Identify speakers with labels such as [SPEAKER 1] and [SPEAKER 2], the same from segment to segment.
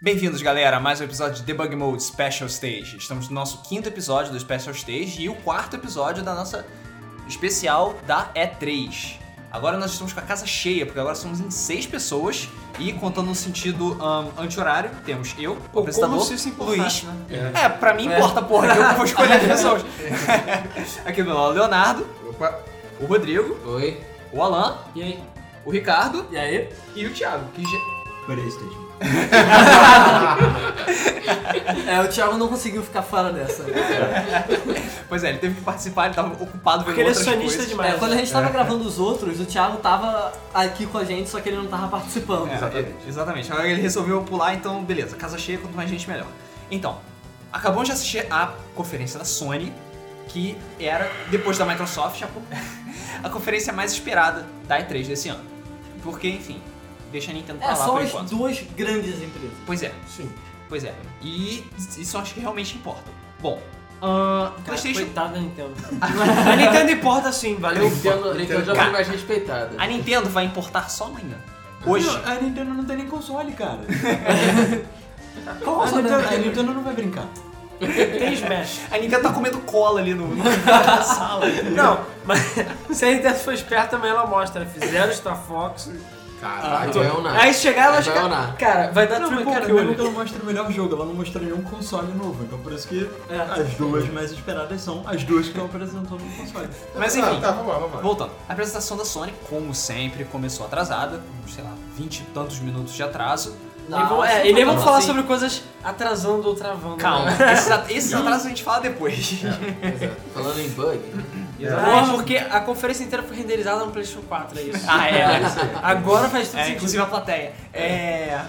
[SPEAKER 1] Bem-vindos, galera, a mais um episódio de Debug Mode Special Stage. Estamos no nosso quinto episódio do Special Stage e o quarto episódio da nossa especial da E3. Agora nós estamos com a casa cheia, porque agora somos em seis pessoas e contando no sentido ahn, anti-horário, temos eu, o
[SPEAKER 2] Pô,
[SPEAKER 1] apresentador,
[SPEAKER 2] como se isso importasse,
[SPEAKER 1] Luiz.
[SPEAKER 2] né?
[SPEAKER 1] É, pra mim importa, porra, que eu vou escolher as pessoas. Aqui do meu lado, Leonardo,
[SPEAKER 2] Opa.
[SPEAKER 1] o Rodrigo,
[SPEAKER 2] Oi.
[SPEAKER 1] o Alan,
[SPEAKER 2] E aí?
[SPEAKER 1] o Ricardo
[SPEAKER 2] E aí?
[SPEAKER 1] e o Thiago, que já-
[SPEAKER 3] É, o Thiago não conseguiu ficar fora dessa.
[SPEAKER 1] Pois é, ele teve que participar, ele tava ocupado vendo
[SPEAKER 4] Porque ele é
[SPEAKER 1] outras
[SPEAKER 4] sonista
[SPEAKER 1] coisas.
[SPEAKER 4] demais.
[SPEAKER 3] É, quando a gente tava gravando os outros, o Thiago tava aqui com a gente, só que ele não tava participando.
[SPEAKER 1] É, Exatamente. exatamente. Agora ele resolveu pular, então beleza, casa cheia, quanto mais gente melhor. Então, acabamos de assistir a conferência da Sony, que era, depois da Microsoft, a, co- a conferência mais esperada da E3 desse ano. Porque, enfim, deixa a Nintendo pra
[SPEAKER 3] É,
[SPEAKER 1] Tá lá
[SPEAKER 3] são
[SPEAKER 1] por
[SPEAKER 3] as
[SPEAKER 1] enquanto.
[SPEAKER 3] duas grandes empresas.
[SPEAKER 1] Pois é,
[SPEAKER 2] Sim.
[SPEAKER 1] pois é. E isso eu acho que realmente importa. Bom, ahn, PlayStation.
[SPEAKER 3] Coitado da Nintendo.
[SPEAKER 4] A Nintendo importa sim, valeu.
[SPEAKER 2] Nintendo, Nintendo já
[SPEAKER 1] Cara.
[SPEAKER 2] foi mais respeitada.
[SPEAKER 1] A Nintendo vai importar só amanhã. Hoje.
[SPEAKER 5] Não, a Nintendo não tem nem console, cara.
[SPEAKER 3] Qual
[SPEAKER 5] A
[SPEAKER 3] o nome da
[SPEAKER 5] Nintendo, a
[SPEAKER 3] Nintendo?
[SPEAKER 5] Nintendo não vai brincar.
[SPEAKER 4] Tem Smash.
[SPEAKER 1] A Nintendo tá comendo cola ali no, na sala.
[SPEAKER 4] Não, mas se a Nintendo for esperta, também ela mostra. Fizeram Star Fox.
[SPEAKER 2] Caralho, vai ou então é um nada.
[SPEAKER 4] Aí chegar, ela
[SPEAKER 2] Vai
[SPEAKER 4] fica-
[SPEAKER 2] ou nada.
[SPEAKER 4] Cara, vai dar
[SPEAKER 5] Não, mas
[SPEAKER 4] triple
[SPEAKER 5] cara,
[SPEAKER 4] kill.
[SPEAKER 5] mesmo que ela mostre o melhor jogo, ela não mostrou nenhum console novo. Então por isso que
[SPEAKER 4] É.
[SPEAKER 5] as duas mais esperadas são as duas que estão apresentando no console.
[SPEAKER 1] Mas enfim.
[SPEAKER 2] Tá, vamos lá, vamos lá.
[SPEAKER 1] Voltando, a apresentação da Sony, como sempre, começou atrasada, com, sei lá, 20 e tantos minutos de atraso.
[SPEAKER 4] E vão- é,
[SPEAKER 3] Nossa,
[SPEAKER 4] e nem vamos
[SPEAKER 3] não,
[SPEAKER 4] falar
[SPEAKER 3] Ah, sim. tá
[SPEAKER 4] sobre coisas atrasando ou travando.
[SPEAKER 1] Calma,
[SPEAKER 4] né?
[SPEAKER 1] esses, at- esses atrasos a gente fala depois.
[SPEAKER 2] É. Exato. Falando em bug,
[SPEAKER 4] Porra, porque a conferência inteira foi renderizada no PlayStation 4, é isso.
[SPEAKER 1] Ah, é.
[SPEAKER 4] Agora faz tudo
[SPEAKER 1] é
[SPEAKER 4] sentido.
[SPEAKER 1] inclusive a plateia. É.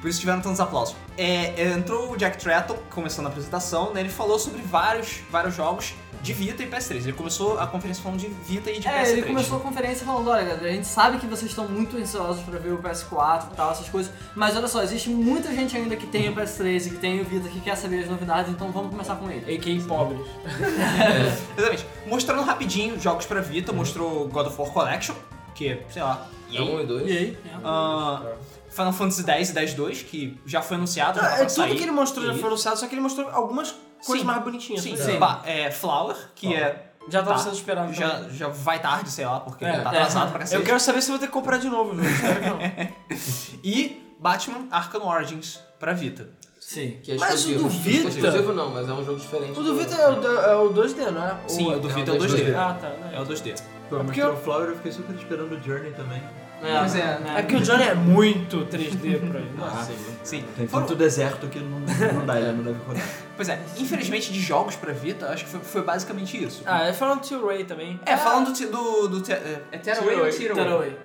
[SPEAKER 1] Por isso tiveram tantos aplausos. É, entrou o Jack Tratton, começando a apresentação, né? Ele falou sobre vários, vários jogos de Vita e PS3. Ele começou a conferência falando de Vita e de PS3.
[SPEAKER 3] É, ele começou a conferência falando, olha, galera, a gente sabe que vocês estão muito ansiosos pra ver o PS4 e tal, essas coisas, mas olha só, existe muita gente ainda que tem o PS3 e que tem o Vita, que quer saber as novidades, então vamos começar com ele.
[SPEAKER 4] A.K.A. pobres.
[SPEAKER 1] Exatamente. Mostrando rapidinho jogos pra Vita,
[SPEAKER 2] Uhum.
[SPEAKER 1] mostrou God of War Collection, que, sei lá.
[SPEAKER 2] é um e dois.
[SPEAKER 4] E aí?
[SPEAKER 1] Ah, Final Fantasy X e X-2, que já foi anunciado, já tá
[SPEAKER 4] Ah,
[SPEAKER 1] pra
[SPEAKER 4] tudo
[SPEAKER 1] sair.
[SPEAKER 4] que ele mostrou já
[SPEAKER 1] E-
[SPEAKER 4] foi anunciado, só que ele mostrou algumas coisas
[SPEAKER 1] Sim.
[SPEAKER 4] mais bonitinhas.
[SPEAKER 1] Sim,
[SPEAKER 4] né?
[SPEAKER 1] sim. Ba- é, Flower, que é,
[SPEAKER 4] Já tava
[SPEAKER 1] Tá.
[SPEAKER 4] sendo esperado.
[SPEAKER 1] já,
[SPEAKER 4] também.
[SPEAKER 1] já vai tarde, sei lá, porque
[SPEAKER 4] É,
[SPEAKER 1] tá
[SPEAKER 4] é.
[SPEAKER 1] atrasado pra cacete.
[SPEAKER 4] Eu quero saber se eu vou ter que comprar de novo, viu? Espero que não.
[SPEAKER 1] E Batman Arkham Origins pra Vita.
[SPEAKER 3] Sim.
[SPEAKER 2] Que é
[SPEAKER 4] Mas o
[SPEAKER 2] exclusivo.
[SPEAKER 4] do Vita-
[SPEAKER 2] Exclusivo não, mas é um jogo diferente.
[SPEAKER 4] O do Vita é o, do- é o 2D, não é?
[SPEAKER 1] Sim,
[SPEAKER 4] Ou-
[SPEAKER 1] o do
[SPEAKER 2] é
[SPEAKER 1] Vita é
[SPEAKER 2] um
[SPEAKER 1] o 2D.
[SPEAKER 2] 2D.
[SPEAKER 4] Ah, tá. né?
[SPEAKER 1] É o 2D.
[SPEAKER 5] Pô, mas
[SPEAKER 4] porque
[SPEAKER 5] o
[SPEAKER 4] eu-
[SPEAKER 5] Flower eu fiquei super esperando o Journey também.
[SPEAKER 1] Pois é,
[SPEAKER 3] né?
[SPEAKER 4] É porque o Johnny é muito 3D pra ele. Nossa.
[SPEAKER 2] Ah, Sim.
[SPEAKER 1] Sim.
[SPEAKER 5] Tem
[SPEAKER 1] Foram-
[SPEAKER 5] tanto deserto que não, não dá, ele não deve rodar.
[SPEAKER 1] Pois é, infelizmente de jogos pra Vita, acho que foi, foi basicamente isso.
[SPEAKER 4] Ah, é falando do Tio Ray também.
[SPEAKER 1] É, falando do... do, do te- é, é Tearaway ou
[SPEAKER 2] Tearaway.
[SPEAKER 1] Tearaway?
[SPEAKER 4] Tearaway.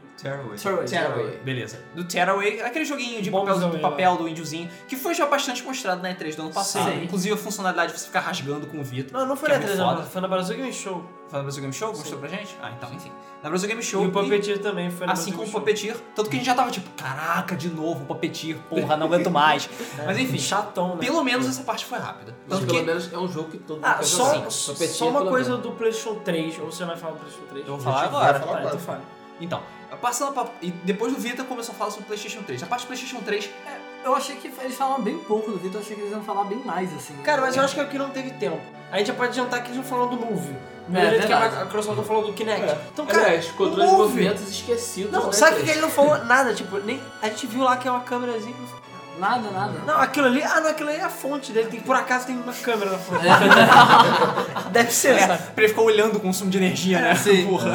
[SPEAKER 5] Tearaway.
[SPEAKER 3] Sorry.
[SPEAKER 2] Tearaway.
[SPEAKER 1] Beleza. Do Tearaway, aquele joguinho de
[SPEAKER 4] Bom é.
[SPEAKER 1] papel, do
[SPEAKER 4] também,
[SPEAKER 1] papel do índiozinho, que foi já bastante mostrado na E3 do ano passado.
[SPEAKER 3] Sim.
[SPEAKER 1] Inclusive a funcionalidade de você ficar rasgando com o Vita.
[SPEAKER 4] Não, não foi
[SPEAKER 1] Que
[SPEAKER 4] na
[SPEAKER 1] é muito
[SPEAKER 4] 3D,
[SPEAKER 1] foda.
[SPEAKER 4] não. Foi na Brasil Game Show.
[SPEAKER 1] Foi no Brasil Game Show? Mostrou pra gente? Ah, então, enfim. Na Brasil Game Show.
[SPEAKER 4] E o Puppeteer também foi na
[SPEAKER 1] Assim como
[SPEAKER 4] Brasil
[SPEAKER 1] o
[SPEAKER 4] Game Show.
[SPEAKER 1] Puppeteer. Tanto que a gente já tava tipo, caraca, de novo, o Puppeteer, porra, não aguento mais. Mas enfim,
[SPEAKER 4] Chatão, né?
[SPEAKER 1] pelo menos essa parte foi rápida.
[SPEAKER 2] Mas
[SPEAKER 1] Tanto
[SPEAKER 2] pelo
[SPEAKER 1] que.
[SPEAKER 2] menos é um jogo que todo mundo
[SPEAKER 4] Ah,
[SPEAKER 2] quer
[SPEAKER 4] só,
[SPEAKER 2] jogar. Competir,
[SPEAKER 4] só uma
[SPEAKER 2] pelo
[SPEAKER 4] coisa
[SPEAKER 2] menos.
[SPEAKER 4] do PlayStation 3, ou você vai falar do PlayStation 3?
[SPEAKER 1] Eu vou falar
[SPEAKER 4] Tá,
[SPEAKER 1] agora.
[SPEAKER 4] Tá, então fala.
[SPEAKER 1] Então, passando pra... E depois do Vita começou a falar sobre o PlayStation 3. A parte do PlayStation 3
[SPEAKER 3] Eu achei que eles falavam bem pouco do Vita, eu achei que eles iam falar bem mais, assim.
[SPEAKER 4] Cara, mas eu acho que é porque não teve tempo. A gente já pode adiantar que eles não falaram do Move. Do
[SPEAKER 3] É,
[SPEAKER 4] jeito que
[SPEAKER 3] verdade.
[SPEAKER 4] a a Microsoft não falou do Kinect. Então, cara,
[SPEAKER 2] Aliás, controle de
[SPEAKER 4] houve.
[SPEAKER 2] movimentos esquecidos.
[SPEAKER 4] não, é
[SPEAKER 2] né,
[SPEAKER 4] sabe por que
[SPEAKER 2] gente?
[SPEAKER 4] ele não falou nada? Tipo, nem, a gente viu lá que é uma câmerazinha.
[SPEAKER 3] Nada, nada.
[SPEAKER 4] Não, aquilo ali, ah não, aquilo ali é a fonte dele. Tem, por acaso tem uma câmera na fonte. Deve ser,
[SPEAKER 1] É,
[SPEAKER 4] sabe?
[SPEAKER 1] pra ele ficar olhando o consumo de energia, né?
[SPEAKER 4] Sim.
[SPEAKER 1] Porra.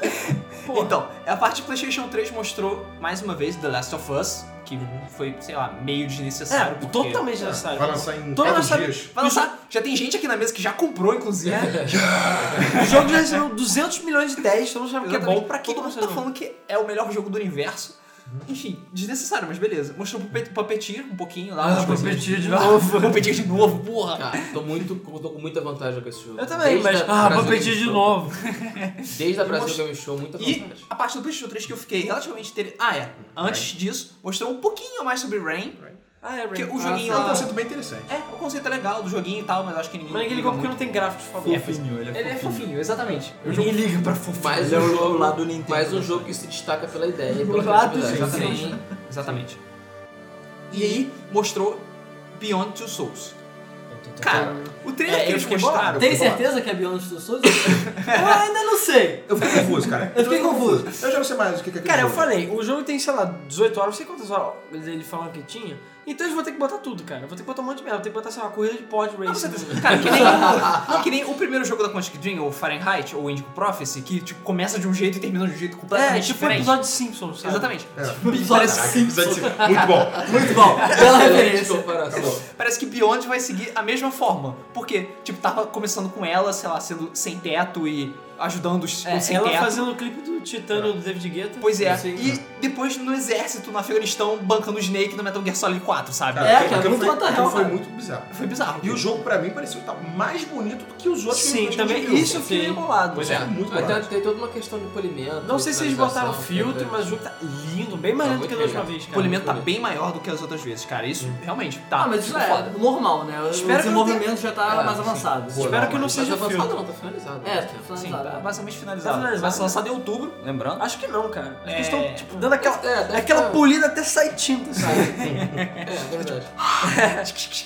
[SPEAKER 1] É. Então, a parte do PlayStation 3 mostrou mais uma vez The Last of Us, que foi, sei lá, meio
[SPEAKER 4] É,
[SPEAKER 1] desnecessário. porque-
[SPEAKER 4] totalmente necessário.
[SPEAKER 6] Vai lançar em
[SPEAKER 4] Todo mundo
[SPEAKER 6] quatro
[SPEAKER 4] sabe-
[SPEAKER 6] dias.
[SPEAKER 1] Vai lançar. Já É, tem gente aqui na mesa que já comprou, inclusive.
[SPEAKER 4] O jogo já recebeu 200 milhões de 10, então não sabe o que é
[SPEAKER 1] Exatamente.
[SPEAKER 4] bom.
[SPEAKER 1] pra quem
[SPEAKER 4] Todo
[SPEAKER 1] não
[SPEAKER 4] mundo
[SPEAKER 1] tá
[SPEAKER 4] sabe.
[SPEAKER 1] falando que é o melhor jogo do universo. Enfim, desnecessário, mas beleza. Mostrou pro Pupet- Puppeteer um pouquinho lá. umas coisinhas.
[SPEAKER 3] Puppeteer de
[SPEAKER 1] novo. Puppeteer de novo, porra.
[SPEAKER 2] Cara, tô, muito, tô com muita vantagem com esse jogo.
[SPEAKER 4] Eu também,
[SPEAKER 2] Desde
[SPEAKER 4] mas.
[SPEAKER 2] a
[SPEAKER 4] Ah,
[SPEAKER 2] Brasil
[SPEAKER 4] vou pedir
[SPEAKER 2] Game
[SPEAKER 4] de
[SPEAKER 2] Show.
[SPEAKER 4] novo.
[SPEAKER 2] Desde a Brasil Game Show, muita
[SPEAKER 1] E
[SPEAKER 2] vantagem.
[SPEAKER 1] a parte do PlayStation 3 que eu fiquei relativamente interessado. Ah, é. Antes disso, mostrou um pouquinho mais sobre Rain.
[SPEAKER 4] Ah, é,
[SPEAKER 1] Porque
[SPEAKER 4] Ray.
[SPEAKER 1] o joguinho
[SPEAKER 6] É um
[SPEAKER 1] lá.
[SPEAKER 6] conceito bem interessante.
[SPEAKER 1] É, o conceito é legal do joguinho e tal, mas acho que ninguém.
[SPEAKER 4] Mas é aquele
[SPEAKER 1] liga
[SPEAKER 4] jogo que
[SPEAKER 1] muito.
[SPEAKER 4] não tem gráficos favor.
[SPEAKER 5] Fofinho, ele é
[SPEAKER 1] Ele é
[SPEAKER 5] fofinho.
[SPEAKER 1] fofinho, exatamente. Ninguém liga pra fofinho.
[SPEAKER 2] Mais
[SPEAKER 5] Ele é
[SPEAKER 2] um
[SPEAKER 5] o
[SPEAKER 2] jogo,
[SPEAKER 5] lado Nintendo.
[SPEAKER 2] mais um jogo que se destaca pela ideia e
[SPEAKER 3] O
[SPEAKER 2] pela
[SPEAKER 3] lado
[SPEAKER 2] criatividade.
[SPEAKER 1] Exatamente. Exatamente. e aí mostrou Beyond Two Souls. Cara, o trailer
[SPEAKER 2] É,
[SPEAKER 1] que
[SPEAKER 2] eu
[SPEAKER 1] eles
[SPEAKER 2] fiquei
[SPEAKER 1] mostraram.
[SPEAKER 2] bolado.
[SPEAKER 3] Tem certeza que é Beyond Two Souls? eu ainda não sei.
[SPEAKER 6] Eu fiquei confuso, cara.
[SPEAKER 3] Eu fiquei confuso.
[SPEAKER 6] Eu já não sei mais o que que é aquele
[SPEAKER 4] Cara, eu
[SPEAKER 6] jogo.
[SPEAKER 4] falei, o jogo tem, sei lá, 18 horas, não sei quantas horas ele falou que tinha. Então eles vão ter que botar tudo, cara. Vou ter que botar um monte de merda. Vou ter que botar, sei lá, corrida de pod
[SPEAKER 1] Ah, com
[SPEAKER 4] racing. É,
[SPEAKER 1] certeza. Cara, que nem, o, não, que nem o primeiro jogo da Quantic Dream, ou Fahrenheit, ou Indigo Prophecy, que tipo, começa de um jeito e termina de um jeito completamente
[SPEAKER 4] É, tipo um
[SPEAKER 1] diferente.
[SPEAKER 4] episódio de Simpsons, sabe?
[SPEAKER 1] Exatamente.
[SPEAKER 3] Episódio
[SPEAKER 1] Parece-
[SPEAKER 3] Simpsons.
[SPEAKER 6] é tipo, Muito bom.
[SPEAKER 3] Muito bom. Bela
[SPEAKER 2] Excelente
[SPEAKER 3] referência.
[SPEAKER 2] comparação.
[SPEAKER 1] Parece que Beyond vai seguir a mesma forma. Porque, tipo, tava começando com ela, sei lá, sendo sem teto e ajudando os
[SPEAKER 4] É,
[SPEAKER 1] os Tipo, sem
[SPEAKER 4] ela
[SPEAKER 1] teto.
[SPEAKER 4] fazendo o clipe do Titano do David Guetta.
[SPEAKER 1] Pois é.
[SPEAKER 4] Assim.
[SPEAKER 1] E depois no exército, no Afeganistão, bancando o Snake no Metal Gear Solid 4, sabe? É,
[SPEAKER 6] Cara,
[SPEAKER 3] É,
[SPEAKER 6] aquilo-
[SPEAKER 3] cara,
[SPEAKER 6] aquilo
[SPEAKER 3] muito
[SPEAKER 6] foi,
[SPEAKER 3] fantasma,
[SPEAKER 6] aquilo foi
[SPEAKER 3] cara.
[SPEAKER 6] muito bizarro.
[SPEAKER 1] Foi bizarro.
[SPEAKER 6] E o jogo, pra mim, parecia que tá mais bonito do que os outros
[SPEAKER 4] Sim,
[SPEAKER 6] que a gente
[SPEAKER 4] também.
[SPEAKER 6] viu.
[SPEAKER 4] Isso eu fiquei
[SPEAKER 3] Sim.
[SPEAKER 4] bolado.
[SPEAKER 6] Pois é, muito
[SPEAKER 2] Até
[SPEAKER 6] barato.
[SPEAKER 2] tem toda uma questão de polimento.
[SPEAKER 4] Não sei se eles botaram
[SPEAKER 2] finalização,
[SPEAKER 4] filtro,
[SPEAKER 2] tem-
[SPEAKER 4] mas o jogo tá lindo, bem mais
[SPEAKER 2] Tá
[SPEAKER 4] lindo do que da
[SPEAKER 2] muito
[SPEAKER 4] última
[SPEAKER 2] legal.
[SPEAKER 4] vez,
[SPEAKER 1] O
[SPEAKER 4] cara.
[SPEAKER 1] polimento tá bem maior do que as outras vezes, cara. Isso realmente tá.
[SPEAKER 3] Ah, mas isso
[SPEAKER 1] ficou
[SPEAKER 3] é
[SPEAKER 1] foda.
[SPEAKER 3] normal, né? O
[SPEAKER 4] Espero que não
[SPEAKER 3] desenvolvimento já tá
[SPEAKER 2] Ah,
[SPEAKER 3] mais
[SPEAKER 2] sim.
[SPEAKER 3] avançado.
[SPEAKER 4] Espero que não
[SPEAKER 2] Mas
[SPEAKER 4] seja
[SPEAKER 2] avançado
[SPEAKER 4] filtro.
[SPEAKER 2] não, tá finalizado.
[SPEAKER 3] É,
[SPEAKER 2] né?
[SPEAKER 3] tá
[SPEAKER 1] Sim,
[SPEAKER 3] finalizado.
[SPEAKER 1] tá basicamente finalizado.
[SPEAKER 4] Tá finalizado.
[SPEAKER 1] Vai ser lançado em outubro, lembrando.
[SPEAKER 4] Acho que não, cara. Acho que eles
[SPEAKER 1] É.
[SPEAKER 4] estão, tipo, dando aquela,
[SPEAKER 2] É, deve
[SPEAKER 4] aquela
[SPEAKER 2] tá-
[SPEAKER 4] polida até sair tinta,
[SPEAKER 1] assim.
[SPEAKER 4] sabe?
[SPEAKER 2] É, é verdade.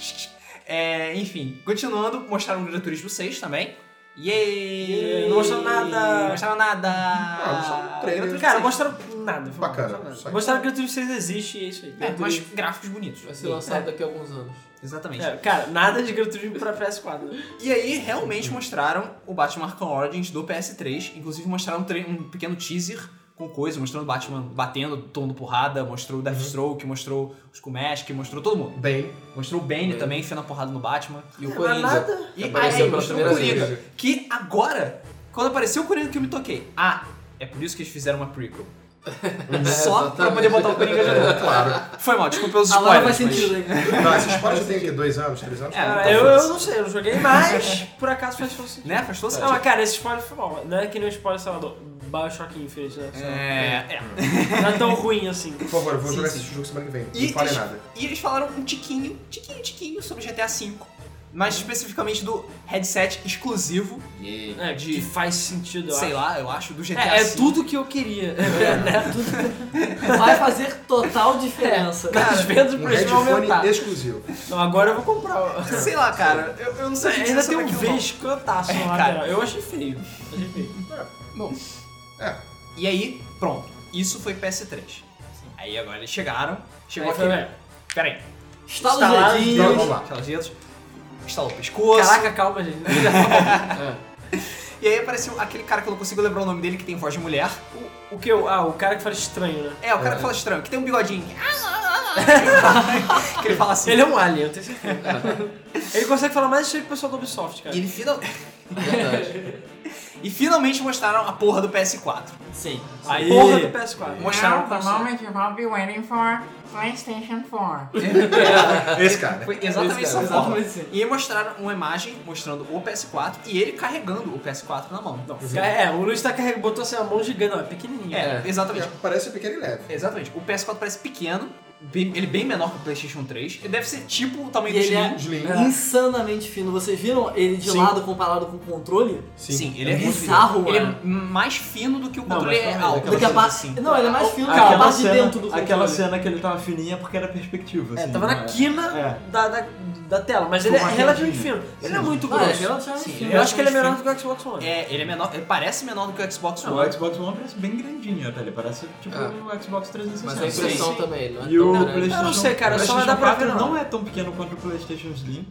[SPEAKER 1] É, enfim, continuando, mostraram o Gran Turismo 6 também. Yay!
[SPEAKER 4] Yay! Não mostraram nada.
[SPEAKER 1] Não mostraram nada!
[SPEAKER 6] Ah, mostraram um trailer.
[SPEAKER 1] Gran Turismo
[SPEAKER 4] cara,
[SPEAKER 1] 6.
[SPEAKER 4] mostraram nada. foi
[SPEAKER 6] Bacana,
[SPEAKER 4] mal, mostraram nada.
[SPEAKER 6] só
[SPEAKER 4] Mostraram que o Turismo 6 existe e é isso aí.
[SPEAKER 1] É, mas gráficos bonitos.
[SPEAKER 2] Vai ser lançado daqui a alguns anos.
[SPEAKER 1] Exatamente.
[SPEAKER 4] É, cara, nada de Gran Turismo pra PS4. né?
[SPEAKER 1] E aí, realmente mostraram o Batman Arkham Origins do PS3. Inclusive, mostraram um, tre- um pequeno teaser com coisa, mostrando o Batman batendo, tomando porrada, mostrou o Deathstroke, mostrou os Kumesk, mostrou todo mundo.
[SPEAKER 6] Bem,
[SPEAKER 1] Mostrou o Bane
[SPEAKER 2] É.
[SPEAKER 1] também, enfiando a porrada no Batman.
[SPEAKER 2] E o
[SPEAKER 4] Não é
[SPEAKER 2] Coringa.
[SPEAKER 4] nada.
[SPEAKER 1] E
[SPEAKER 2] Apareceu
[SPEAKER 1] aí,
[SPEAKER 2] pela
[SPEAKER 1] mostrou o
[SPEAKER 2] primeira
[SPEAKER 1] Coringa.
[SPEAKER 6] vez.
[SPEAKER 1] Que agora, quando apareceu o Coringa que eu me toquei. Ah, é por isso que eles fizeram uma prequel. Só pra
[SPEAKER 2] exatamente.
[SPEAKER 1] poder botar o Coringa de novo.
[SPEAKER 6] claro.
[SPEAKER 1] Foi mal, desculpa pelos
[SPEAKER 3] Agora
[SPEAKER 1] spoilers.
[SPEAKER 3] faz
[SPEAKER 1] mas-
[SPEAKER 3] sentido, hein?
[SPEAKER 6] Não, essa história já tem o quê? Dois anos, três anos?
[SPEAKER 1] É,
[SPEAKER 6] Não
[SPEAKER 4] Cara,
[SPEAKER 6] tá
[SPEAKER 4] Ah, eu,
[SPEAKER 6] foda.
[SPEAKER 4] eu não sei, eu não joguei, mas por acaso faz todo sentido.
[SPEAKER 1] Né? Faz todo
[SPEAKER 4] Não,
[SPEAKER 1] sentido.
[SPEAKER 4] mas cara, esse spoiler foi mal. Não é que nem o spoiler, sei lá, do Bioshock Infinite, né? Sei lá.
[SPEAKER 1] É, é.
[SPEAKER 4] Não é tão ruim assim.
[SPEAKER 6] Por favor, eu vou
[SPEAKER 1] Sim,
[SPEAKER 6] jogar
[SPEAKER 1] sim.
[SPEAKER 6] esse jogo semana que vem.
[SPEAKER 1] E
[SPEAKER 6] Não fale
[SPEAKER 1] eles,
[SPEAKER 6] nada.
[SPEAKER 1] e eles falaram um tiquinho, tiquinho, tiquinho sobre GTA V. Mas especificamente do headset exclusivo,
[SPEAKER 4] É,
[SPEAKER 1] De-
[SPEAKER 4] que faz sentido, eu
[SPEAKER 1] sei
[SPEAKER 4] acho.
[SPEAKER 1] lá, eu acho, do GTA V.
[SPEAKER 4] É, é tudo que eu queria.
[SPEAKER 3] Vai fazer total diferença.
[SPEAKER 4] Cara, as vendas do
[SPEAKER 6] Um
[SPEAKER 4] preço vão
[SPEAKER 6] headphone
[SPEAKER 4] aumentar.
[SPEAKER 6] exclusivo.
[SPEAKER 4] Não, agora eu vou comprar.
[SPEAKER 1] Sei lá, cara, eu, eu não sei. se
[SPEAKER 4] Ainda
[SPEAKER 1] essa
[SPEAKER 4] tem um
[SPEAKER 1] daqui eu não-
[SPEAKER 4] vescantaço
[SPEAKER 1] É,
[SPEAKER 4] lá,
[SPEAKER 1] cara.
[SPEAKER 4] cara. Eu achei feio. Achei feio.
[SPEAKER 2] Bom,
[SPEAKER 6] É.
[SPEAKER 1] E aí, pronto. Isso foi PS3. Aí agora eles chegaram. Chegou
[SPEAKER 4] Aí
[SPEAKER 1] aquele. Tá
[SPEAKER 4] foi,
[SPEAKER 1] Pera aí.
[SPEAKER 3] Estala os
[SPEAKER 6] Então,
[SPEAKER 3] dedinhos.
[SPEAKER 6] vamos lá.
[SPEAKER 1] Estala os dedos. Estalou o pescoço.
[SPEAKER 4] Caraca, calma, gente.
[SPEAKER 2] é.
[SPEAKER 1] E aí apareceu aquele cara que eu não consigo lembrar o nome dele, que tem voz de mulher.
[SPEAKER 4] O, o que eu. Ah, o cara que fala estranho, né?
[SPEAKER 1] É, o cara que fala estranho, que tem um bigodinho. que ele fala assim.
[SPEAKER 4] Ele é um alien, eu tenho certeza. Ele consegue falar mais estranho que o pessoal do Ubisoft, cara.
[SPEAKER 1] E ele final...
[SPEAKER 2] Verdade.
[SPEAKER 1] E finalmente mostraram a porra do PS4.
[SPEAKER 3] Sim.
[SPEAKER 1] Aí.
[SPEAKER 4] Porra do PS4.
[SPEAKER 1] Mostraram
[SPEAKER 7] Now the moment you've all been waiting for, PlayStation 4.
[SPEAKER 6] Esse
[SPEAKER 3] é
[SPEAKER 6] cara. né?
[SPEAKER 1] Foi exatamente
[SPEAKER 2] Esse
[SPEAKER 1] essa
[SPEAKER 2] cara,
[SPEAKER 1] forma.
[SPEAKER 3] exatamente assim.
[SPEAKER 1] E aí mostraram uma imagem mostrando o PS4 e ele carregando o PS4 na mão. Não.
[SPEAKER 4] É, o Luiz tá carregando, botou assim a mão gigante, ó, pequenininha.
[SPEAKER 1] É, exatamente.
[SPEAKER 6] É, Parece pequeno e leve.
[SPEAKER 1] Exatamente. O PS4 parece pequeno, bem- ele é bem menor que o PlayStation 3. Ele deve ser tipo o tamanho
[SPEAKER 3] E
[SPEAKER 1] do
[SPEAKER 3] ele é-
[SPEAKER 1] Slim.
[SPEAKER 6] Slim.
[SPEAKER 3] Insanamente fino. Vocês viram ele de
[SPEAKER 1] Sim.
[SPEAKER 3] lado comparado com o controle?
[SPEAKER 1] Sim, ele é,
[SPEAKER 3] É
[SPEAKER 1] muito
[SPEAKER 3] bizarro,
[SPEAKER 1] fino. Ele
[SPEAKER 3] mano.
[SPEAKER 1] é mais fino do que o
[SPEAKER 5] Não,
[SPEAKER 1] controle
[SPEAKER 5] mas
[SPEAKER 1] é
[SPEAKER 5] calma aí,
[SPEAKER 1] alto.
[SPEAKER 5] daquela
[SPEAKER 3] Do que a
[SPEAKER 5] cena
[SPEAKER 3] parte. Não, ele é mais fino do que a
[SPEAKER 5] Aquela
[SPEAKER 3] parte de
[SPEAKER 5] cena,
[SPEAKER 3] dentro do controle.
[SPEAKER 5] aquela cena que ele tava fininha porque era perspectiva.
[SPEAKER 4] É,
[SPEAKER 5] assim,
[SPEAKER 4] tava
[SPEAKER 5] não
[SPEAKER 4] na
[SPEAKER 5] era-
[SPEAKER 4] quina
[SPEAKER 5] É.
[SPEAKER 4] da, da, da tela, mas ele é
[SPEAKER 5] Com uma
[SPEAKER 4] relativamente
[SPEAKER 5] rendinha.
[SPEAKER 4] fino. Ele não é muito
[SPEAKER 3] Não, é
[SPEAKER 4] grosso.
[SPEAKER 3] relativamente
[SPEAKER 1] Sim,
[SPEAKER 3] fino.
[SPEAKER 4] eu acho que ele é menor
[SPEAKER 1] relativamente
[SPEAKER 4] do que o Xbox One.
[SPEAKER 1] É, ele é menor, ele parece menor do que o Xbox
[SPEAKER 5] Não,
[SPEAKER 1] One.
[SPEAKER 4] é
[SPEAKER 5] o Xbox One parece bem grandinho até, ele parece tipo
[SPEAKER 2] É.
[SPEAKER 5] o Xbox 360.
[SPEAKER 2] Mas a
[SPEAKER 1] Sim,
[SPEAKER 2] impressão
[SPEAKER 1] sim.
[SPEAKER 2] também, ele não é
[SPEAKER 5] E
[SPEAKER 2] tão
[SPEAKER 5] o
[SPEAKER 2] grande.
[SPEAKER 5] PlayStation,
[SPEAKER 4] Eu não sei, cara,
[SPEAKER 5] o
[SPEAKER 4] só vai dar
[SPEAKER 5] PlayStation
[SPEAKER 4] pra ver,
[SPEAKER 5] 4
[SPEAKER 4] não.
[SPEAKER 5] não é tão pequeno quanto o PlayStation Slim,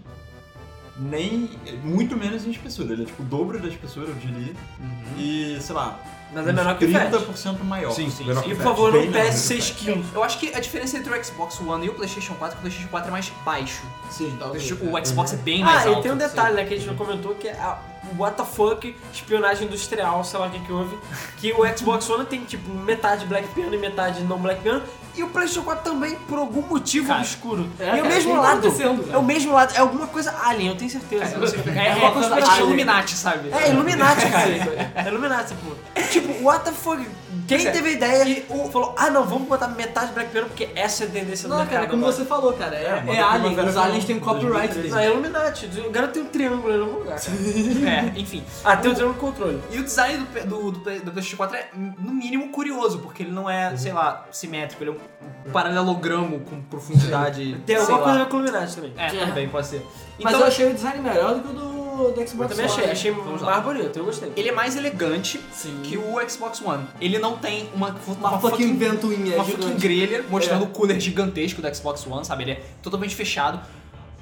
[SPEAKER 5] nem muito menos em espessura. Ele é tipo o dobro da espessura, eu diria.
[SPEAKER 2] Uhum.
[SPEAKER 5] E sei lá.
[SPEAKER 4] Mas é
[SPEAKER 5] uns
[SPEAKER 4] menor que o Fat.
[SPEAKER 5] 30% maior.
[SPEAKER 6] Sim, menor que
[SPEAKER 4] E
[SPEAKER 6] o
[SPEAKER 4] por
[SPEAKER 6] Fat.
[SPEAKER 4] favor,
[SPEAKER 5] Bem
[SPEAKER 4] não
[SPEAKER 5] menor
[SPEAKER 4] pese
[SPEAKER 5] que o
[SPEAKER 4] 6
[SPEAKER 5] Fat.
[SPEAKER 4] quilos.
[SPEAKER 1] Eu acho que a diferença entre o Xbox One e o PlayStation 4 é que o PlayStation 4 é mais baixo.
[SPEAKER 2] Sim, talvez,
[SPEAKER 1] Tipo,
[SPEAKER 2] é.
[SPEAKER 1] o Xbox é bem mais
[SPEAKER 4] Ah,
[SPEAKER 1] alto.
[SPEAKER 4] e tem um detalhe, né, que a gente não comentou, que é a o what the fuck, espionagem industrial, sei lá o que que houve, que o Xbox One tem, tipo, metade Black Piano e metade não Black Piano, e o PlayStation 4 também, por algum motivo
[SPEAKER 1] Cara,
[SPEAKER 4] obscuro.
[SPEAKER 3] É,
[SPEAKER 4] e é
[SPEAKER 3] cara,
[SPEAKER 4] o mesmo
[SPEAKER 3] tem
[SPEAKER 4] lado,
[SPEAKER 3] acontecendo,
[SPEAKER 4] é o
[SPEAKER 3] velho.
[SPEAKER 4] mesmo lado, é alguma coisa alien, eu tenho certeza.
[SPEAKER 1] É, é,
[SPEAKER 3] uma coisa
[SPEAKER 1] conspirativa
[SPEAKER 3] alien.
[SPEAKER 1] Illuminati, sabe?
[SPEAKER 4] É Illuminati, cara. é Illuminati, pô. Tipo, what the fuck? Quem
[SPEAKER 1] Certo.
[SPEAKER 4] teve a ideia e o- falou, ah não, vamos botar metade de Black Piano porque essa é a tendência do
[SPEAKER 3] Não,
[SPEAKER 4] mercado
[SPEAKER 3] cara, como
[SPEAKER 4] agora."
[SPEAKER 3] você falou, cara, é,
[SPEAKER 5] É,
[SPEAKER 3] é,
[SPEAKER 5] Mata
[SPEAKER 3] Alien,
[SPEAKER 5] Primavera
[SPEAKER 3] os
[SPEAKER 5] foi
[SPEAKER 3] aliens têm um copyright
[SPEAKER 5] 2003.
[SPEAKER 4] Não, é Illuminati. O cara tem um triângulo em algum lugar. cara.
[SPEAKER 1] É, enfim.
[SPEAKER 4] Ah, tem um triângulo controle.
[SPEAKER 1] E o design do, do, do, Play- do PlayStation 4 é, no mínimo, curioso, porque ele não
[SPEAKER 4] Uhum.
[SPEAKER 1] é, sei lá, simétrico, ele é um, um paralelogramo com profundidade.
[SPEAKER 4] Tem
[SPEAKER 1] sei
[SPEAKER 4] alguma
[SPEAKER 1] lá.
[SPEAKER 4] coisa com o Illuminati também.
[SPEAKER 1] É, também pode ser.
[SPEAKER 3] Mas
[SPEAKER 1] Então,
[SPEAKER 3] eu achei o design melhor do que o do, do
[SPEAKER 4] Eu
[SPEAKER 3] Xbox
[SPEAKER 4] também achei,
[SPEAKER 3] One.
[SPEAKER 4] achei
[SPEAKER 1] Vamos
[SPEAKER 4] mais
[SPEAKER 1] lá.
[SPEAKER 4] bonito, eu gostei.
[SPEAKER 1] ele é mais elegante
[SPEAKER 3] Sim.
[SPEAKER 1] que o Xbox One. Ele não tem uma,
[SPEAKER 3] Uma,
[SPEAKER 4] Um
[SPEAKER 3] fucking, ventoinha
[SPEAKER 1] uma
[SPEAKER 3] É gigante.
[SPEAKER 1] fucking grelha mostrando o cooler gigantesco do Xbox One, sabe? Ele é totalmente fechado.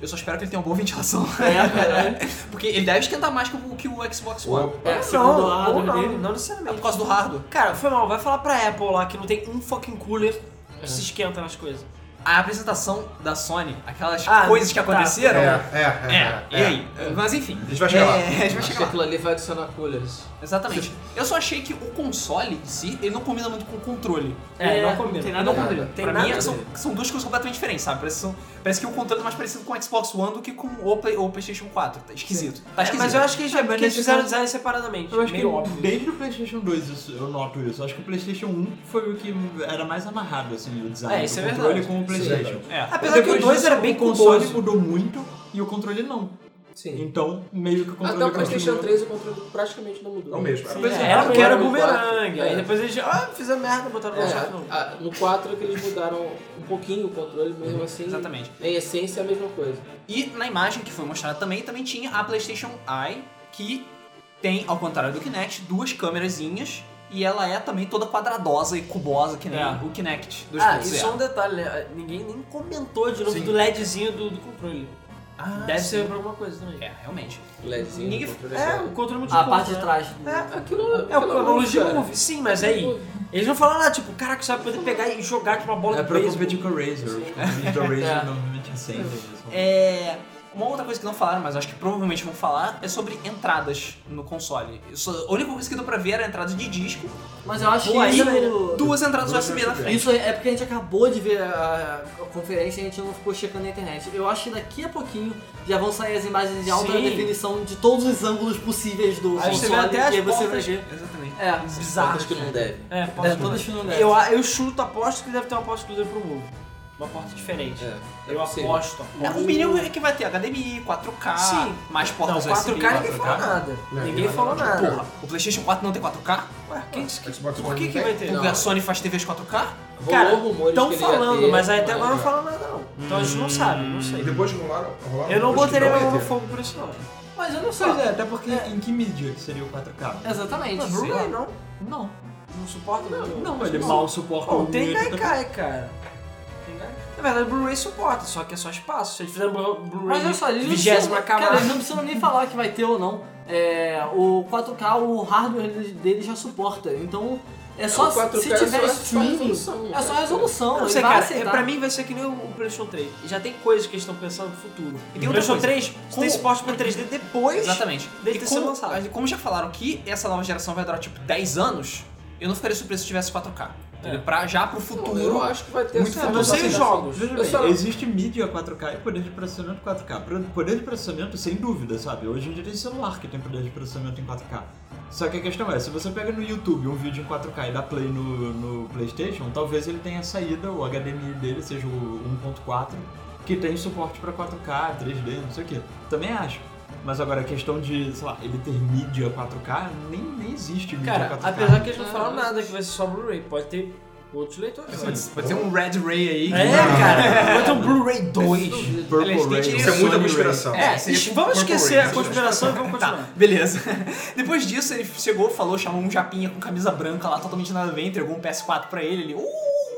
[SPEAKER 1] Eu só espero que ele tenha uma boa ventilação.
[SPEAKER 3] É, cara.
[SPEAKER 1] Porque ele deve esquentar mais que o, que o Xbox One.
[SPEAKER 6] Opa.
[SPEAKER 3] É, segundo o
[SPEAKER 4] não, ou
[SPEAKER 3] hardware
[SPEAKER 4] não,
[SPEAKER 3] dele.
[SPEAKER 4] não
[SPEAKER 1] É por
[SPEAKER 4] necessariamente.
[SPEAKER 1] causa do hardware.
[SPEAKER 4] Cara, foi mal, vai falar pra Apple lá que não tem um fucking cooler que se esquenta nas coisas.
[SPEAKER 1] A apresentação da Sony, aquelas
[SPEAKER 4] Ah,
[SPEAKER 1] coisas que
[SPEAKER 4] tá.
[SPEAKER 1] aconteceram.
[SPEAKER 6] É,
[SPEAKER 1] É,
[SPEAKER 6] é, é.
[SPEAKER 1] e aí? Mas enfim.
[SPEAKER 6] A gente vai chegar lá.
[SPEAKER 1] É, a gente vai
[SPEAKER 2] Acho
[SPEAKER 1] chegar
[SPEAKER 2] que
[SPEAKER 1] lá.
[SPEAKER 2] aquilo ali vai adicionar coolers.
[SPEAKER 1] Exatamente. Eu só achei que o console em si, ele não combina muito com o controle.
[SPEAKER 4] É, não
[SPEAKER 3] Não
[SPEAKER 4] combina.
[SPEAKER 3] tem
[SPEAKER 1] não
[SPEAKER 3] nada a ver.
[SPEAKER 1] combina.
[SPEAKER 4] Tem
[SPEAKER 1] pra
[SPEAKER 4] nada a
[SPEAKER 1] mim,
[SPEAKER 3] é
[SPEAKER 1] assim,
[SPEAKER 4] ver.
[SPEAKER 1] são, são duas coisas completamente diferentes, sabe? Parece, que são- parece que o controle é mais parecido com o Xbox One do que com o, Play- o PlayStation 4. Tá esquisito. Tá
[SPEAKER 4] É,
[SPEAKER 1] esquisito.
[SPEAKER 4] mas eu acho que eles,
[SPEAKER 5] É,
[SPEAKER 4] que
[SPEAKER 5] mas
[SPEAKER 4] eles
[SPEAKER 5] nesse
[SPEAKER 4] fizeram o
[SPEAKER 5] caso-
[SPEAKER 4] design separadamente.
[SPEAKER 5] Eu acho que é
[SPEAKER 4] meio óbvio.
[SPEAKER 5] desde o PlayStation 2 isso- eu noto isso. Acho que o PlayStation 1 foi o que era mais amarrado, assim, o design
[SPEAKER 4] É,
[SPEAKER 5] do
[SPEAKER 4] isso é
[SPEAKER 5] controle
[SPEAKER 4] verdade.
[SPEAKER 5] com o PlayStation.
[SPEAKER 1] É.
[SPEAKER 4] Apesar que o
[SPEAKER 5] Depois
[SPEAKER 4] 2
[SPEAKER 5] disso,
[SPEAKER 4] era bem
[SPEAKER 5] O console
[SPEAKER 4] confuso.
[SPEAKER 5] mudou muito e o controle não.
[SPEAKER 2] Sim.
[SPEAKER 5] Então, meio que o controle...
[SPEAKER 2] Até o PlayStation
[SPEAKER 5] continua-
[SPEAKER 2] 3 o controle praticamente não mudou.
[SPEAKER 6] É o mesmo.
[SPEAKER 2] Sim,
[SPEAKER 6] É.
[SPEAKER 4] Pois
[SPEAKER 2] é,
[SPEAKER 4] é, Era porque
[SPEAKER 2] o
[SPEAKER 4] era
[SPEAKER 2] no
[SPEAKER 4] bumerangue.
[SPEAKER 2] quatro.
[SPEAKER 4] Aí
[SPEAKER 2] É.
[SPEAKER 4] depois eles, ah, fizeram merda, botaram no
[SPEAKER 2] É,
[SPEAKER 4] é, novo.
[SPEAKER 2] a- a- no 4 é que eles mudaram um pouquinho o controle, mesmo assim.
[SPEAKER 1] Exatamente.
[SPEAKER 2] Em essência é a mesma coisa.
[SPEAKER 1] E na imagem que foi mostrada também, também tinha a PlayStation Eye, que tem, ao contrário do Kinect, duas câmerazinhas. E ela é também toda quadradosa e cubosa, que nem
[SPEAKER 4] É.
[SPEAKER 1] o Kinect 2.0.
[SPEAKER 4] Ah, e só um detalhe, né? Ninguém nem comentou de novo do LEDzinho do, do controle.
[SPEAKER 1] Ah,
[SPEAKER 4] Deve
[SPEAKER 1] sim.
[SPEAKER 4] ser pra alguma coisa também.
[SPEAKER 1] É, realmente.
[SPEAKER 2] LEDzinho.
[SPEAKER 1] Ninguém-
[SPEAKER 2] controle
[SPEAKER 4] É, o controle muito
[SPEAKER 3] A parte de trás.
[SPEAKER 4] É,
[SPEAKER 2] Aquilo
[SPEAKER 4] é o
[SPEAKER 2] aquilo
[SPEAKER 4] controle de
[SPEAKER 2] cara.
[SPEAKER 4] move. Sim, mas aí. Eles não falam nada, tipo, caraca, você vai poder pegar e jogar tipo uma bola
[SPEAKER 5] É
[SPEAKER 4] de
[SPEAKER 5] pra
[SPEAKER 4] beisebol.
[SPEAKER 5] competir com o Razer. Tipo, o Razer normalmente acende.
[SPEAKER 1] É. Uma outra coisa que não falaram, mas acho que provavelmente vão falar, é sobre entradas no console. Eu só- a única coisa que deu pra ver era a entrada de disco,
[SPEAKER 3] Mas eu acho
[SPEAKER 1] Pô,
[SPEAKER 3] que
[SPEAKER 1] aí né?
[SPEAKER 3] isso...
[SPEAKER 1] duas entradas
[SPEAKER 6] Duas
[SPEAKER 1] USB na
[SPEAKER 6] USB.
[SPEAKER 1] frente.
[SPEAKER 3] Isso é porque a gente acabou de ver a, a conferência e a gente não ficou checando na internet. Eu acho que daqui a pouquinho já vão sair as imagens de alta
[SPEAKER 4] Sim.
[SPEAKER 3] definição de todos os ângulos possíveis do
[SPEAKER 4] Aí você vê
[SPEAKER 3] console.
[SPEAKER 4] até as
[SPEAKER 3] e aí você vai
[SPEAKER 4] portas.
[SPEAKER 3] ver.
[SPEAKER 1] Exatamente.
[SPEAKER 3] É,
[SPEAKER 4] Bizarro.
[SPEAKER 2] Acho que não deve.
[SPEAKER 4] É, posso
[SPEAKER 3] é todas finlandesas.
[SPEAKER 4] Eu, eu chuto, aposto que deve ter uma porta exclusiva pro Move. Uma porta diferente.
[SPEAKER 2] É,
[SPEAKER 4] eu
[SPEAKER 2] é possível.
[SPEAKER 4] aposto.
[SPEAKER 1] É, o mínimo é que vai ter HDMI, 4K,
[SPEAKER 4] Sim.
[SPEAKER 1] mais
[SPEAKER 4] Não, é
[SPEAKER 1] portas USB.
[SPEAKER 4] 4K ninguém falou
[SPEAKER 5] 4K?
[SPEAKER 4] nada.
[SPEAKER 6] Não,
[SPEAKER 4] Ninguém
[SPEAKER 6] não,
[SPEAKER 4] falou
[SPEAKER 6] não.
[SPEAKER 4] nada.
[SPEAKER 1] Porra, o PlayStation 4 não tem 4K?
[SPEAKER 4] Ué, quem disse que...
[SPEAKER 6] Xbox
[SPEAKER 4] Por
[SPEAKER 6] One
[SPEAKER 4] que
[SPEAKER 6] não
[SPEAKER 4] que
[SPEAKER 6] tem.
[SPEAKER 4] vai ter?
[SPEAKER 2] Não.
[SPEAKER 1] Porque a Sony faz TVs 4K?
[SPEAKER 2] Cara,
[SPEAKER 4] Cara,
[SPEAKER 2] rumores
[SPEAKER 4] Estão
[SPEAKER 2] que ele ia
[SPEAKER 4] falando,
[SPEAKER 2] ter,
[SPEAKER 4] mas aí até agora não
[SPEAKER 2] é.
[SPEAKER 4] falam nada não. Então a gente não sabe, não sei.
[SPEAKER 6] E depois rolaram. rolaram
[SPEAKER 4] Eu não
[SPEAKER 6] rumores que
[SPEAKER 4] botaria meu
[SPEAKER 6] ia
[SPEAKER 4] mão no
[SPEAKER 6] ter.
[SPEAKER 4] fogo por isso não.
[SPEAKER 3] Mas eu não sei. né?
[SPEAKER 5] Pois é, até porque em que mídia que seria o
[SPEAKER 3] É,
[SPEAKER 5] 4K?
[SPEAKER 3] Exatamente.
[SPEAKER 4] Mas Blu-ray não.
[SPEAKER 5] Não.
[SPEAKER 4] Não suporta não.
[SPEAKER 5] Não, ele mal suporta
[SPEAKER 4] Pô,
[SPEAKER 5] o
[SPEAKER 4] tem
[SPEAKER 5] 1080p.
[SPEAKER 4] Gaikai, cara. Tem Gaikai. Na verdade, o Blu-ray suporta, só que é só espaço. Se eles fizerem Blu- Blu-ray
[SPEAKER 3] Mas olha só, eles não,
[SPEAKER 4] vigésima
[SPEAKER 3] precisam, cara, eles
[SPEAKER 4] camada...
[SPEAKER 3] não precisam nem falar que vai ter ou não. É, o 4K, o hardware dele- dele já suporta. Então, é só
[SPEAKER 2] o 4K
[SPEAKER 3] se
[SPEAKER 2] é
[SPEAKER 3] tiver
[SPEAKER 2] só- é só
[SPEAKER 3] streaming,
[SPEAKER 2] resolução,
[SPEAKER 3] é só
[SPEAKER 2] cara.
[SPEAKER 3] resolução.
[SPEAKER 4] Não
[SPEAKER 3] ele
[SPEAKER 4] sei,
[SPEAKER 3] vai
[SPEAKER 4] cara,
[SPEAKER 3] aceitar.
[SPEAKER 4] é- pra mim vai ser que nem o PlayStation 3. Já tem coisas que eles estão pensando no futuro. E tem o
[SPEAKER 1] outra
[SPEAKER 4] PlayStation
[SPEAKER 1] coisa.
[SPEAKER 4] 3
[SPEAKER 1] Como-
[SPEAKER 4] tem suporte pra 3D depois.
[SPEAKER 1] Exatamente.
[SPEAKER 4] Deve
[SPEAKER 1] e
[SPEAKER 4] ter
[SPEAKER 1] como,
[SPEAKER 4] sido lançado.
[SPEAKER 1] mas como já falaram que essa nova geração vai durar tipo 10 anos, eu não ficaria surpreso se tivesse 4K. Entendeu? Pra, já pro
[SPEAKER 2] Não, eu
[SPEAKER 1] futuro.
[SPEAKER 2] acho que vai ter
[SPEAKER 5] Muito
[SPEAKER 2] essa
[SPEAKER 5] futuro.
[SPEAKER 4] Não sei os
[SPEAKER 2] essa-
[SPEAKER 4] jogos.
[SPEAKER 5] Veja
[SPEAKER 2] Eu
[SPEAKER 5] bem,
[SPEAKER 2] só-
[SPEAKER 5] existe mídia 4K e poder de processamento 4K. Pro- Poder de processamento, sem dúvida, sabe? Hoje em dia tem celular que tem poder de processamento em 4K. Só que a questão é, se você pega no YouTube um vídeo em 4K e dá play no, no PlayStation, talvez ele tenha saída, o HDMI dele seja o 1.4, que tem suporte pra 4K, 3D, não sei o que. Também acho. Mas agora a questão de, sei lá, ele ter mídia 4K, nem, nem existe mídia
[SPEAKER 4] Cara,
[SPEAKER 5] 4K.
[SPEAKER 4] apesar que eles não
[SPEAKER 2] Ah,
[SPEAKER 4] falaram
[SPEAKER 2] mas-
[SPEAKER 4] nada que vai ser só Blu-ray, pode ter outros leitores.
[SPEAKER 5] Sim.
[SPEAKER 4] Pode ser.
[SPEAKER 1] Vai ter um Red Ray aí.
[SPEAKER 4] É, cara, vai ter um Blu-ray 2.
[SPEAKER 2] Duvido.
[SPEAKER 5] Purple
[SPEAKER 1] eles têm
[SPEAKER 5] Rain,
[SPEAKER 1] direito-
[SPEAKER 6] Isso é muita
[SPEAKER 5] Sony
[SPEAKER 6] conspiração.
[SPEAKER 4] É,
[SPEAKER 1] seria
[SPEAKER 4] es-
[SPEAKER 1] um
[SPEAKER 4] vamos
[SPEAKER 1] Purple
[SPEAKER 4] esquecer
[SPEAKER 1] Rain,
[SPEAKER 4] a conspiração e vamos
[SPEAKER 1] Tá,
[SPEAKER 4] continuar.
[SPEAKER 1] beleza. Depois disso, ele chegou, falou, chamou um japinha com camisa branca lá, totalmente nada a ver, entregou um PS4 pra ele, ele, uh,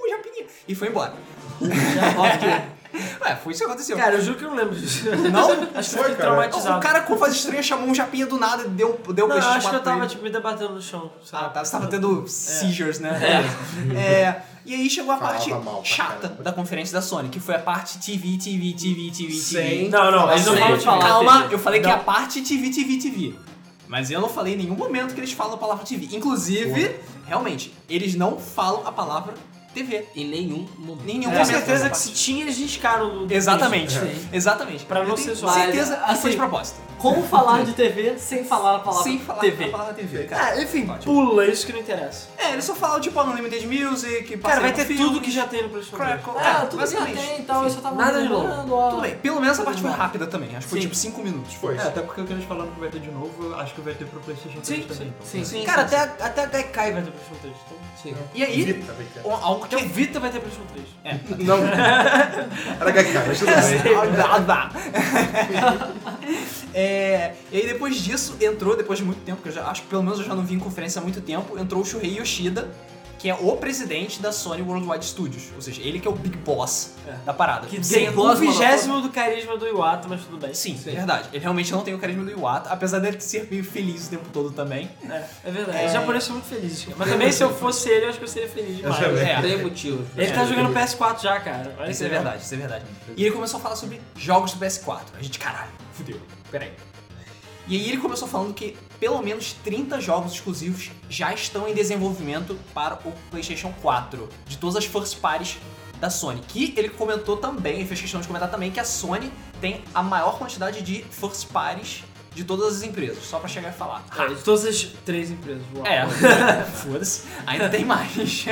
[SPEAKER 1] japinha, e foi embora. Ué, foi isso que aconteceu.
[SPEAKER 4] Cara, eu juro que eu não lembro disso.
[SPEAKER 1] não?
[SPEAKER 4] Acho que eu fui
[SPEAKER 6] Foi, cara.
[SPEAKER 1] O
[SPEAKER 4] traumatizado.
[SPEAKER 1] cara com faz estranha chamou um japinha do nada e deu, deu o
[SPEAKER 4] Não, eu
[SPEAKER 1] PlayStation
[SPEAKER 4] acho que
[SPEAKER 1] 4 pra
[SPEAKER 4] eu tava É.
[SPEAKER 1] ele.
[SPEAKER 4] tipo, me debatendo no chão. sabe?
[SPEAKER 1] Ah, tá, você tava tendo seizures, né? É, E aí chegou a
[SPEAKER 6] Falava
[SPEAKER 1] parte
[SPEAKER 6] mal pra
[SPEAKER 1] chata
[SPEAKER 6] caramba.
[SPEAKER 1] da conferência da Sony, que foi a parte TV, TV, TV, TV, TV.
[SPEAKER 6] Sem
[SPEAKER 4] Não, não, eles não
[SPEAKER 3] Sem
[SPEAKER 4] falam de
[SPEAKER 3] falar.
[SPEAKER 1] assim, Calma,
[SPEAKER 3] TV.
[SPEAKER 1] eu falei que é a parte TV, TV, TV. Mas eu não falei em nenhum momento que eles falam a palavra TV. Inclusive, realmente, eles não falam a palavra TV.
[SPEAKER 2] Em nenhum momento.
[SPEAKER 1] Em nenhum
[SPEAKER 4] Eu
[SPEAKER 1] momento.
[SPEAKER 4] tenho É.
[SPEAKER 1] dessa
[SPEAKER 4] certeza que
[SPEAKER 1] parte.
[SPEAKER 4] se tinha, eles riscaram. do- do
[SPEAKER 1] Exatamente,
[SPEAKER 6] É.
[SPEAKER 1] exatamente.
[SPEAKER 4] Pra não
[SPEAKER 1] Eu
[SPEAKER 4] ser
[SPEAKER 1] tenho
[SPEAKER 4] zoado.
[SPEAKER 1] certeza
[SPEAKER 3] Mas,
[SPEAKER 1] que foi de
[SPEAKER 3] assim,
[SPEAKER 1] propósito.
[SPEAKER 3] Como falar de TV sem falar a palavra
[SPEAKER 1] Sem falar
[SPEAKER 3] TV?
[SPEAKER 1] a palavra
[SPEAKER 6] É,
[SPEAKER 1] TV, cara.
[SPEAKER 4] Ah, enfim,
[SPEAKER 1] Ótimo.
[SPEAKER 4] pula isso que não interessa.
[SPEAKER 1] É, eles só falam tipo Unlimited Music,
[SPEAKER 4] Cara,
[SPEAKER 1] passeio
[SPEAKER 4] vai
[SPEAKER 1] com
[SPEAKER 4] ter
[SPEAKER 1] filme,
[SPEAKER 4] tudo que já tem no PlayStation 2.
[SPEAKER 1] Crackle.
[SPEAKER 3] Ah,
[SPEAKER 1] É,
[SPEAKER 3] tudo
[SPEAKER 1] mas
[SPEAKER 3] que já
[SPEAKER 1] em inglês.
[SPEAKER 3] tem, então eu só tava
[SPEAKER 4] nada de novo.
[SPEAKER 3] lembrando, ó.
[SPEAKER 1] Tudo bem, pelo menos a parte foi
[SPEAKER 3] Tudo bem.
[SPEAKER 1] rápida também, acho que foi
[SPEAKER 3] Sim.
[SPEAKER 1] tipo 5 minutos.
[SPEAKER 6] Foi.
[SPEAKER 5] É, até porque o que eles falaram que vai ter de novo, eu acho que vai ter pro PlayStation 3
[SPEAKER 4] Sim,
[SPEAKER 5] também.
[SPEAKER 3] Sim, sim.
[SPEAKER 4] Cara,
[SPEAKER 3] sim,
[SPEAKER 4] até, a- até a Gaikai vai ter PlayStation 3. Então,
[SPEAKER 1] E aí,
[SPEAKER 6] Vita, vem cá.
[SPEAKER 1] o- algo que
[SPEAKER 4] Até o Vita vai ter PlayStation 3.
[SPEAKER 6] Não. Era gaguejar, mas tudo bem.
[SPEAKER 1] É, e aí depois disso entrou, depois de muito tempo, que eu já acho que pelo menos eu já não vi em conferência há muito tempo, entrou o Shuhei Yoshida, que é o presidente da Sony Worldwide Studios. Ou seja, ele que é o big boss
[SPEAKER 4] É.
[SPEAKER 1] da parada.
[SPEAKER 4] Que
[SPEAKER 3] Sim,
[SPEAKER 4] tem o
[SPEAKER 3] duas
[SPEAKER 4] vigésimo do carisma do Iwata, mas tudo bem.
[SPEAKER 1] um Sim, verdade. Ele realmente não tem o carisma do Iwata, apesar dele ser meio feliz o tempo todo também.
[SPEAKER 4] É, é verdade.
[SPEAKER 1] É.
[SPEAKER 4] Os japoneses são muito felizes, cara. Mas também se eu fosse ele, eu acho que eu seria feliz demais.
[SPEAKER 6] também.
[SPEAKER 1] É.
[SPEAKER 2] Tem motivo.
[SPEAKER 4] Ele tá jogando PS4 já, cara. Olha
[SPEAKER 1] Isso
[SPEAKER 4] que
[SPEAKER 1] é
[SPEAKER 4] legal.
[SPEAKER 1] verdade, isso é verdade. E ele começou a falar sobre jogos do PS4. A gente, caralho, fudeu, peraí. E aí ele começou falando que pelo menos 30 jogos exclusivos já estão em desenvolvimento para o PlayStation 4, de todas as first parties da Sony. Que ele comentou também, e fez questão de comentar também, que a Sony tem a maior quantidade de first parties de todas as empresas, só pra chegar e falar.
[SPEAKER 4] É, de todas as três empresas. Uau.
[SPEAKER 1] É, foda-se, ainda tem mais.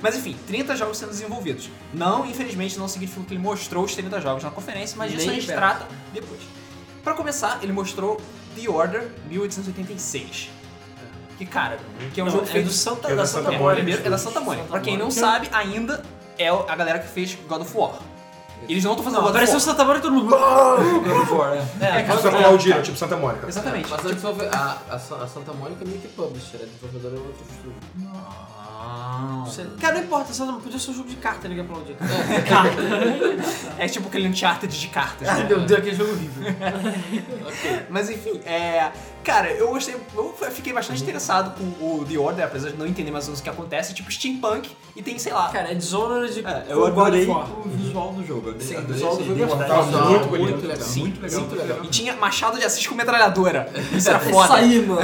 [SPEAKER 1] mas enfim, 30 jogos sendo desenvolvidos. Não, infelizmente, não significa que ele mostrou os 30 jogos na conferência, mas disso
[SPEAKER 4] Nem
[SPEAKER 1] a gente
[SPEAKER 4] perto.
[SPEAKER 1] trata depois. Pra começar, ele mostrou The Order 1886. Que, cara, que é um
[SPEAKER 4] Não,
[SPEAKER 1] jogo
[SPEAKER 4] é
[SPEAKER 1] feito
[SPEAKER 4] do Santa,
[SPEAKER 6] É
[SPEAKER 4] da Santa
[SPEAKER 6] do Santa
[SPEAKER 1] é,
[SPEAKER 4] Mônica.
[SPEAKER 6] Mônica.
[SPEAKER 1] primeiro é da Santa Mônica. Pra quem não sabe, ainda é a galera que fez God of War. Eles não estão fazendo
[SPEAKER 4] Não,
[SPEAKER 1] God of
[SPEAKER 4] apareceu o
[SPEAKER 1] War.
[SPEAKER 4] Santa Mônica e todo mundo.
[SPEAKER 1] É,
[SPEAKER 6] Eles
[SPEAKER 1] God of
[SPEAKER 6] só
[SPEAKER 1] War.
[SPEAKER 6] aplaudiram, tipo Santa Mônica.
[SPEAKER 1] Exatamente.
[SPEAKER 2] Mas a, desenvolve- a, a Sa- a Santa Mônica é meio que publisher, a desenvolvedora é outro estúdio.
[SPEAKER 1] Não.
[SPEAKER 4] Cara, não importa, Santa Mônica podia ser um jogo de carta, ninguém aplaudia.
[SPEAKER 1] É tipo aquele Uncharted de cartas. né?
[SPEAKER 4] Meu Deus, aquele jogo horrível.
[SPEAKER 1] Mas enfim, é. Cara, eu gostei. Eu fiquei bastante interessado com o The Order, apesar de não entender mais ou menos o que acontece. Tipo steampunk e tem, sei lá.
[SPEAKER 4] Cara, é Dishonored de.
[SPEAKER 5] É, eu adorei o visual do jogo. Sim, o visual do jogo é
[SPEAKER 6] Tá muito bonito.
[SPEAKER 2] Muito legal.
[SPEAKER 5] Muito legal.
[SPEAKER 2] Muito legal.
[SPEAKER 1] E tinha Machado de Assis com metralhadora. Isso era
[SPEAKER 3] Isso
[SPEAKER 1] Tá foda.
[SPEAKER 3] aí, é mano.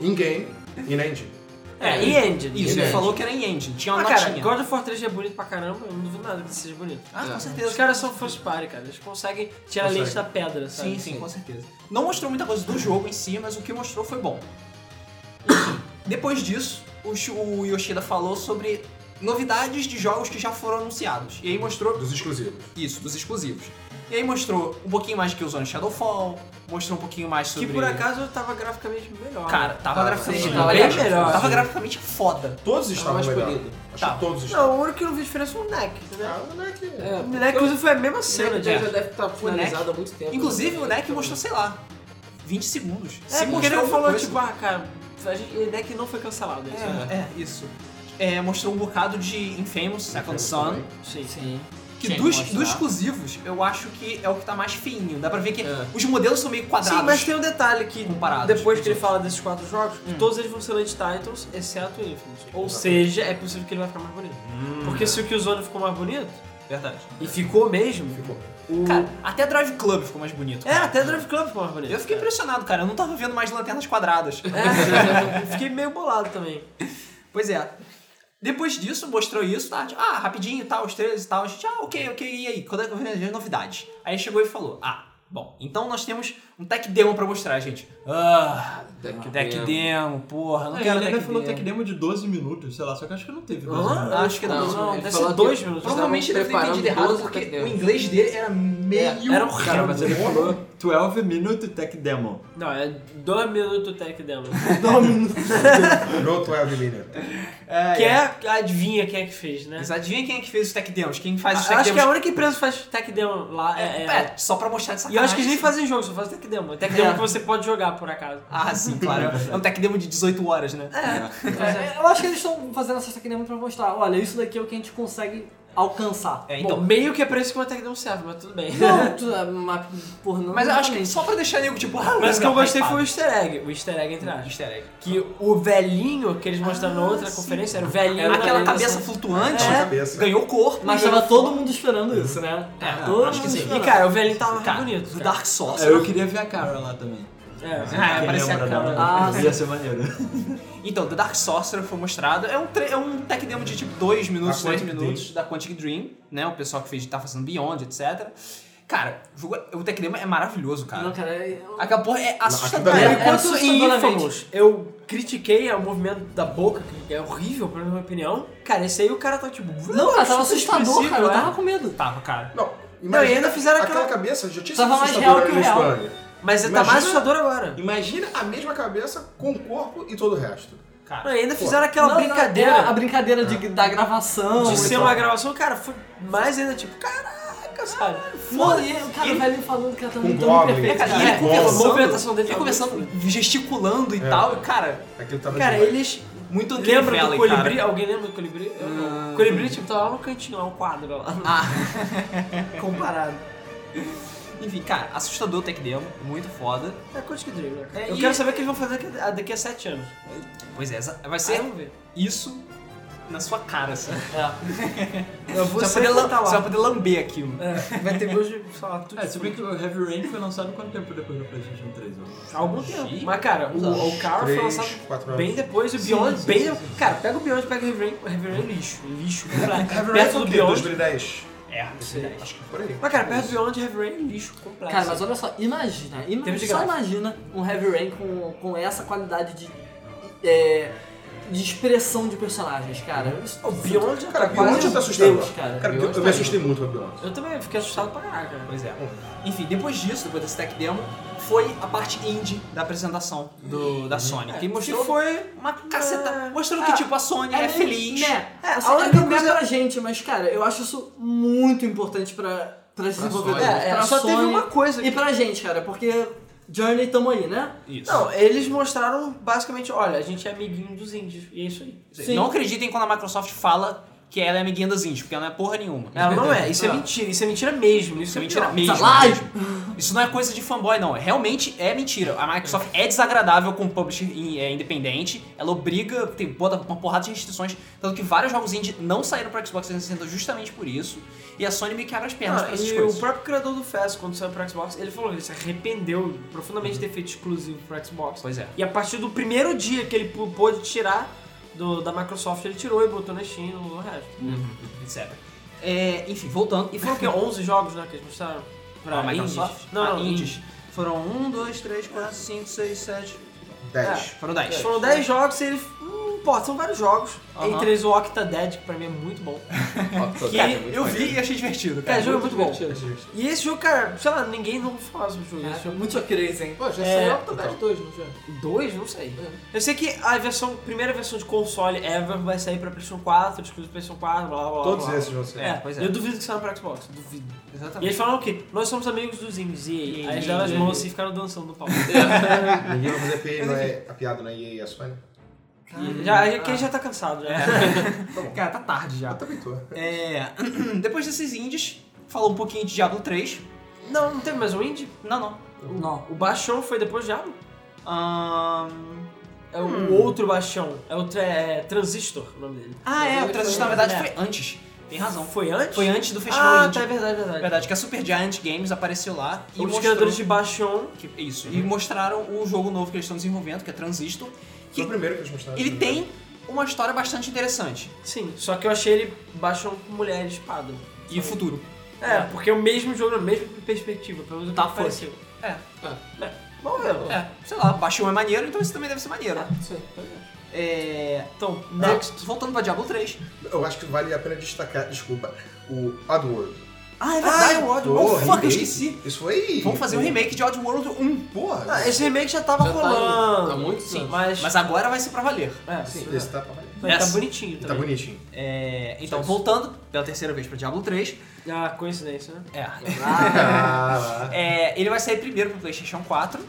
[SPEAKER 6] In-game, in-engine.
[SPEAKER 4] É, e Engine.
[SPEAKER 1] Isso, ele
[SPEAKER 6] Verdade.
[SPEAKER 1] falou que era em engine. Tinha uma
[SPEAKER 4] Ah, cara,
[SPEAKER 1] notinha.
[SPEAKER 4] God of War 3 é bonito pra caramba, eu não duvido nada que ele seja bonito.
[SPEAKER 1] Ah, com
[SPEAKER 4] Os
[SPEAKER 1] certeza.
[SPEAKER 4] caras são first party, cara. Eles conseguem tirar
[SPEAKER 6] Consegue.
[SPEAKER 4] leite da pedra, sabe?
[SPEAKER 1] Sim, sim, com certeza. Não mostrou muita coisa do jogo em si, mas o que mostrou foi bom. Depois disso, o, Shu- o Yoshida falou sobre novidades de jogos que já foram anunciados. E aí mostrou
[SPEAKER 6] Dos exclusivos.
[SPEAKER 1] Isso, dos exclusivos. E aí mostrou um pouquinho mais de Killzone Shadowfall, mostrou um pouquinho mais
[SPEAKER 4] Que
[SPEAKER 1] sobre...
[SPEAKER 4] por acaso tava graficamente melhor.
[SPEAKER 1] Cara, tava
[SPEAKER 6] Tava,
[SPEAKER 1] graficamente...
[SPEAKER 6] sim,
[SPEAKER 1] tava
[SPEAKER 2] tava
[SPEAKER 1] bem
[SPEAKER 2] melhor.
[SPEAKER 1] melhor. Tava
[SPEAKER 2] Sim.
[SPEAKER 1] graficamente foda.
[SPEAKER 6] Todos estavam
[SPEAKER 2] mais
[SPEAKER 6] melhor.
[SPEAKER 2] polido.
[SPEAKER 6] Acho
[SPEAKER 1] Tá.
[SPEAKER 6] que todos estavam.
[SPEAKER 4] Não, o único que eu não vi diferença foi o Neck, né?
[SPEAKER 6] Ah, não é que-
[SPEAKER 2] É,
[SPEAKER 4] O Neck, inclusive, foi a mesma
[SPEAKER 2] cena
[SPEAKER 4] cena,
[SPEAKER 2] já,
[SPEAKER 4] de.
[SPEAKER 2] já deve estar finalizada há muito tempo.
[SPEAKER 1] Inclusive, o Neck mostrou, sei lá, 20 segundos.
[SPEAKER 4] É, porque ele
[SPEAKER 1] mostrou
[SPEAKER 4] não falou,
[SPEAKER 1] coisa.
[SPEAKER 4] tipo, ah, cara, a gente, o Neck não foi cancelado. É. isso, né?
[SPEAKER 1] É, é, isso. É, mostrou um bocado de Infamous, Second
[SPEAKER 6] Infamous
[SPEAKER 1] Son.
[SPEAKER 6] também.
[SPEAKER 4] Sim.
[SPEAKER 3] Sim.
[SPEAKER 1] Que
[SPEAKER 3] Tinha
[SPEAKER 1] dos,
[SPEAKER 3] que mostrar.
[SPEAKER 1] dos exclusivos, eu acho que é o que tá mais feinho. Dá pra ver que
[SPEAKER 2] É.
[SPEAKER 1] os modelos são meio quadrados.
[SPEAKER 4] Sim, mas tem um detalhe que
[SPEAKER 1] Comparados
[SPEAKER 4] depois
[SPEAKER 1] com
[SPEAKER 4] que ele
[SPEAKER 1] os
[SPEAKER 4] fala desses quatro jogos, que todos eles vão ser late titles, exceto o Infinite. Ou seja, é possível que ele vai ficar mais bonito. Porque se o Killzone ficou mais bonito,
[SPEAKER 5] Verdade.
[SPEAKER 4] e ficou mesmo,
[SPEAKER 6] Ficou.
[SPEAKER 4] o...
[SPEAKER 1] Cara, até Drive Club ficou mais bonito.
[SPEAKER 4] é, até Drive Club ficou mais bonito.
[SPEAKER 1] Eu fiquei impressionado, cara. Eu não tava vendo mais lanternas quadradas.
[SPEAKER 4] É, eu fiquei meio bolado também.
[SPEAKER 1] Pois é. Depois disso, mostrou isso, tá? Tipo, Ah, rapidinho, tal, os trailers e tal. A gente, ah, ok, ok, e aí? Quando é que vem as novidades? Aí chegou e falou, ah, bom, então nós temos um tech demo pra mostrar, gente. Ah,
[SPEAKER 2] Deck
[SPEAKER 1] tech
[SPEAKER 2] demo.
[SPEAKER 1] demo, porra, não
[SPEAKER 4] É,
[SPEAKER 5] Ah,
[SPEAKER 1] quero
[SPEAKER 5] ele
[SPEAKER 1] tech
[SPEAKER 5] ainda
[SPEAKER 1] demo.
[SPEAKER 5] falou tech demo de 12 minutos, sei lá, só que acho que não teve 12
[SPEAKER 4] Hã?
[SPEAKER 5] minutos.
[SPEAKER 1] Acho que não.
[SPEAKER 2] Não,
[SPEAKER 4] Não,
[SPEAKER 2] ele
[SPEAKER 4] deve
[SPEAKER 2] falou
[SPEAKER 4] ser
[SPEAKER 2] que-
[SPEAKER 4] dois minutos.
[SPEAKER 1] Provavelmente deve ter
[SPEAKER 2] Preparando
[SPEAKER 1] entendido errado,
[SPEAKER 2] 12
[SPEAKER 1] porque
[SPEAKER 2] tech demo. É,
[SPEAKER 1] o inglês dele era meio...
[SPEAKER 4] Era um
[SPEAKER 5] Cara, mas ele falou 12 minutos tech demo.
[SPEAKER 4] Não, é dois minutos tech demo.
[SPEAKER 6] No 12 minute.
[SPEAKER 1] É,
[SPEAKER 4] que
[SPEAKER 1] é.
[SPEAKER 4] é, adivinha quem é que fez, né?
[SPEAKER 1] Mas adivinha quem é que fez os tech demos? Quem faz os
[SPEAKER 4] Eu
[SPEAKER 1] tech
[SPEAKER 4] Ah, acho que é
[SPEAKER 1] demos?
[SPEAKER 4] a única empresa que faz tech demo lá é... é-
[SPEAKER 1] É, só pra mostrar de
[SPEAKER 4] E
[SPEAKER 1] sacanagem.
[SPEAKER 4] eu acho que eles nem fazem jogo, só fazem tech demo. É Tech demo que você pode jogar, por acaso.
[SPEAKER 1] Ah, sim, claro. É um tech demo de 18 horas, né?
[SPEAKER 3] É, eu acho que eles estão fazendo essa sacanagem pra mostrar. Olha, isso daqui é o que a gente consegue alcançar.
[SPEAKER 1] É,
[SPEAKER 4] Então,
[SPEAKER 1] então...
[SPEAKER 4] meio que é pra isso que uma tech demo serve, mas tudo bem.
[SPEAKER 3] Não, tu, é, mas, porra, não
[SPEAKER 1] Mas eu acho que
[SPEAKER 3] exatamente.
[SPEAKER 1] só pra deixar nego tipo... ah,
[SPEAKER 4] Mas o que eu gostei
[SPEAKER 1] hypado.
[SPEAKER 4] foi o easter egg. O easter egg, entre aspas.
[SPEAKER 1] Easter egg.
[SPEAKER 4] Que o velhinho que eles mostraram na outra conferência era o velhinho. da
[SPEAKER 1] Aquela
[SPEAKER 4] lenda
[SPEAKER 1] cabeça
[SPEAKER 4] assim.
[SPEAKER 1] flutuante né?
[SPEAKER 6] É. Cabeça.
[SPEAKER 1] ganhou corpo.
[SPEAKER 3] Mas tava todo mundo esperando isso, né?
[SPEAKER 1] É,
[SPEAKER 3] todo
[SPEAKER 1] acho que
[SPEAKER 3] mundo
[SPEAKER 1] sim.
[SPEAKER 3] esperando.
[SPEAKER 4] E cara, o velhinho tava mais
[SPEAKER 1] Cara,
[SPEAKER 4] bonito.
[SPEAKER 1] do
[SPEAKER 4] cara.
[SPEAKER 1] Dark Souls.
[SPEAKER 5] É, eu queria ver a cara lá também.
[SPEAKER 4] É.
[SPEAKER 1] Ah, é, parecia a cara.
[SPEAKER 5] Ah,
[SPEAKER 3] Ah,
[SPEAKER 5] Ia ser maneiro.
[SPEAKER 1] Então, The Dark Sorcerer foi mostrado. É um, tre- é um tech demo de tipo 2 minutos,
[SPEAKER 6] Da
[SPEAKER 1] 3
[SPEAKER 6] Quantic
[SPEAKER 1] minutos da Quantic Dream, né? O pessoal que fez tá fazendo Beyond, etc. Cara, o, jogo, é- o Tech Demo é maravilhoso, cara.
[SPEAKER 3] Não, cara, eu-
[SPEAKER 1] Aquela porra é assustadora.
[SPEAKER 6] aquilo
[SPEAKER 3] É,
[SPEAKER 6] dali-
[SPEAKER 3] é
[SPEAKER 4] Enquanto em
[SPEAKER 3] assustadoramente.
[SPEAKER 4] Infamous eu critiquei o movimento da boca, que é horrível, pra minha opinião, cara, esse aí o cara tá tipo.
[SPEAKER 3] Não, cara, tava
[SPEAKER 4] super
[SPEAKER 3] assustador,
[SPEAKER 4] expressivo,
[SPEAKER 3] cara. Eu
[SPEAKER 4] é.
[SPEAKER 3] tava com medo.
[SPEAKER 1] Tava, cara.
[SPEAKER 6] Não,
[SPEAKER 4] Não, e ainda fizeram aquela-
[SPEAKER 6] cabeça, já tinha sido
[SPEAKER 3] Tava mais
[SPEAKER 6] assustadora
[SPEAKER 3] real que o
[SPEAKER 6] no
[SPEAKER 3] real.
[SPEAKER 6] Spawner.
[SPEAKER 4] Mas tá
[SPEAKER 6] Imagina-
[SPEAKER 4] mais assustador agora.
[SPEAKER 6] Imagina a mesma cabeça com o corpo e todo o resto.
[SPEAKER 4] Não, e ainda fizeram aquela
[SPEAKER 3] Não, não,
[SPEAKER 4] brincadeira
[SPEAKER 3] é a brincadeira de, da gravação. né?
[SPEAKER 4] de
[SPEAKER 3] e
[SPEAKER 4] ser
[SPEAKER 3] tal.
[SPEAKER 4] uma gravação, cara, foi mais ainda tipo, caraca, sabe?
[SPEAKER 3] Não, e o cara vai me falando que ela tá
[SPEAKER 6] Com
[SPEAKER 3] muito
[SPEAKER 6] Goblin,
[SPEAKER 3] perfeito.
[SPEAKER 6] com
[SPEAKER 1] Cara,
[SPEAKER 3] cara.
[SPEAKER 1] e ele
[SPEAKER 4] É,
[SPEAKER 1] conversando,
[SPEAKER 4] a movimentação dele
[SPEAKER 1] ele
[SPEAKER 4] tá
[SPEAKER 1] conversando, gesticulando e
[SPEAKER 6] É.
[SPEAKER 1] tal. E, cara,
[SPEAKER 6] Aquilo tava
[SPEAKER 4] Cara,
[SPEAKER 6] demais.
[SPEAKER 4] eles.
[SPEAKER 1] muito
[SPEAKER 4] Lembra do
[SPEAKER 1] Uncanny Valley,
[SPEAKER 4] colibri?
[SPEAKER 1] cara.
[SPEAKER 4] Alguém lembra do colibri? Eu não. Colibri, tipo, tá lá no cantinho, lá um quadro lá. Comparado.
[SPEAKER 1] Enfim, cara, assustador o Tech Demo, muito foda.
[SPEAKER 4] É Quantic Dream, né?
[SPEAKER 1] É,
[SPEAKER 4] Eu
[SPEAKER 1] e-
[SPEAKER 4] quero saber o que eles vão fazer daqui a, daqui a sete anos.
[SPEAKER 1] Pois é, essa- vai
[SPEAKER 4] Aí
[SPEAKER 1] ser
[SPEAKER 4] vamos ver.
[SPEAKER 1] isso na sua cara, assim.
[SPEAKER 4] É, Eu vou
[SPEAKER 1] você,
[SPEAKER 4] sempre
[SPEAKER 1] vai poder,
[SPEAKER 4] tá
[SPEAKER 1] lam-
[SPEAKER 4] lá.
[SPEAKER 1] você vai poder lamber aquilo.
[SPEAKER 4] É, vai ter gosto de falar tudo.
[SPEAKER 5] É, se bem que o Heavy Rain foi lançado quanto tempo depois do PlayStation 3? eu acho?
[SPEAKER 4] Há algum tempo. Mas, cara, o, o Carl foi
[SPEAKER 6] Três,
[SPEAKER 4] lançado
[SPEAKER 6] quatro anos.
[SPEAKER 4] bem depois. O
[SPEAKER 5] Sim,
[SPEAKER 4] Beyond,
[SPEAKER 5] sim,
[SPEAKER 4] bem...
[SPEAKER 5] sim, sim.
[SPEAKER 4] Cara, pega o Beyond, pega o Heavy Rain. O Heavy Rain é lixo. Lixo. completo.
[SPEAKER 6] Heavy Rain
[SPEAKER 4] perto
[SPEAKER 6] foi
[SPEAKER 4] do
[SPEAKER 6] o quê?
[SPEAKER 4] Beyond.
[SPEAKER 6] 2010.
[SPEAKER 1] É,
[SPEAKER 4] sei.
[SPEAKER 1] acho que
[SPEAKER 6] Por aí.
[SPEAKER 4] Mas, cara, perto do Beyond, Heavy Rain é lixo. Completo.
[SPEAKER 3] Cara, mas olha só, imagina, ima-
[SPEAKER 4] Temos de
[SPEAKER 3] só
[SPEAKER 4] graça.
[SPEAKER 3] imagina um Heavy Rain com, com essa qualidade de, é, de expressão de personagens, cara. Isso-
[SPEAKER 4] Uhum. O Beyond,
[SPEAKER 6] Cara,
[SPEAKER 4] tá
[SPEAKER 6] Beyond
[SPEAKER 4] quase-
[SPEAKER 6] tá assustador.
[SPEAKER 3] Deus, cara.
[SPEAKER 6] Cara, eu,
[SPEAKER 3] Beyond
[SPEAKER 6] eu me
[SPEAKER 3] tá
[SPEAKER 6] assustei muito com o Beyond.
[SPEAKER 4] Eu também fiquei assustado pra caraca.
[SPEAKER 1] Pois é. Enfim, depois disso, depois desse tech demo, foi a parte indie da apresentação
[SPEAKER 4] Uhum.
[SPEAKER 1] do, da
[SPEAKER 4] É,
[SPEAKER 1] Sony. Que mostrou
[SPEAKER 4] Que foi...
[SPEAKER 1] uma caceta.
[SPEAKER 4] É.
[SPEAKER 1] Mostrando que,
[SPEAKER 3] Ah,
[SPEAKER 1] tipo, a Sony é,
[SPEAKER 3] meio
[SPEAKER 1] feliz.
[SPEAKER 3] Né?
[SPEAKER 4] É,
[SPEAKER 3] Assim,
[SPEAKER 4] a única
[SPEAKER 3] é meio
[SPEAKER 4] coisa-
[SPEAKER 3] né pra gente, mas, cara, eu acho isso muito importante pra, pra desenvolvedores.
[SPEAKER 4] É, é,
[SPEAKER 3] pra
[SPEAKER 4] só
[SPEAKER 3] Sony
[SPEAKER 4] teve uma coisa.
[SPEAKER 3] E pra gente, cara, porque Journey tamo aí, né?
[SPEAKER 1] Isso.
[SPEAKER 4] Não, eles mostraram basicamente, olha, a gente é amiguinho dos índios. E é isso aí.
[SPEAKER 3] Sim.
[SPEAKER 1] Não acreditem quando a Microsoft fala que ela é amiguinha das indies, porque ela não é porra nenhuma.
[SPEAKER 4] Ela não é, isso é
[SPEAKER 3] Não.
[SPEAKER 4] mentira, isso é mentira mesmo. Isso
[SPEAKER 1] Isso é mentira
[SPEAKER 4] pior.
[SPEAKER 1] mesmo.
[SPEAKER 3] Salário.
[SPEAKER 1] Isso não é coisa de fanboy, não. Realmente é mentira. A Microsoft é desagradável com o publisher in- é, independente. Ela obriga, tem bota uma porrada de restrições. Tanto que vários jogos indie não saíram para Xbox 360 justamente por isso. E a Sony me quebra as pernas
[SPEAKER 4] Não,
[SPEAKER 1] pra essas
[SPEAKER 4] Ah, e
[SPEAKER 1] coisas.
[SPEAKER 4] o próprio criador do Fast, quando saiu pro Xbox, ele falou que ele se arrependeu profundamente de ter feito exclusivo pro Xbox.
[SPEAKER 1] Pois é.
[SPEAKER 4] E a partir do primeiro dia que ele pô- pôde tirar do- da Microsoft, ele tirou e botou na Steam no resto.
[SPEAKER 1] etc. É, enfim, voltando. E
[SPEAKER 4] E foram o quê? 11 jogos, né, que eles mostraram? Pra
[SPEAKER 1] a Microsoft?
[SPEAKER 4] Indies? Não, um,
[SPEAKER 1] Ah,
[SPEAKER 4] não,
[SPEAKER 1] indies. Foram 1, 2, 3, 4, 5, 6, 7.
[SPEAKER 6] 10.
[SPEAKER 1] Foram 10.
[SPEAKER 4] Foram 10 jogos e ele... Não importa, são vários jogos.
[SPEAKER 1] É, Aham.
[SPEAKER 4] Entre eles o Octa Dead, que pra mim é muito bom.
[SPEAKER 1] Ah. Que eu vi e achei divertido, cara.
[SPEAKER 4] Cara, o jogo é muito bom.
[SPEAKER 2] divertido.
[SPEAKER 4] E esse jogo, cara, sei lá, ninguém não fala sobre o jogo. Esse jogo-
[SPEAKER 3] muito crazy, hein?
[SPEAKER 2] Pô, já
[SPEAKER 4] É,
[SPEAKER 2] saiu o Octodad 2, não já?
[SPEAKER 4] Dois? Não sei. Eu sei que a versão, primeira versão de console ever vai sair pra PlayStation 4, exclusivo PlayStation 4, blá blá blá.
[SPEAKER 6] Todos
[SPEAKER 4] blá.
[SPEAKER 6] esses vão ser.
[SPEAKER 1] É, pois é.
[SPEAKER 4] Eu duvido que saia pra Xbox, duvido. E
[SPEAKER 1] Exatamente.
[SPEAKER 4] eles falaram o quê? Nós somos amigos dos indies, e aí? Aí eles deram as mãos assim e ficaram dançando no palco.
[SPEAKER 6] Ninguém vai fazer PI, não é a piada na EA e a Sony.
[SPEAKER 4] E já, é que ele já tá cansado, já.
[SPEAKER 1] É.
[SPEAKER 4] É.
[SPEAKER 1] Cara, tá tarde já.
[SPEAKER 6] Eu também tô.
[SPEAKER 1] É, depois desses indies, falou um pouquinho de Diablo 3.
[SPEAKER 4] Não, não teve mais um indie?
[SPEAKER 1] Não, não.
[SPEAKER 3] Não.
[SPEAKER 4] O Baixão foi depois já?
[SPEAKER 1] Ahn,
[SPEAKER 4] É o
[SPEAKER 6] Hum.
[SPEAKER 4] outro Baixão. É o tra- é, Transistor, o nome dele.
[SPEAKER 1] Ah, é, o Transistor na verdade foi antes. Tem razão.
[SPEAKER 4] Foi antes?
[SPEAKER 1] Foi antes do festival
[SPEAKER 4] Ah,
[SPEAKER 1] indie.
[SPEAKER 4] tá, é verdade, é
[SPEAKER 1] Na
[SPEAKER 4] verdade.
[SPEAKER 1] verdade, que a Super Giant Games apareceu lá e
[SPEAKER 4] Os
[SPEAKER 1] mostrou...
[SPEAKER 4] criadores de Baixão
[SPEAKER 1] que- é Isso, e mostraram o jogo novo que eles estão desenvolvendo, que é Transistor.
[SPEAKER 6] Foi o
[SPEAKER 1] Que
[SPEAKER 6] primeiro que eles mostraram.
[SPEAKER 1] ele tem uma história bastante interessante.
[SPEAKER 4] Sim, só que eu achei ele baixão com mulher de espada.
[SPEAKER 1] E o futuro.
[SPEAKER 4] É, porque é o mesmo jogo, a mesma perspectiva, pelo menos
[SPEAKER 3] Tá
[SPEAKER 4] tá pareceu.
[SPEAKER 1] É,
[SPEAKER 4] Vamos ver.
[SPEAKER 1] é, sei lá, baixão é maneiro, então isso também deve ser maneiro. né?
[SPEAKER 4] Sim.
[SPEAKER 1] É...
[SPEAKER 4] Então, next.
[SPEAKER 1] Voltando pra Diablo 3.
[SPEAKER 6] Eu acho que vale a pena destacar, desculpa, o Oddworld.
[SPEAKER 1] Ah, é
[SPEAKER 4] verdade.
[SPEAKER 1] Oh,
[SPEAKER 6] Porra,
[SPEAKER 1] fuck, eu
[SPEAKER 6] remake.
[SPEAKER 1] esqueci.
[SPEAKER 6] Isso foi...
[SPEAKER 1] Vamos fazer um remake de Oddworld 1.
[SPEAKER 6] Porra.
[SPEAKER 4] Ah, esse remake já tava
[SPEAKER 2] Já tá
[SPEAKER 4] rolando.
[SPEAKER 2] há muito
[SPEAKER 4] sim,
[SPEAKER 2] tempo.
[SPEAKER 4] mas.
[SPEAKER 1] Mas agora vai ser pra valer.
[SPEAKER 4] é,
[SPEAKER 6] Sim,
[SPEAKER 4] sim.
[SPEAKER 6] esse tá pra valer.
[SPEAKER 4] Mas tá
[SPEAKER 1] Yes.
[SPEAKER 4] bonitinho
[SPEAKER 6] Tá
[SPEAKER 4] também.
[SPEAKER 6] bonitinho.
[SPEAKER 1] É, então, voltando pela terceira vez pra Diablo 3.
[SPEAKER 4] Ah, coincidência, né?
[SPEAKER 1] É,
[SPEAKER 6] Ah,
[SPEAKER 1] É, ele vai sair primeiro pro PlayStation né, 4.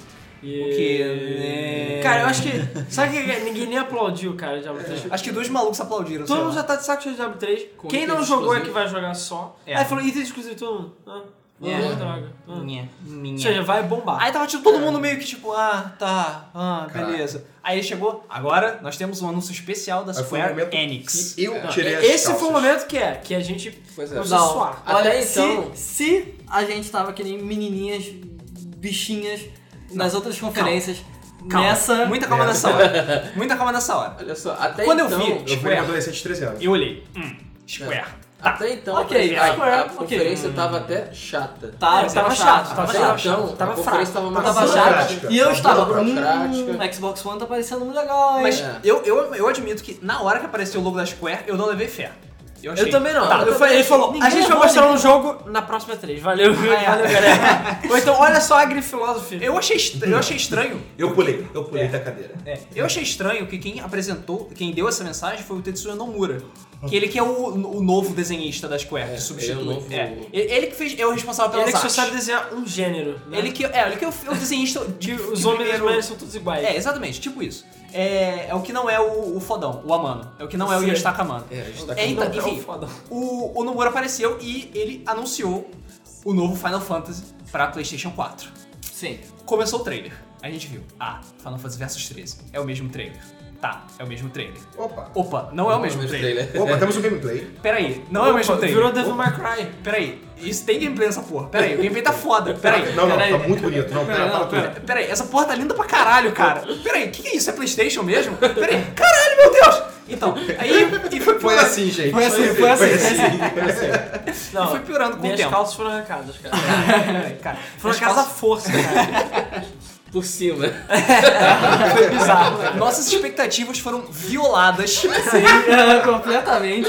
[SPEAKER 4] Yeah.
[SPEAKER 1] que-
[SPEAKER 4] Cara, eu acho que. É. Sabe que é? ninguém nem aplaudiu, cara, o Diablo 3?
[SPEAKER 1] Acho que dois malucos aplaudiram. sei
[SPEAKER 4] Todo
[SPEAKER 1] lá.
[SPEAKER 4] mundo já tá de saco cheio de Diablo 3.
[SPEAKER 2] É. Com
[SPEAKER 4] Quem
[SPEAKER 2] itens
[SPEAKER 4] não jogou é que
[SPEAKER 2] exclusivos.
[SPEAKER 4] vai jogar só.
[SPEAKER 1] É.
[SPEAKER 4] Aí falou item exclusivo todo mundo. Ah,
[SPEAKER 2] É.
[SPEAKER 1] Yeah.
[SPEAKER 4] ah, droga. Ah.
[SPEAKER 1] Nhe,
[SPEAKER 4] Ou
[SPEAKER 1] nhe.
[SPEAKER 4] seja, vai bombar.
[SPEAKER 1] Aí tava tipo todo mundo meio que tipo, ah, tá, ah,
[SPEAKER 6] Caraca.
[SPEAKER 1] beleza. Aí ele chegou, agora nós temos um anúncio especial da
[SPEAKER 6] Aí foi um
[SPEAKER 1] Square
[SPEAKER 6] momento
[SPEAKER 1] Enix.
[SPEAKER 6] eu
[SPEAKER 2] É.
[SPEAKER 6] tirei as
[SPEAKER 4] Esse
[SPEAKER 6] calças.
[SPEAKER 4] foi o momento que é, que a gente
[SPEAKER 2] Pois é.
[SPEAKER 4] começou a
[SPEAKER 3] Não,
[SPEAKER 4] suar.
[SPEAKER 2] Até
[SPEAKER 3] olha,
[SPEAKER 2] então-
[SPEAKER 3] se, se a gente tava que nem menininhas, bichinhas, nas outras conferências,
[SPEAKER 1] Calma,
[SPEAKER 3] nessa...
[SPEAKER 1] Muita calma nessa hora. Muita calma nessa hora.
[SPEAKER 2] Olha só, até
[SPEAKER 1] Quando eu
[SPEAKER 2] então...
[SPEAKER 1] vi-
[SPEAKER 6] Eu fui um
[SPEAKER 1] Square.
[SPEAKER 6] adolescente de 13 anos.
[SPEAKER 1] Eu olhei, hum, Square.
[SPEAKER 2] Até então,
[SPEAKER 3] Ok,
[SPEAKER 2] a,
[SPEAKER 3] Square,
[SPEAKER 2] a
[SPEAKER 3] ok.
[SPEAKER 2] conferência tava até chata.
[SPEAKER 3] Tá,
[SPEAKER 4] É, tava chato,
[SPEAKER 3] tava
[SPEAKER 4] tava
[SPEAKER 2] Até
[SPEAKER 3] chato.
[SPEAKER 4] chato.
[SPEAKER 2] então,
[SPEAKER 4] tava
[SPEAKER 2] a conferência tava
[SPEAKER 3] Tava
[SPEAKER 2] maçante.
[SPEAKER 3] chato. E eu estava.
[SPEAKER 2] Burocrática.
[SPEAKER 3] Hum, Xbox One tá parecendo muito legal, hein?
[SPEAKER 1] Mas
[SPEAKER 2] É.
[SPEAKER 1] eu, eu, eu admito que na hora que apareceu o logo da Square, eu não levei fé. Eu, achei.
[SPEAKER 4] também não.
[SPEAKER 1] Tá,
[SPEAKER 4] Eu
[SPEAKER 1] eu
[SPEAKER 4] também-
[SPEAKER 1] falei, ele falou,
[SPEAKER 4] A gente vai mostrar um jogo na próxima 3. Valeu, valeu, galera. Ou então, olha só a Grifilosofi.
[SPEAKER 1] Eu achei, estra- eu achei estranho.
[SPEAKER 6] Eu pulei, eu pulei da cadeira.
[SPEAKER 1] É, eu achei estranho que quem apresentou, quem deu essa mensagem foi o Tetsuya Nomura. Que ele que é o, o novo desenhista da Square, que substitui.
[SPEAKER 2] ele é o novo-
[SPEAKER 1] Ele, ele que fez, é o responsável pelas
[SPEAKER 4] Ele que só
[SPEAKER 1] artes.
[SPEAKER 4] sabe desenhar um gênero. né?
[SPEAKER 1] Ele que, é, ele que é o, é o desenhista de
[SPEAKER 4] Que os homens e as
[SPEAKER 1] primeiro-
[SPEAKER 4] mulheres são todos iguais.
[SPEAKER 1] É, exatamente, tipo isso. É, é o que não é o, o fodão, o Amano. É o que não é o
[SPEAKER 4] Sim.
[SPEAKER 1] Yoshitaka Amano.
[SPEAKER 2] É, a gente tá
[SPEAKER 1] É, então,
[SPEAKER 4] Não, é
[SPEAKER 1] enfim,
[SPEAKER 4] um fodão.
[SPEAKER 1] o, o Nomura apareceu e ele anunciou o novo Final Fantasy pra PlayStation 4.
[SPEAKER 3] Sim.
[SPEAKER 1] Começou o trailer. A gente viu. Ah, Final Fantasy Versus 13. É o mesmo trailer. Tá, é o mesmo trailer.
[SPEAKER 6] Opa.
[SPEAKER 1] Opa, não é o mesmo trailer.
[SPEAKER 6] Opa, temos um gameplay.
[SPEAKER 1] Peraí, não é o
[SPEAKER 4] Opa,
[SPEAKER 1] mesmo trailer.
[SPEAKER 4] Virou Devil May Cry.
[SPEAKER 1] Peraí, isso tem gameplay nessa porra. Peraí, o gameplay tá foda. Peraí.
[SPEAKER 6] Não, não,
[SPEAKER 3] peraí.
[SPEAKER 6] tá muito bonito. Não, pera,
[SPEAKER 3] Não,
[SPEAKER 6] fala tudo.
[SPEAKER 1] Pera- Peraí, essa porra tá linda pra caralho, cara. Peraí, o que, que é isso? É Playstation mesmo? Peraí, caralho, meu Deus! Então, aí e foi
[SPEAKER 6] Foi
[SPEAKER 1] piorando,
[SPEAKER 6] assim, gente.
[SPEAKER 3] Foi assim, foi assim.
[SPEAKER 6] Foi assim.
[SPEAKER 1] e foi piorando com o
[SPEAKER 4] Minhas
[SPEAKER 1] tempo.
[SPEAKER 4] calças foram arrancadas, cara.
[SPEAKER 1] Peraí, né, cara.
[SPEAKER 4] Foi uma
[SPEAKER 1] Minhas
[SPEAKER 4] casa à
[SPEAKER 1] calças-
[SPEAKER 4] força, cara.
[SPEAKER 2] por cima.
[SPEAKER 4] Foi bizarro.
[SPEAKER 1] Nossas expectativas foram violadas.
[SPEAKER 3] Sim, completamente.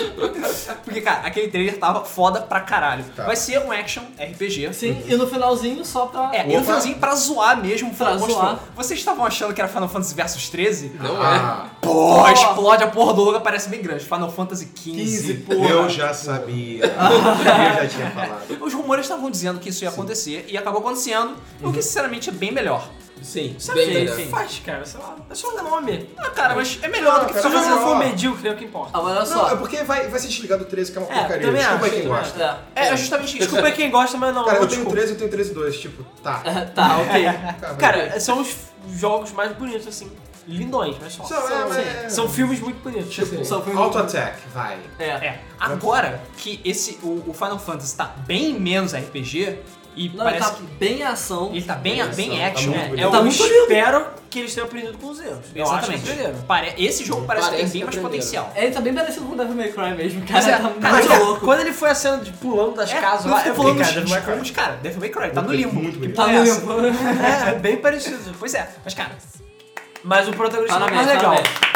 [SPEAKER 1] Porque, cara, aquele trailer tava foda pra caralho.
[SPEAKER 6] Tá.
[SPEAKER 1] Vai ser um action RPG.
[SPEAKER 3] Sim, e no finalzinho só pra.
[SPEAKER 1] É, e no
[SPEAKER 6] Opa.
[SPEAKER 1] finalzinho pra zoar mesmo.
[SPEAKER 3] Pra
[SPEAKER 1] mostrou.
[SPEAKER 3] zoar.
[SPEAKER 1] Vocês estavam achando que era Final Fantasy Versus 13?
[SPEAKER 2] Não
[SPEAKER 6] Ah,
[SPEAKER 1] Pô, explode a porra do logo, parece bem grande. Final Fantasy 15.
[SPEAKER 3] 15, porra.
[SPEAKER 6] é? eu já sabia. Eu já tinha falado.
[SPEAKER 1] Os rumores estavam dizendo que isso ia acontecer e acabou acontecendo, o
[SPEAKER 6] Uhum.
[SPEAKER 1] que sinceramente é bem melhor.
[SPEAKER 2] é. Sim,
[SPEAKER 4] Sabe o
[SPEAKER 2] bem
[SPEAKER 4] que
[SPEAKER 2] melhor.
[SPEAKER 4] ele faz, cara? Sei lá, é só nome.
[SPEAKER 1] Ah, cara, mas é melhor do que
[SPEAKER 6] Ah,
[SPEAKER 4] Se o
[SPEAKER 1] fazer
[SPEAKER 6] cara,
[SPEAKER 4] jogo
[SPEAKER 1] fazer.
[SPEAKER 4] não for
[SPEAKER 6] ó.
[SPEAKER 4] medíocre, é o que importa.
[SPEAKER 3] Agora olha
[SPEAKER 6] Não,
[SPEAKER 3] só.
[SPEAKER 6] é porque vai, vai se desligar do 13, que é uma
[SPEAKER 4] É,
[SPEAKER 6] porcaria.
[SPEAKER 4] também
[SPEAKER 6] Desculpa
[SPEAKER 4] acho,
[SPEAKER 6] quem
[SPEAKER 4] também
[SPEAKER 6] gosta.
[SPEAKER 3] É.
[SPEAKER 1] É, é justamente isso.
[SPEAKER 4] Desculpa aí quem gosta, mas não. é
[SPEAKER 6] Cara, eu tenho
[SPEAKER 4] desculpa.
[SPEAKER 6] 13 e tenho 13 2, tipo, tá.
[SPEAKER 3] Tá, ok.
[SPEAKER 6] Cara,
[SPEAKER 4] Cara, são os jogos mais bonitos, assim. Lindões, mas só.
[SPEAKER 6] só é, Tipo, mas-
[SPEAKER 4] São filmes muito bonitos.
[SPEAKER 3] Só foi um
[SPEAKER 6] Auto Attack, vai.
[SPEAKER 3] É.
[SPEAKER 1] É, agora que esse o, o Final Fantasy tá bem menos RPG e
[SPEAKER 3] Não, ele
[SPEAKER 1] parece
[SPEAKER 3] tá
[SPEAKER 1] que
[SPEAKER 3] bem ação.
[SPEAKER 1] ele tá bem,
[SPEAKER 6] Nossa,
[SPEAKER 1] bem
[SPEAKER 6] tá
[SPEAKER 1] action.
[SPEAKER 6] muito
[SPEAKER 1] é,
[SPEAKER 6] bonito.
[SPEAKER 1] é o
[SPEAKER 3] Tá
[SPEAKER 4] eu
[SPEAKER 3] muito lindo.
[SPEAKER 4] espero que eles tenham aprendido com os erros. Eu acho que
[SPEAKER 1] Exatamente.
[SPEAKER 4] aprenderam.
[SPEAKER 1] Pare- Esse jogo parece, que é tem
[SPEAKER 2] Parece
[SPEAKER 1] bem
[SPEAKER 2] que
[SPEAKER 1] mais
[SPEAKER 2] aprenderam.
[SPEAKER 1] potencial.
[SPEAKER 3] Ele tá bem parecido com o Devil May Cry mesmo, cara.
[SPEAKER 1] Mas é,
[SPEAKER 3] tá muito
[SPEAKER 1] cara,
[SPEAKER 4] Mas,
[SPEAKER 3] louco.
[SPEAKER 4] Quando ele foi a cena de pulando
[SPEAKER 1] É,
[SPEAKER 4] das casas lá, é eu
[SPEAKER 1] falando
[SPEAKER 4] falei,
[SPEAKER 1] dos
[SPEAKER 4] cara, Devil May Cry.
[SPEAKER 1] escudos, cara, Devil May Cry, tá no limbo.
[SPEAKER 6] Muito bonito.
[SPEAKER 3] Tá
[SPEAKER 1] é essa?
[SPEAKER 3] limpo.
[SPEAKER 4] É, é bem parecido.
[SPEAKER 1] Pois é, mas cara,
[SPEAKER 4] Mas o protagonista não é mais
[SPEAKER 3] Parabéns,
[SPEAKER 4] legal.
[SPEAKER 3] parabéns.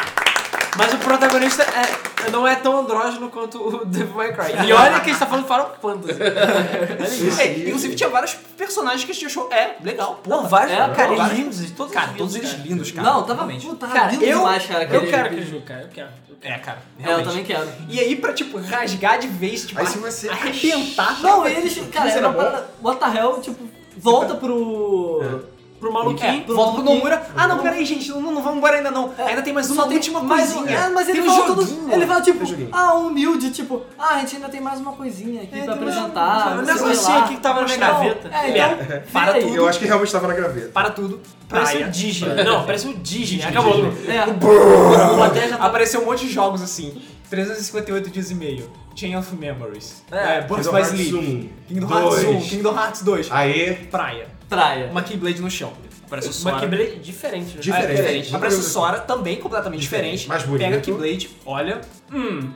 [SPEAKER 4] Mas o protagonista é- não é tão andrógeno quanto o Devil May Cry. E olha que a gente tá falando Final Fantasy.
[SPEAKER 1] é, inclusive tinha vários personagens que a gente achou, é, legal, porra.
[SPEAKER 4] Não, vários,
[SPEAKER 3] É,
[SPEAKER 4] cara,
[SPEAKER 1] vários.
[SPEAKER 4] lindos. e Todos
[SPEAKER 1] Cara,
[SPEAKER 4] lindos,
[SPEAKER 1] todos eles lindos, cara. é,
[SPEAKER 3] Não, tava
[SPEAKER 1] Realmente.
[SPEAKER 3] pô, tava
[SPEAKER 4] Cara,
[SPEAKER 3] lindo
[SPEAKER 4] eu,
[SPEAKER 3] demais, cara.
[SPEAKER 4] eu
[SPEAKER 3] aquele-
[SPEAKER 4] quero aquele jogo, cara. Eu quero. Eu quero.
[SPEAKER 1] É, cara,
[SPEAKER 3] É, eu
[SPEAKER 1] realmente.
[SPEAKER 3] também quero.
[SPEAKER 1] E aí, pra, tipo, rasgar de vez, tipo,
[SPEAKER 6] Aí se você-
[SPEAKER 1] arrebentar.
[SPEAKER 3] Não, eles, cara,
[SPEAKER 6] Mas
[SPEAKER 3] era
[SPEAKER 4] é
[SPEAKER 6] era
[SPEAKER 3] uma parada. What the hell, tipo, volta pro.
[SPEAKER 4] Pro
[SPEAKER 1] É,
[SPEAKER 4] maluquinho.
[SPEAKER 1] volta pro Nomura. Ah, não, peraí, gente, não, não vamos embora ainda não. Ainda tem mais uma
[SPEAKER 3] Só tem
[SPEAKER 1] última
[SPEAKER 3] mais um-
[SPEAKER 1] coisinha.
[SPEAKER 3] É, mas ele
[SPEAKER 1] tem
[SPEAKER 3] fala
[SPEAKER 1] um
[SPEAKER 3] todo-
[SPEAKER 1] joguinho.
[SPEAKER 3] Ele fala tipo,
[SPEAKER 6] Tem joguinho.
[SPEAKER 3] ah, humilde, tipo, ah, a gente ainda tem mais uma coisinha aqui pra apresentar.
[SPEAKER 4] Um
[SPEAKER 3] não sei
[SPEAKER 4] negocinho
[SPEAKER 3] lá.
[SPEAKER 4] aqui que tava na minha
[SPEAKER 3] Não,
[SPEAKER 4] gaveta.
[SPEAKER 3] É,
[SPEAKER 1] Merda.
[SPEAKER 3] então,
[SPEAKER 1] Para
[SPEAKER 3] vira aí.
[SPEAKER 6] Eu acho que realmente tava na graveta.
[SPEAKER 1] Para tudo.
[SPEAKER 4] Parece
[SPEAKER 1] praia.
[SPEAKER 4] um Digimon. Não, parece um Digimon. Acabou.
[SPEAKER 3] É,
[SPEAKER 4] O Até já tá
[SPEAKER 1] Apareceu um monte de jogos assim. 358 dias e meio. Chain of Memories.
[SPEAKER 4] É,
[SPEAKER 1] É, Birth
[SPEAKER 6] Kingdom
[SPEAKER 1] by
[SPEAKER 6] Hearts
[SPEAKER 1] Sleep.
[SPEAKER 6] 1,
[SPEAKER 1] Kingdom Hearts Ah, 1.
[SPEAKER 6] 2.
[SPEAKER 1] Kingdom Hearts 2.
[SPEAKER 6] Aê,
[SPEAKER 1] Praia.
[SPEAKER 3] praia.
[SPEAKER 1] Uma Keyblade no chão. Aparece o
[SPEAKER 4] Uma
[SPEAKER 1] Sora.
[SPEAKER 4] Keyblade diferente, né?
[SPEAKER 1] Ah, é
[SPEAKER 6] diferente.
[SPEAKER 1] Aparece o Sora, também completamente
[SPEAKER 6] Diferente,
[SPEAKER 1] diferente.
[SPEAKER 6] mais bonito.
[SPEAKER 1] Pega a Keyblade, olha. Hum.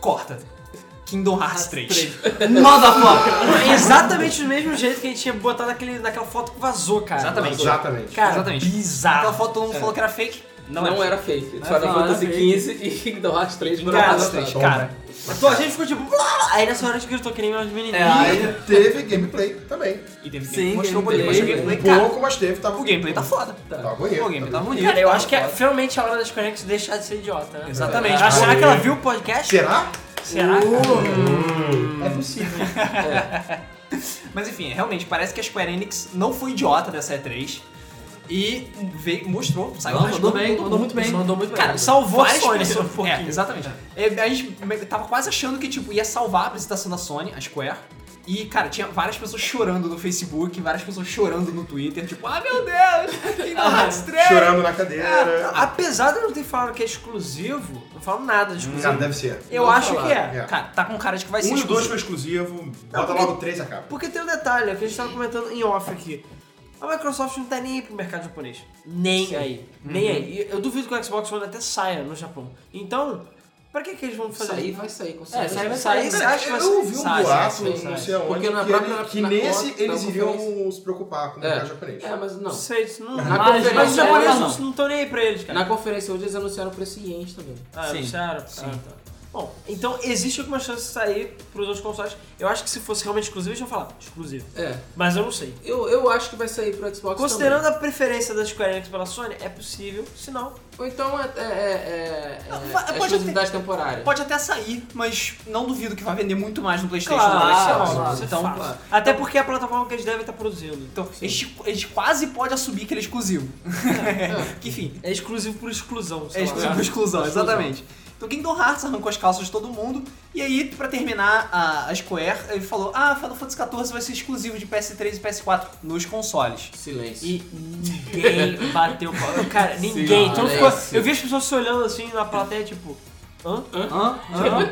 [SPEAKER 1] Corta. Kingdom Hearts 3.
[SPEAKER 3] Motherfucker!
[SPEAKER 4] É exatamente do mesmo jeito que a gente tinha botado naquele, naquela foto que vazou, cara.
[SPEAKER 1] Exatamente.
[SPEAKER 6] Exatamente.
[SPEAKER 4] Cara,
[SPEAKER 1] Exatamente.
[SPEAKER 4] bizarro.
[SPEAKER 1] Aquela foto todo mundo falou que era fake. Não,
[SPEAKER 2] Não,
[SPEAKER 1] era.
[SPEAKER 2] era fake.
[SPEAKER 3] Não
[SPEAKER 2] Só era
[SPEAKER 3] era
[SPEAKER 2] Fantasy
[SPEAKER 3] fake.
[SPEAKER 2] 15 e Kingdom Hearts 3 foram
[SPEAKER 4] Cara,
[SPEAKER 2] lançados.
[SPEAKER 1] Hearts Cara.
[SPEAKER 4] Então a gente ficou tipo. "Blá!" Aí nessa hora a gente gritou que nem umas menininhas.
[SPEAKER 3] É, aí-
[SPEAKER 6] E teve gameplay também.
[SPEAKER 1] E teve
[SPEAKER 3] Sim,
[SPEAKER 1] que mostrou o
[SPEAKER 3] gameplay,
[SPEAKER 1] gameplay.
[SPEAKER 6] Um
[SPEAKER 1] gameplay. Cara,
[SPEAKER 6] pouco, mas teve. Tava...
[SPEAKER 1] o gameplay tá foda.
[SPEAKER 6] Tá bonito,
[SPEAKER 1] O gameplay
[SPEAKER 6] tá
[SPEAKER 1] tá bonito.
[SPEAKER 4] Cara, eu acho que é
[SPEAKER 1] Tá foda.
[SPEAKER 4] finalmente a hora das Conex deixar de ser idiota, né?
[SPEAKER 1] é. Exatamente.
[SPEAKER 4] Ah, será
[SPEAKER 6] Olha
[SPEAKER 4] que ela
[SPEAKER 6] aí.
[SPEAKER 4] viu o podcast?
[SPEAKER 6] Será?
[SPEAKER 4] Será?
[SPEAKER 6] É possível.
[SPEAKER 1] Hum. É. Mas enfim, realmente, parece que a Square Enix não foi idiota dessa E3. E veio, mostrou, saiu
[SPEAKER 3] Não,
[SPEAKER 1] rasgando
[SPEAKER 3] mandou bem,
[SPEAKER 1] todo
[SPEAKER 3] mandou
[SPEAKER 1] mundo.
[SPEAKER 3] muito bem. Mandou muito
[SPEAKER 1] Cara, salvou
[SPEAKER 4] Salvou a
[SPEAKER 1] várias
[SPEAKER 4] Sony
[SPEAKER 1] pessoas.
[SPEAKER 4] um pouquinho.
[SPEAKER 1] É, exatamente. É, a gente me- tava quase achando que, tipo, ia salvar a apresentação da Sony, a Square. E, cara, tinha várias pessoas chorando no Facebook, várias pessoas chorando no Twitter, tipo, ah, meu Deus, Kingdom Hearts 3!
[SPEAKER 6] Ah, Chorando na
[SPEAKER 4] Ah,
[SPEAKER 6] cadeira.
[SPEAKER 4] tá. Apesar de eu não ter falado que é exclusivo, não falo nada de exclusivo.
[SPEAKER 6] Cara, Ah, deve ser.
[SPEAKER 4] Eu
[SPEAKER 2] Não
[SPEAKER 4] acho
[SPEAKER 2] falaram,
[SPEAKER 4] que é.
[SPEAKER 6] É.
[SPEAKER 1] Cara, tá com cara de que vai ser
[SPEAKER 6] Um e o dois
[SPEAKER 1] exclusivo.
[SPEAKER 6] foi exclusivo. Bota
[SPEAKER 4] porque-
[SPEAKER 6] logo três e acaba.
[SPEAKER 4] Porque tem um detalhe, é que a gente tava comentando em off aqui. A Microsoft não tá nem aí pro mercado japonês. Nem aí. Nem aí. E eu duvido que o Xbox One até saia no Japão. Então, Pra que, que eles vão fazer?
[SPEAKER 2] Sair vai sair, com
[SPEAKER 3] É,
[SPEAKER 2] certeza.
[SPEAKER 3] sair vai
[SPEAKER 4] sair.
[SPEAKER 3] sair.
[SPEAKER 4] Você acha que vai
[SPEAKER 6] eu ouvi um
[SPEAKER 4] sai,
[SPEAKER 6] boato,
[SPEAKER 4] sai, sai.
[SPEAKER 6] não sei aonde,
[SPEAKER 2] Porque na
[SPEAKER 6] que,
[SPEAKER 2] própria-
[SPEAKER 6] ele- que
[SPEAKER 2] na
[SPEAKER 6] nesse
[SPEAKER 2] conta,
[SPEAKER 6] eles
[SPEAKER 2] na
[SPEAKER 6] iriam se preocupar com o mercado japonês.
[SPEAKER 2] É, mas não.
[SPEAKER 4] Não sei, isso não.
[SPEAKER 2] Na
[SPEAKER 3] Mas,
[SPEAKER 2] conferência-
[SPEAKER 4] Mas os
[SPEAKER 3] não,
[SPEAKER 4] japoneses
[SPEAKER 3] não.
[SPEAKER 4] não estão nem aí pra eles, cara.
[SPEAKER 2] Na conferência hoje eles anunciaram o preço em ienes também.
[SPEAKER 4] Ah,
[SPEAKER 1] Sim.
[SPEAKER 4] anunciaram?
[SPEAKER 1] Sim.
[SPEAKER 4] Ah, tá. Bom, então existe alguma chance de sair pros outros consoles. Eu acho que se fosse realmente exclusivo, eles iam falar exclusivo.
[SPEAKER 2] É.
[SPEAKER 4] Mas eu não sei.
[SPEAKER 2] Eu, eu acho que vai sair pro Xbox
[SPEAKER 4] Considerando a preferência da Square Enix pela Sony, é possível, se não.
[SPEAKER 2] também. Ou então é, é, é, é,
[SPEAKER 1] Não,
[SPEAKER 2] é-
[SPEAKER 1] pode
[SPEAKER 2] é exclusividade temporária.
[SPEAKER 1] Pode até sair, mas não duvido que vai vender muito mais no PlayStation
[SPEAKER 4] Claro,
[SPEAKER 1] do que no Xbox.
[SPEAKER 4] claro, isso é
[SPEAKER 1] então,
[SPEAKER 4] fácil. Até porque é a plataforma que eles devem estar produzindo. Então,
[SPEAKER 1] eles, eles quase pode assumir que ele é exclusivo. que enfim,
[SPEAKER 4] é exclusivo por exclusão. sei
[SPEAKER 1] é
[SPEAKER 4] lá.
[SPEAKER 1] exclusivo por exclusão, exatamente. Então Kingdom Hearts arrancou as calças de todo mundo. E aí, pra terminar a, a Square, ele falou: Ah, Final Fantasy XIV vai ser exclusivo de PS3 e PS4 nos consoles.
[SPEAKER 2] Silêncio.
[SPEAKER 4] E ninguém bateu palma. Cara, ninguém. Então
[SPEAKER 2] Sim.
[SPEAKER 4] ficou, eu vi as pessoas se olhando assim na plateia, tipo. Hã?
[SPEAKER 1] Hã? Hã?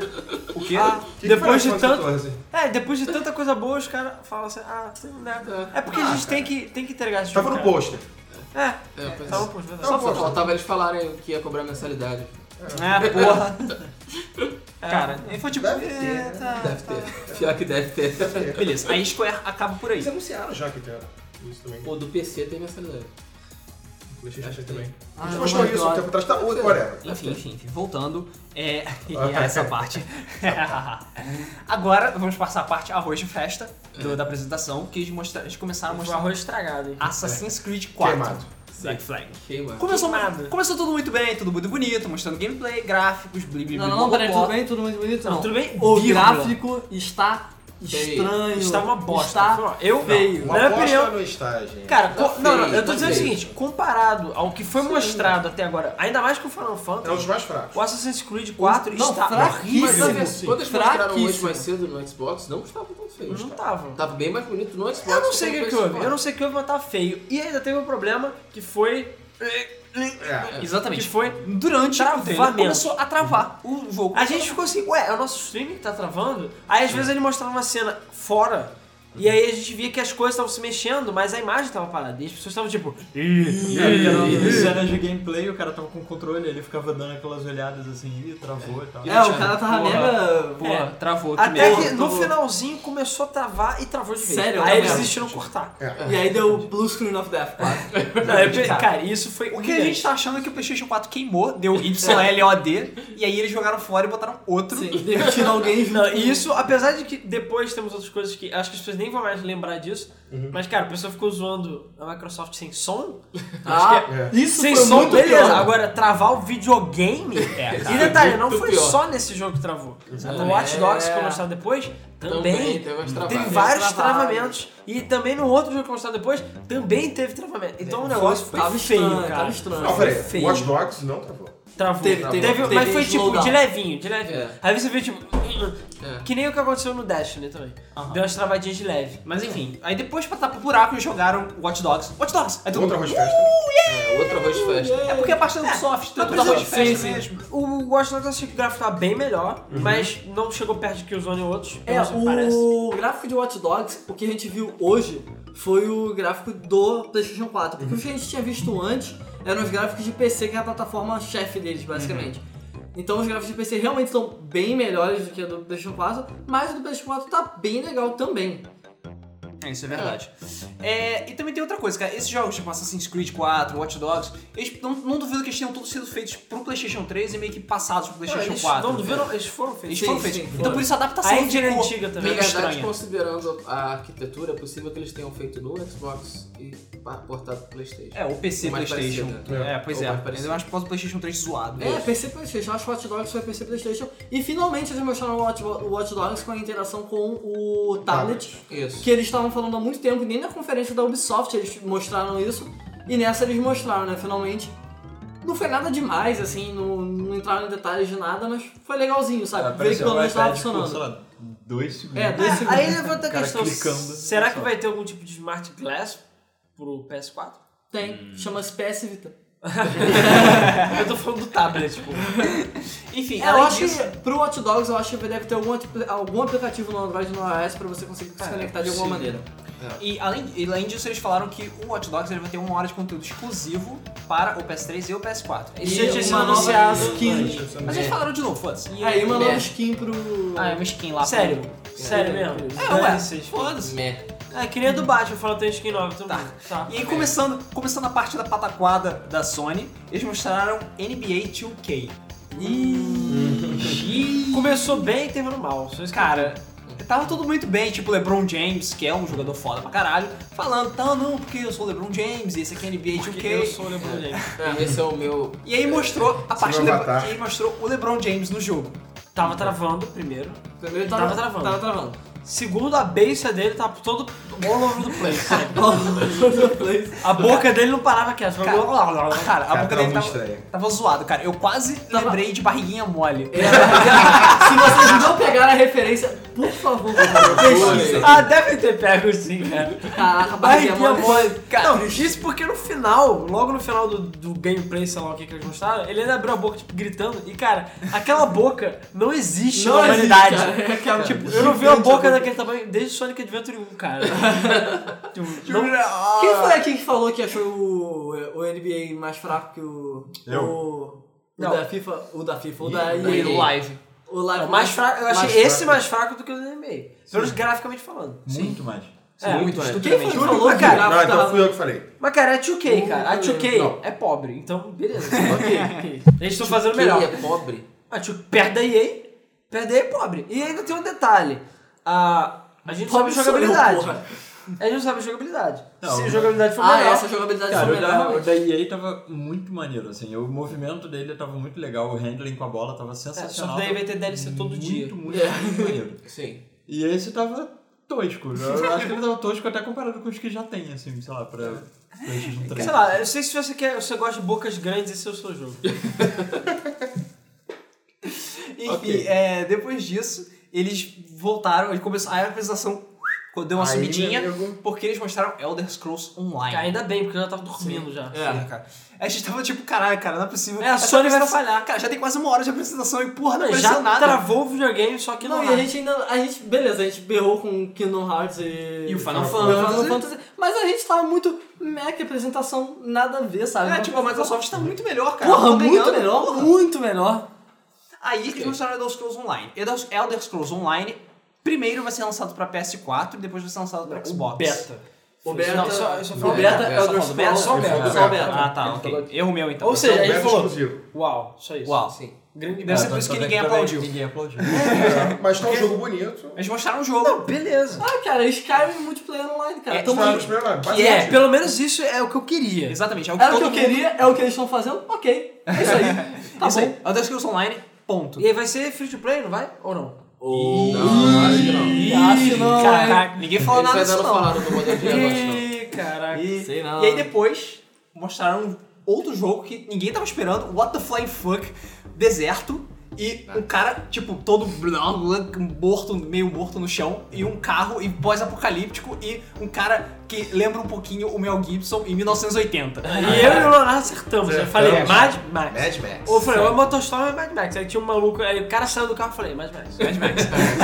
[SPEAKER 1] o quê?
[SPEAKER 4] Ah,
[SPEAKER 6] Que que
[SPEAKER 4] depois
[SPEAKER 6] foi
[SPEAKER 4] de
[SPEAKER 6] com
[SPEAKER 4] tanto.
[SPEAKER 6] 14?
[SPEAKER 4] É, depois de tanta coisa boa, os caras falam assim, ah, sei lá. É porque a gente tem que, tem que entregar esse
[SPEAKER 6] Tava
[SPEAKER 4] jogo,
[SPEAKER 6] Tá no
[SPEAKER 4] cara.
[SPEAKER 6] pôster.
[SPEAKER 4] É,
[SPEAKER 2] É, pois é.
[SPEAKER 4] tava no post, verdade.
[SPEAKER 2] Só faltava eles falarem que ia cobrar mensalidade.
[SPEAKER 1] É, porra.
[SPEAKER 4] É.
[SPEAKER 1] Cara, ele foi tipo.
[SPEAKER 6] Deve ter,
[SPEAKER 1] "É,
[SPEAKER 6] né?
[SPEAKER 4] Ah,
[SPEAKER 1] tá,
[SPEAKER 2] Deve
[SPEAKER 1] tá."
[SPEAKER 2] ter. Pior que deve ter.
[SPEAKER 1] Beleza, aí Square acaba por aí.
[SPEAKER 6] Eles anunciaram já que tem isso também.
[SPEAKER 2] Pô, do PC tem mensalidade.
[SPEAKER 6] PlayStation também. A
[SPEAKER 3] Ah,
[SPEAKER 6] gente
[SPEAKER 3] oh
[SPEAKER 6] postou
[SPEAKER 3] my
[SPEAKER 6] isso um
[SPEAKER 3] God.
[SPEAKER 4] então.
[SPEAKER 6] tempo atrás, tá? Ou whatever.
[SPEAKER 1] Enfim, enfim, enfim, voltando é, a essa parte. Agora vamos passar a parte arroz de festa do- da apresentação, que eles, mostra- eles começaram a
[SPEAKER 4] O
[SPEAKER 1] mostrar
[SPEAKER 4] arroz estragado, hein?
[SPEAKER 1] Assassin's Creed 4.
[SPEAKER 6] Queimado.
[SPEAKER 1] Black Flag.
[SPEAKER 2] Queima.
[SPEAKER 1] Começou,
[SPEAKER 4] Queimado.
[SPEAKER 1] começou tudo muito bem, tudo muito bonito, mostrando gameplay, gráficos, blibli blibli.
[SPEAKER 3] Não, não, não,
[SPEAKER 1] blá,
[SPEAKER 3] peraí,
[SPEAKER 1] blá,
[SPEAKER 3] tudo
[SPEAKER 1] blá.
[SPEAKER 3] bem, tudo muito bonito, não.
[SPEAKER 4] Não, tudo bem?
[SPEAKER 3] O
[SPEAKER 4] vírgula.
[SPEAKER 3] gráfico está estranho.
[SPEAKER 4] Está tá uma bosta.
[SPEAKER 3] Está
[SPEAKER 4] eu
[SPEAKER 3] feio.
[SPEAKER 6] Uma
[SPEAKER 4] Na minha
[SPEAKER 6] aposta
[SPEAKER 4] é opinião-
[SPEAKER 6] no estágio.
[SPEAKER 4] Cara, co-
[SPEAKER 2] feio,
[SPEAKER 4] não, não, eu tô
[SPEAKER 2] tá
[SPEAKER 4] dizendo o
[SPEAKER 2] feio.
[SPEAKER 4] seguinte, comparado ao que foi mostrado até agora, ainda mais que o Final
[SPEAKER 6] É um dos
[SPEAKER 4] Fantasy,
[SPEAKER 6] mais fracos.
[SPEAKER 4] o Assassin's Cread 4
[SPEAKER 3] Não,
[SPEAKER 4] está
[SPEAKER 3] fraquíssimo.
[SPEAKER 2] Mas na
[SPEAKER 4] horrível.
[SPEAKER 2] verdade, quando eles mostraram hoje mais cedo no Xbox, não estava tão feio.
[SPEAKER 4] Não tava.
[SPEAKER 2] Tava bem mais bonito no Xbox.
[SPEAKER 4] Uhum. Eu não sei o
[SPEAKER 2] do
[SPEAKER 4] que, que
[SPEAKER 2] PS4.
[SPEAKER 4] houve, eu não sei o que houve, mas tá feio. E ainda teve um problema que foi.
[SPEAKER 6] É.
[SPEAKER 4] Que
[SPEAKER 1] Exatamente.
[SPEAKER 4] foi
[SPEAKER 1] Durante o trailer
[SPEAKER 4] Travamento.
[SPEAKER 1] começou a travar o jogo.
[SPEAKER 4] A gente ficou assim, ué, é o nosso streaming que tá travando? Aí às vezes ele mostrava uma cena fora, e aí a gente via que as coisas estavam se mexendo, mas a imagem tava parada. E as pessoas estavam tipo,
[SPEAKER 5] Em cenas de gameplay, o cara tava com o controle, ele ficava dando aquelas olhadas assim, e travou e tal.
[SPEAKER 3] É, o cara tava é,
[SPEAKER 1] Porra.
[SPEAKER 3] mega.
[SPEAKER 1] Porra, travou. que
[SPEAKER 4] até
[SPEAKER 1] merda.
[SPEAKER 4] que no finalzinho começou a travar e travou de vez.
[SPEAKER 3] Sério?
[SPEAKER 4] Aí
[SPEAKER 3] É
[SPEAKER 4] eles
[SPEAKER 3] mesmo?
[SPEAKER 4] decidiram cortar.
[SPEAKER 6] é.
[SPEAKER 3] E aí deu Blue Screen of Death 4.
[SPEAKER 4] Não, é pe- cara, isso foi
[SPEAKER 1] O que a gente tá achando é que o PlayStation 4 queimou, deu YLOD, e aí eles jogaram fora e botaram outro.
[SPEAKER 3] Sim, demitindo alguém junto.
[SPEAKER 4] Não, e isso, apesar de que depois temos outras coisas que acho que as pessoas nem vão mais lembrar disso, mas cara, a pessoa ficou zoando a Microsoft sem som.
[SPEAKER 3] Ah,
[SPEAKER 6] É.
[SPEAKER 3] isso
[SPEAKER 4] Sem
[SPEAKER 3] foi
[SPEAKER 4] som,
[SPEAKER 3] muito
[SPEAKER 4] beleza.
[SPEAKER 3] pior.
[SPEAKER 4] Agora, travar o videogame.
[SPEAKER 1] É, cara.
[SPEAKER 4] E detalhe, não
[SPEAKER 2] muito
[SPEAKER 4] foi
[SPEAKER 2] pior.
[SPEAKER 4] só nesse jogo que travou. No
[SPEAKER 3] Exatamente.
[SPEAKER 4] Watch Dogs, que
[SPEAKER 3] É.
[SPEAKER 4] foi mostrado depois, também.
[SPEAKER 2] Também, teve umas
[SPEAKER 4] Teve
[SPEAKER 2] travadas.
[SPEAKER 4] vários
[SPEAKER 3] travadas.
[SPEAKER 4] travamentos. E também no outro jogo que foi mostrado depois, também teve travamento. Então o negócio foi
[SPEAKER 3] Tava
[SPEAKER 4] feio,
[SPEAKER 3] estranho,
[SPEAKER 4] cara.
[SPEAKER 3] tava estranho.
[SPEAKER 6] Não, peraí.
[SPEAKER 4] feio.
[SPEAKER 6] Watch Dogs não travou.
[SPEAKER 4] Travou.
[SPEAKER 3] Teve-
[SPEAKER 4] travou.
[SPEAKER 3] teve-
[SPEAKER 4] mas
[SPEAKER 3] teve
[SPEAKER 4] foi tipo
[SPEAKER 3] slowdown.
[SPEAKER 4] de levinho, de levinho.
[SPEAKER 2] É.
[SPEAKER 4] Aí você vê tipo.
[SPEAKER 2] É.
[SPEAKER 4] Que nem o que aconteceu no Destiny também.
[SPEAKER 1] Aham.
[SPEAKER 4] Deu umas travadinhas de leve.
[SPEAKER 1] Mas enfim, aí depois pra tapar o buraco eles jogaram Watch Dogs. Watch Dogs! Aí todo
[SPEAKER 6] Outro
[SPEAKER 1] mundo,
[SPEAKER 6] arroz de festa.
[SPEAKER 2] É, outro arroz de festa.
[SPEAKER 1] É porque a parte da Ubisoft,
[SPEAKER 4] mas
[SPEAKER 1] tudo da Watch
[SPEAKER 4] sim,
[SPEAKER 1] Fest
[SPEAKER 4] sim.
[SPEAKER 1] mesmo.
[SPEAKER 4] O Watch Dogs eu achei que o gráfico tava bem melhor, mas não chegou perto de Killzone e outros.
[SPEAKER 3] É,
[SPEAKER 4] pelo menos parece.
[SPEAKER 3] o gráfico de Watch Dogs, o que a gente viu hoje, foi o gráfico do PlayStation 4. Porque o que a gente tinha visto antes eram os gráficos de PC, que é a plataforma chefe deles, basicamente. Então os gráficos de PC realmente são bem melhores do que a do PlayStation 4, mas o do PlayStation 4 tá bem legal também.
[SPEAKER 1] É, isso é verdade. É, e também tem outra coisa, cara. Esses jogos, tipo Assassin's Creed 4, Watch Dogs, eles não, não duvido que eles tenham todos sido feitos pro PlayStation 3 e meio que passados pro
[SPEAKER 4] Não,
[SPEAKER 1] PlayStation
[SPEAKER 4] eles,
[SPEAKER 1] 4.
[SPEAKER 4] não duviram, eles foram feitos.
[SPEAKER 1] Eles foram
[SPEAKER 3] Sim,
[SPEAKER 1] feitos.
[SPEAKER 3] sim,
[SPEAKER 1] então
[SPEAKER 3] foram.
[SPEAKER 1] por isso a adaptação
[SPEAKER 4] A engine
[SPEAKER 1] ficou
[SPEAKER 4] antiga
[SPEAKER 2] Na
[SPEAKER 4] também.
[SPEAKER 1] meio
[SPEAKER 2] verdade,
[SPEAKER 1] estranha.
[SPEAKER 2] considerando a arquitetura, é possível que eles tenham feito no Xbox e pa- portado pro Playstation.
[SPEAKER 1] É, o PC
[SPEAKER 2] Mais
[SPEAKER 1] PlayStation.
[SPEAKER 2] parecido, né?
[SPEAKER 1] É, pois
[SPEAKER 2] Ou
[SPEAKER 1] é.
[SPEAKER 2] mais
[SPEAKER 1] Mas
[SPEAKER 2] parecido.
[SPEAKER 1] eu acho que por causa do PlayStation 3 zoado.
[SPEAKER 3] É, PC PlayStation, acho que o Watch Dogs foi PC PlayStation. E finalmente eles mostraram o Watch, o Watch Dogs com a interação com o tablet.
[SPEAKER 2] Isso.
[SPEAKER 3] que eles estavam falando há muito tempo, nem na conferência da Ubisoft eles mostraram isso, e nessa eles mostraram, né, finalmente. Não foi nada demais, assim, não, não entraram em detalhes de nada, mas foi legalzinho, sabe? Ver que
[SPEAKER 5] Apareceu
[SPEAKER 3] pelo menos
[SPEAKER 5] o
[SPEAKER 3] tava
[SPEAKER 5] iPad por, sei
[SPEAKER 3] funcionando.
[SPEAKER 5] lá, dois segundos.
[SPEAKER 3] É, dois segundos.
[SPEAKER 4] Aí levanta a
[SPEAKER 5] Cara
[SPEAKER 4] questão:
[SPEAKER 5] clicando.
[SPEAKER 4] será que vai ter algum tipo de Smart Glass pro PS4?
[SPEAKER 3] Tem, chama-se PS Vita.
[SPEAKER 4] Eu tô falando do tablet, pô.
[SPEAKER 1] Enfim,
[SPEAKER 3] É, eu
[SPEAKER 1] além
[SPEAKER 3] acho
[SPEAKER 1] disso,
[SPEAKER 3] que pro Watch Dogs eu acho que deve ter algum, ati- algum aplicativo no Android e no iOS pra você conseguir se conectar de alguma maneira.
[SPEAKER 1] E além, e além disso, eles falaram que o Watch Dogs ele vai ter uma hora de conteúdo exclusivo para o PS3 e o PS4. Isso
[SPEAKER 4] Isso
[SPEAKER 1] já tinha-
[SPEAKER 4] já tinha sido
[SPEAKER 3] uma nova
[SPEAKER 4] anunciado.
[SPEAKER 3] skin.
[SPEAKER 1] Mas eles falaram de novo, foda-se.
[SPEAKER 3] Aí uma nova
[SPEAKER 2] É.
[SPEAKER 3] skin pro.
[SPEAKER 1] Ah, é uma skin lá.
[SPEAKER 4] Sério,
[SPEAKER 1] pra-
[SPEAKER 4] sério
[SPEAKER 3] É,
[SPEAKER 4] mesmo.
[SPEAKER 1] É, ué,
[SPEAKER 4] Dane-se.
[SPEAKER 1] foda-se.
[SPEAKER 2] Meh.
[SPEAKER 4] É, que nem a do Batman, falando tem skin nova, tudo
[SPEAKER 1] Tá.
[SPEAKER 4] bem. Tá.
[SPEAKER 1] E aí, começando, começando a parte da pataquada da Sony, eles mostraram NBA 2K. Ih.
[SPEAKER 4] Começou bem e terminou mal. Só isso que eu
[SPEAKER 1] Cara, tava tudo muito bem, tipo LeBron James, que é um jogador foda pra caralho, falando, tá, não, porque eu sou LeBron James e esse aqui é NBA
[SPEAKER 4] digo,
[SPEAKER 1] 2K.
[SPEAKER 4] porque eu sou o LeBron James.
[SPEAKER 2] Ah, Esse é o meu.
[SPEAKER 1] E aí mostrou a parte
[SPEAKER 6] meu
[SPEAKER 1] do Le-
[SPEAKER 6] avatar.
[SPEAKER 1] e aí mostrou o LeBron James no jogo.
[SPEAKER 4] Tava travando primeiro.
[SPEAKER 3] Primeiro
[SPEAKER 4] Tava travando.
[SPEAKER 3] Tava travando.
[SPEAKER 4] Segundo, a beiça dele tava todo all over the place. sabe?
[SPEAKER 3] Tava
[SPEAKER 4] a boca dele não parava quieta.
[SPEAKER 1] Cara,
[SPEAKER 4] Cara,
[SPEAKER 1] a
[SPEAKER 6] Cara,
[SPEAKER 1] boca
[SPEAKER 6] tá
[SPEAKER 1] dele
[SPEAKER 6] muito
[SPEAKER 1] tava,
[SPEAKER 6] estranho.
[SPEAKER 1] tava zoado, cara. Eu quase lembrei de barriguinha mole.
[SPEAKER 3] Se vocês não pegaram a referência, por favor, pesquisa.
[SPEAKER 4] Ah, deve ter pego sim, cara.
[SPEAKER 3] Caraca,
[SPEAKER 4] Ai,
[SPEAKER 3] barriguinha
[SPEAKER 4] que
[SPEAKER 3] mole.
[SPEAKER 4] amor. Não, isso porque no final, logo no final do, do gameplay, sei lá o que que eles mostraram, ele ainda abriu a boca, tipo, gritando. E, cara, aquela boca não existe
[SPEAKER 3] Não
[SPEAKER 4] na
[SPEAKER 3] existe,
[SPEAKER 4] humanidade.
[SPEAKER 3] cara. É aquela-
[SPEAKER 4] tipo, eu não vi a boca daquele tamanho desde Sonic Adventure 1, cara. Tipo, não-
[SPEAKER 3] Quem
[SPEAKER 4] Ah.
[SPEAKER 3] foi aqui que falou que achou o, o NBA mais fraco que o.
[SPEAKER 6] Eu?
[SPEAKER 3] O, o
[SPEAKER 4] Não.
[SPEAKER 3] da FIFA, o da FIFA, o da
[SPEAKER 2] da
[SPEAKER 3] EA.
[SPEAKER 2] EA.
[SPEAKER 1] live.
[SPEAKER 3] O live
[SPEAKER 4] não, mais fraco, eu achei
[SPEAKER 3] mais
[SPEAKER 4] esse mais fraco do que o do NBA. Pelo menos graficamente falando.
[SPEAKER 5] Muito mais.
[SPEAKER 4] É,
[SPEAKER 2] muito mais.
[SPEAKER 4] Quem foi que
[SPEAKER 3] Juro
[SPEAKER 4] falou,
[SPEAKER 3] pra
[SPEAKER 4] cara?
[SPEAKER 3] caralho.
[SPEAKER 6] Não, então fui eu que falei.
[SPEAKER 4] Mas, cara, é 2K, cara. A 2K
[SPEAKER 6] Não.
[SPEAKER 4] é pobre, então beleza. ok. Eles estão fazendo
[SPEAKER 2] Que
[SPEAKER 4] melhor.
[SPEAKER 2] é pobre.
[SPEAKER 4] Ah, tipo, perto da EA, perto da EA é pobre. E ainda tem um detalhe. A, a gente
[SPEAKER 3] Pobre
[SPEAKER 4] sabe
[SPEAKER 3] sou eu,
[SPEAKER 4] jogabilidade.
[SPEAKER 3] porra.
[SPEAKER 4] a gente sabe jogabilidade.
[SPEAKER 5] Não.
[SPEAKER 4] Se a jogabilidade for
[SPEAKER 3] Ah,
[SPEAKER 4] melhor...
[SPEAKER 3] essa jogabilidade
[SPEAKER 5] Cara,
[SPEAKER 3] foi
[SPEAKER 5] o da,
[SPEAKER 3] melhor.
[SPEAKER 5] o da EA tava muito maneiro, assim. O movimento dele tava muito legal, o handling com a bola tava
[SPEAKER 4] É, só
[SPEAKER 5] sensacional.
[SPEAKER 4] que daí vai ter DLC todo
[SPEAKER 5] muito,
[SPEAKER 4] dia.
[SPEAKER 5] Muito, muito, muito maneiro.
[SPEAKER 2] Sim.
[SPEAKER 5] E esse tava tosco. Eu acho que ele tava tosco até comparado com os que já tem, assim, sei lá, pra PlayStation 3.
[SPEAKER 4] Sei lá, eu não sei se você quer, você gosta de bocas grandes, esse é o seu jogo.
[SPEAKER 1] E, e, é, depois disso, eles voltaram, eles começaram, aí a apresentação deu uma
[SPEAKER 6] Aí,
[SPEAKER 1] subidinha,
[SPEAKER 6] meu amigo.
[SPEAKER 1] porque eles mostraram Elder Scrolls Online.
[SPEAKER 4] Ainda bem, porque eu já tava dormindo já.
[SPEAKER 1] É, cara. A gente tava tipo, caralho, cara, não é possível.
[SPEAKER 4] É, a
[SPEAKER 1] Essa
[SPEAKER 4] Sony vai
[SPEAKER 1] apresentação-
[SPEAKER 4] falhar.
[SPEAKER 1] Cara, já tem quase uma hora de apresentação e porra, não
[SPEAKER 4] Não,
[SPEAKER 1] apareceu
[SPEAKER 4] já tá
[SPEAKER 1] nada.
[SPEAKER 4] travou o videogame, só que não,
[SPEAKER 3] Não, e
[SPEAKER 4] há.
[SPEAKER 3] a gente ainda. A gente, beleza, a gente berrou com Kingdom Hearts e.
[SPEAKER 1] E o Final
[SPEAKER 3] e
[SPEAKER 1] Fantasy.
[SPEAKER 3] Mas a gente tava muito. Meh, que apresentação, nada a ver, sabe?
[SPEAKER 1] É, tipo, a Microsoft tá muito melhor, cara.
[SPEAKER 3] Porra,
[SPEAKER 1] Tá
[SPEAKER 3] muito
[SPEAKER 1] ganhando.
[SPEAKER 3] melhor, muito melhor.
[SPEAKER 1] Aí eles mostraram Elder Scrolls Online. Elder Elder Scrolls Online primeiro vai ser lançado pra PS4 e depois vai ser lançado pra Xbox.
[SPEAKER 4] Beta.
[SPEAKER 3] O Beta,
[SPEAKER 4] Não, só- só fala
[SPEAKER 3] o beta
[SPEAKER 2] beta,
[SPEAKER 3] é o Elder
[SPEAKER 1] Só beta?
[SPEAKER 3] Scrolls.
[SPEAKER 1] Só
[SPEAKER 6] beta.
[SPEAKER 3] Só o
[SPEAKER 1] Ah,
[SPEAKER 3] beta.
[SPEAKER 1] tá, ok. Erro meu então.
[SPEAKER 4] Ou seja, a gente
[SPEAKER 6] Beta
[SPEAKER 4] falou...
[SPEAKER 6] exclusivo.
[SPEAKER 4] Uau, só isso.
[SPEAKER 1] Uau.
[SPEAKER 2] Sim.
[SPEAKER 4] Grande
[SPEAKER 1] Deve ser por
[SPEAKER 5] Tanto
[SPEAKER 1] isso que
[SPEAKER 5] é
[SPEAKER 1] ninguém
[SPEAKER 5] também
[SPEAKER 1] aplaudiu.
[SPEAKER 5] Ninguém aplaudiu.
[SPEAKER 6] É, mas tá um jogo bonito.
[SPEAKER 1] Eles mostraram o jogo.
[SPEAKER 4] Beleza.
[SPEAKER 3] Ah, cara, Skyrim multiplayer online, cara.
[SPEAKER 1] É,
[SPEAKER 3] Tamo
[SPEAKER 6] Tá,
[SPEAKER 3] junto.
[SPEAKER 6] mas primeiro,
[SPEAKER 4] E
[SPEAKER 6] bastante.
[SPEAKER 4] é, pelo menos isso é o que eu queria.
[SPEAKER 1] Exatamente. É o que
[SPEAKER 3] Era o
[SPEAKER 1] todo
[SPEAKER 3] que eu
[SPEAKER 1] mundo-
[SPEAKER 3] queria, é o que eles estão fazendo, ok. É isso aí. Tá
[SPEAKER 1] Isso
[SPEAKER 3] bom.
[SPEAKER 1] aí. Elder Scrolls Online, ponto.
[SPEAKER 4] E aí vai ser free to play, não vai? Ou não?
[SPEAKER 2] Não, acho que não.
[SPEAKER 3] Ih, acho que Ah, não, é. hein?
[SPEAKER 1] Caraca, ninguém falou
[SPEAKER 2] Eles
[SPEAKER 1] nada
[SPEAKER 2] ainda
[SPEAKER 1] disso
[SPEAKER 2] não
[SPEAKER 1] não.
[SPEAKER 2] falaram do modelo de negócio, não.
[SPEAKER 4] Ih, caraca.
[SPEAKER 1] E,
[SPEAKER 3] Sei não.
[SPEAKER 1] e aí depois mostraram outro jogo que ninguém tava esperando, What the Flying Fuck, deserto, e um cara, tipo, todo blá, blá, morto, meio morto no chão, e um carro e pós-apocalíptico, e um cara que lembra um pouquinho o Mel Gibson em 1980.
[SPEAKER 4] E eu e o Leonardo acertamos. Eu falei, Mad Max.
[SPEAKER 6] Mad Max.
[SPEAKER 4] Ou eu falei, o Motorstorm é Mad Max. Aí tinha um maluco, aí o cara saiu do carro e falei, Mad Max. Mad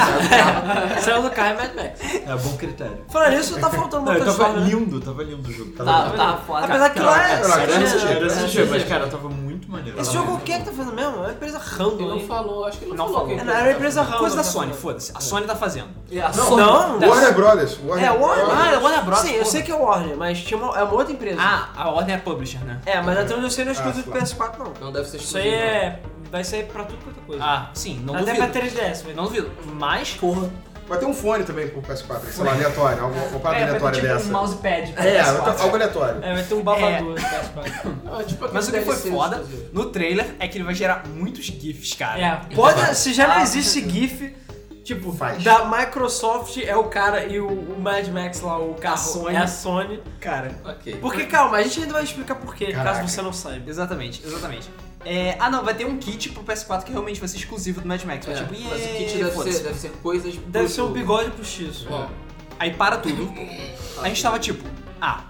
[SPEAKER 4] Max. saiu do carro é Mad Max.
[SPEAKER 5] É bom critério.
[SPEAKER 4] Falando nisso, tá faltando
[SPEAKER 5] Não, tava
[SPEAKER 4] Motorstorm. Né?
[SPEAKER 5] lindo, tava lindo o jogo.
[SPEAKER 3] Tá, tá foda.
[SPEAKER 4] Apesar que lá é.
[SPEAKER 6] Não, não, não,
[SPEAKER 4] Esse
[SPEAKER 6] não,
[SPEAKER 5] Era
[SPEAKER 6] não,
[SPEAKER 5] esse jogo, mas cara, tava muito maneiro.
[SPEAKER 4] esse jogo, quem é que tá fazendo mesmo? É uma empresa
[SPEAKER 2] Ele
[SPEAKER 4] random.
[SPEAKER 2] não
[SPEAKER 4] hein?
[SPEAKER 2] falou, acho que ele não,
[SPEAKER 1] Não
[SPEAKER 2] falou.
[SPEAKER 1] falou.
[SPEAKER 2] que-
[SPEAKER 4] É, Não, era uma empresa random.
[SPEAKER 1] Coisa da
[SPEAKER 4] tá
[SPEAKER 1] Sony,
[SPEAKER 4] fazendo.
[SPEAKER 1] foda-se. A Sony tá fazendo.
[SPEAKER 3] E a Sony-
[SPEAKER 4] Não,
[SPEAKER 6] Warner Brothers. Warner
[SPEAKER 4] é Warner.
[SPEAKER 6] Brothers.
[SPEAKER 1] Ah, é Warner Bros.
[SPEAKER 4] Sim, eu
[SPEAKER 1] porra.
[SPEAKER 4] sei que é Warner, mas tinha uma, é uma outra empresa.
[SPEAKER 1] Ah, a ordem é publisher, né?
[SPEAKER 4] É, mas até onde eu sei não é exclusivo do
[SPEAKER 6] claro.
[SPEAKER 4] PS4, não.
[SPEAKER 2] Não deve ser
[SPEAKER 4] Isso
[SPEAKER 2] exclusivo.
[SPEAKER 4] aí é. Vai ser pra tudo quanto é coisa.
[SPEAKER 1] Ah, sim, não
[SPEAKER 4] Até
[SPEAKER 1] duvido.
[SPEAKER 4] pra 3DS, mas
[SPEAKER 1] Não duvido. Mas, porra,
[SPEAKER 6] Vai ter um fone também pro PS4, sei lá, aleatório. Alguma parada
[SPEAKER 7] É, vai ter
[SPEAKER 6] aleatória
[SPEAKER 7] tipo
[SPEAKER 6] dessa.
[SPEAKER 7] um mousepad. pra
[SPEAKER 6] É,
[SPEAKER 7] PS4.
[SPEAKER 6] vai ter algo aleatório.
[SPEAKER 4] É, vai ter um babador do PS4.
[SPEAKER 2] não. É tipo aquele
[SPEAKER 1] Mas o que foi
[SPEAKER 2] DLC
[SPEAKER 1] foda
[SPEAKER 2] exclusivo.
[SPEAKER 1] no trailer é que ele vai gerar muitos GIFs, cara. Então, ah,
[SPEAKER 4] É, pode, se já não existe GIF, tipo,
[SPEAKER 6] Faz.
[SPEAKER 4] da Microsoft é o cara e o, o Mad Max lá, o carro,
[SPEAKER 1] Sony.
[SPEAKER 4] é a Sony.
[SPEAKER 1] Ah, Cara.
[SPEAKER 2] Ok.
[SPEAKER 4] Porque, calma, a gente ainda vai explicar por quê,
[SPEAKER 6] Caraca.
[SPEAKER 4] caso você não saiba.
[SPEAKER 1] Exatamente, exatamente. É, ah, não, vai ter um kit pro PS4 que realmente vai ser exclusivo do Mad Max.
[SPEAKER 2] É,
[SPEAKER 1] Mas, tipo,
[SPEAKER 2] mas o
[SPEAKER 1] "Yay,
[SPEAKER 2] kit deve
[SPEAKER 1] foda-se."
[SPEAKER 2] ser, deve ser coisas.
[SPEAKER 4] Deve ser um
[SPEAKER 2] muito-
[SPEAKER 4] bigode postiço.
[SPEAKER 1] Aí para tudo. A gente tava tipo, ah.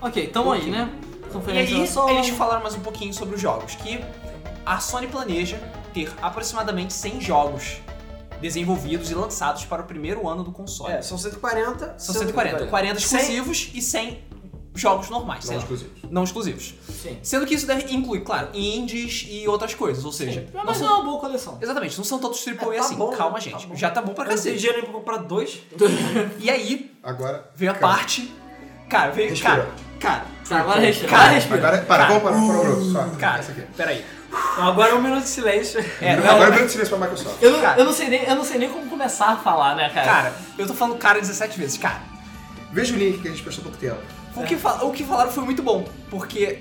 [SPEAKER 3] Ok, tamo aí,
[SPEAKER 1] E
[SPEAKER 3] né?
[SPEAKER 4] É,
[SPEAKER 1] aí
[SPEAKER 3] Conferência
[SPEAKER 4] então,
[SPEAKER 3] da Sony.
[SPEAKER 1] eles falaram mais um pouquinho sobre os jogos. Que a Sony planeja ter aproximadamente 100 jogos desenvolvidos e lançados para o primeiro ano do console.
[SPEAKER 4] É, são 140.
[SPEAKER 1] São 140. 40 exclusivos e 100 jogos normais, sei
[SPEAKER 6] Não
[SPEAKER 1] lá.
[SPEAKER 6] exclusivos.
[SPEAKER 1] Não exclusivos.
[SPEAKER 3] Sim.
[SPEAKER 1] Sendo que isso deve inclui, claro, indies e outras coisas, ou seja, não
[SPEAKER 3] Mas
[SPEAKER 1] são-
[SPEAKER 3] não é uma boa coleção.
[SPEAKER 1] Exatamente, não são todos AAA
[SPEAKER 4] É, tá
[SPEAKER 1] assim.
[SPEAKER 4] bom, né?
[SPEAKER 1] Calma,
[SPEAKER 4] Tá
[SPEAKER 1] gente.
[SPEAKER 4] bom.
[SPEAKER 1] Já tá bom pra
[SPEAKER 4] Eu não tenho
[SPEAKER 1] cacete.
[SPEAKER 4] dinheiro nem pra comprar dois.
[SPEAKER 1] E aí,
[SPEAKER 6] Agora.
[SPEAKER 1] veio a
[SPEAKER 6] Calma.
[SPEAKER 1] parte. Cara, veio.
[SPEAKER 6] Respira.
[SPEAKER 1] Cara, cara,
[SPEAKER 3] Tá, agora respira.
[SPEAKER 1] Cara,
[SPEAKER 3] Agora respira.
[SPEAKER 6] Agora, para, vamos parar, para, para, só.
[SPEAKER 1] cara,
[SPEAKER 6] Essa aqui.
[SPEAKER 1] peraí.
[SPEAKER 4] Agora é um minuto de silêncio.
[SPEAKER 1] É, não,
[SPEAKER 6] Agora eu silêncio pra Microsoft.
[SPEAKER 3] Eu, não,
[SPEAKER 1] Cara.
[SPEAKER 3] eu, não sei nem, eu não sei nem como começar a falar, né, cara?
[SPEAKER 1] cara, eu tô falando cara 17 vezes, cara.
[SPEAKER 6] Veja o link que a gente postou há pouco tempo.
[SPEAKER 1] O que, fal- o que falaram foi muito bom, porque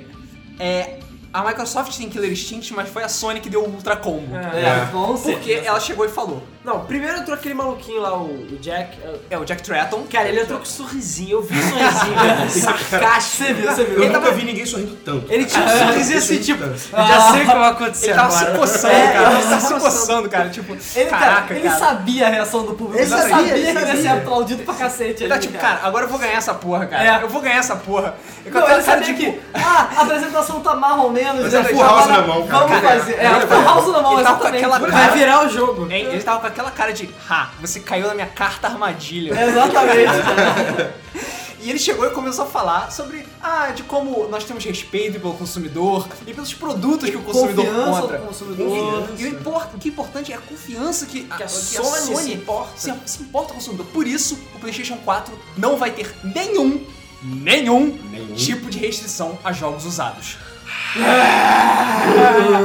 [SPEAKER 1] é, a Microsoft tem Killer Instinct, mas foi a Sony que deu o Ultra Combo.
[SPEAKER 3] é,
[SPEAKER 6] É.
[SPEAKER 3] vamos ser.
[SPEAKER 1] Porque ela chegou e falou:
[SPEAKER 4] Não, primeiro entrou aquele maluquinho lá, o o Jack. eh,
[SPEAKER 1] É o Jack Tratton.
[SPEAKER 4] Cara, ele entrou com sorrisinho, eu vi o sorrisinho, sarcástico. Você viu, você viu.
[SPEAKER 6] Eu
[SPEAKER 4] Ele,
[SPEAKER 3] tá
[SPEAKER 6] nunca
[SPEAKER 4] tava,
[SPEAKER 6] vi ninguém sorrindo tanto.
[SPEAKER 4] ele tinha um sorrisinho assim, tipo, eu já
[SPEAKER 3] Ah.
[SPEAKER 4] sei o que vai
[SPEAKER 1] Ele
[SPEAKER 4] acontecer
[SPEAKER 1] tava
[SPEAKER 4] agora.
[SPEAKER 1] se coçando,
[SPEAKER 3] É,
[SPEAKER 1] cara.
[SPEAKER 3] ele
[SPEAKER 1] Ele tava se coçando, cara. Tipo,
[SPEAKER 3] Ele,
[SPEAKER 4] tá,
[SPEAKER 3] cara,
[SPEAKER 1] caraca,
[SPEAKER 3] ele
[SPEAKER 1] cara.
[SPEAKER 3] sabia a reação do público.
[SPEAKER 6] Ele
[SPEAKER 3] Ele sabia,
[SPEAKER 6] sabia, ele
[SPEAKER 3] que ele ia ser
[SPEAKER 6] sabia.
[SPEAKER 3] aplaudido pra cacete.
[SPEAKER 1] Ele tá
[SPEAKER 3] ali,
[SPEAKER 1] tipo, cara, agora eu vou ganhar essa porra, cara.
[SPEAKER 3] É.
[SPEAKER 1] Eu vou ganhar essa porra. Eu
[SPEAKER 3] Não,
[SPEAKER 1] quero
[SPEAKER 3] ele sabia que, ah, a apresentação tá mais ou menos,
[SPEAKER 6] Mas
[SPEAKER 3] né?
[SPEAKER 6] é full
[SPEAKER 3] então
[SPEAKER 6] house
[SPEAKER 3] agora
[SPEAKER 6] na mão, cara.
[SPEAKER 3] Vamos
[SPEAKER 6] Vai
[SPEAKER 3] fazer. É,
[SPEAKER 6] ganhar. Vai
[SPEAKER 3] full
[SPEAKER 6] ganhar.
[SPEAKER 3] house na mão,
[SPEAKER 1] Ele tava com
[SPEAKER 3] exatamente.
[SPEAKER 1] aquela
[SPEAKER 4] Vai
[SPEAKER 1] cara-
[SPEAKER 4] virar o jogo.
[SPEAKER 1] tipo, Hein, Ele tava com aquela cara de, ha, você caiu na minha carta armadilha.
[SPEAKER 4] É,
[SPEAKER 3] Exatamente.
[SPEAKER 1] E ele chegou e começou a falar sobre, ah, de como nós temos respeito pelo consumidor e pelos produtos que o consumidor
[SPEAKER 3] Confiança
[SPEAKER 1] compra.
[SPEAKER 3] do consumidor.
[SPEAKER 1] E o, import- o que é importante é a confiança que a,
[SPEAKER 4] Que a
[SPEAKER 1] que
[SPEAKER 4] Sony se importa.
[SPEAKER 1] se, se importa com o consumidor. Por isso, o PlayStation 4 não vai ter nenhum, nenhum, tipo de restrição a jogos usados.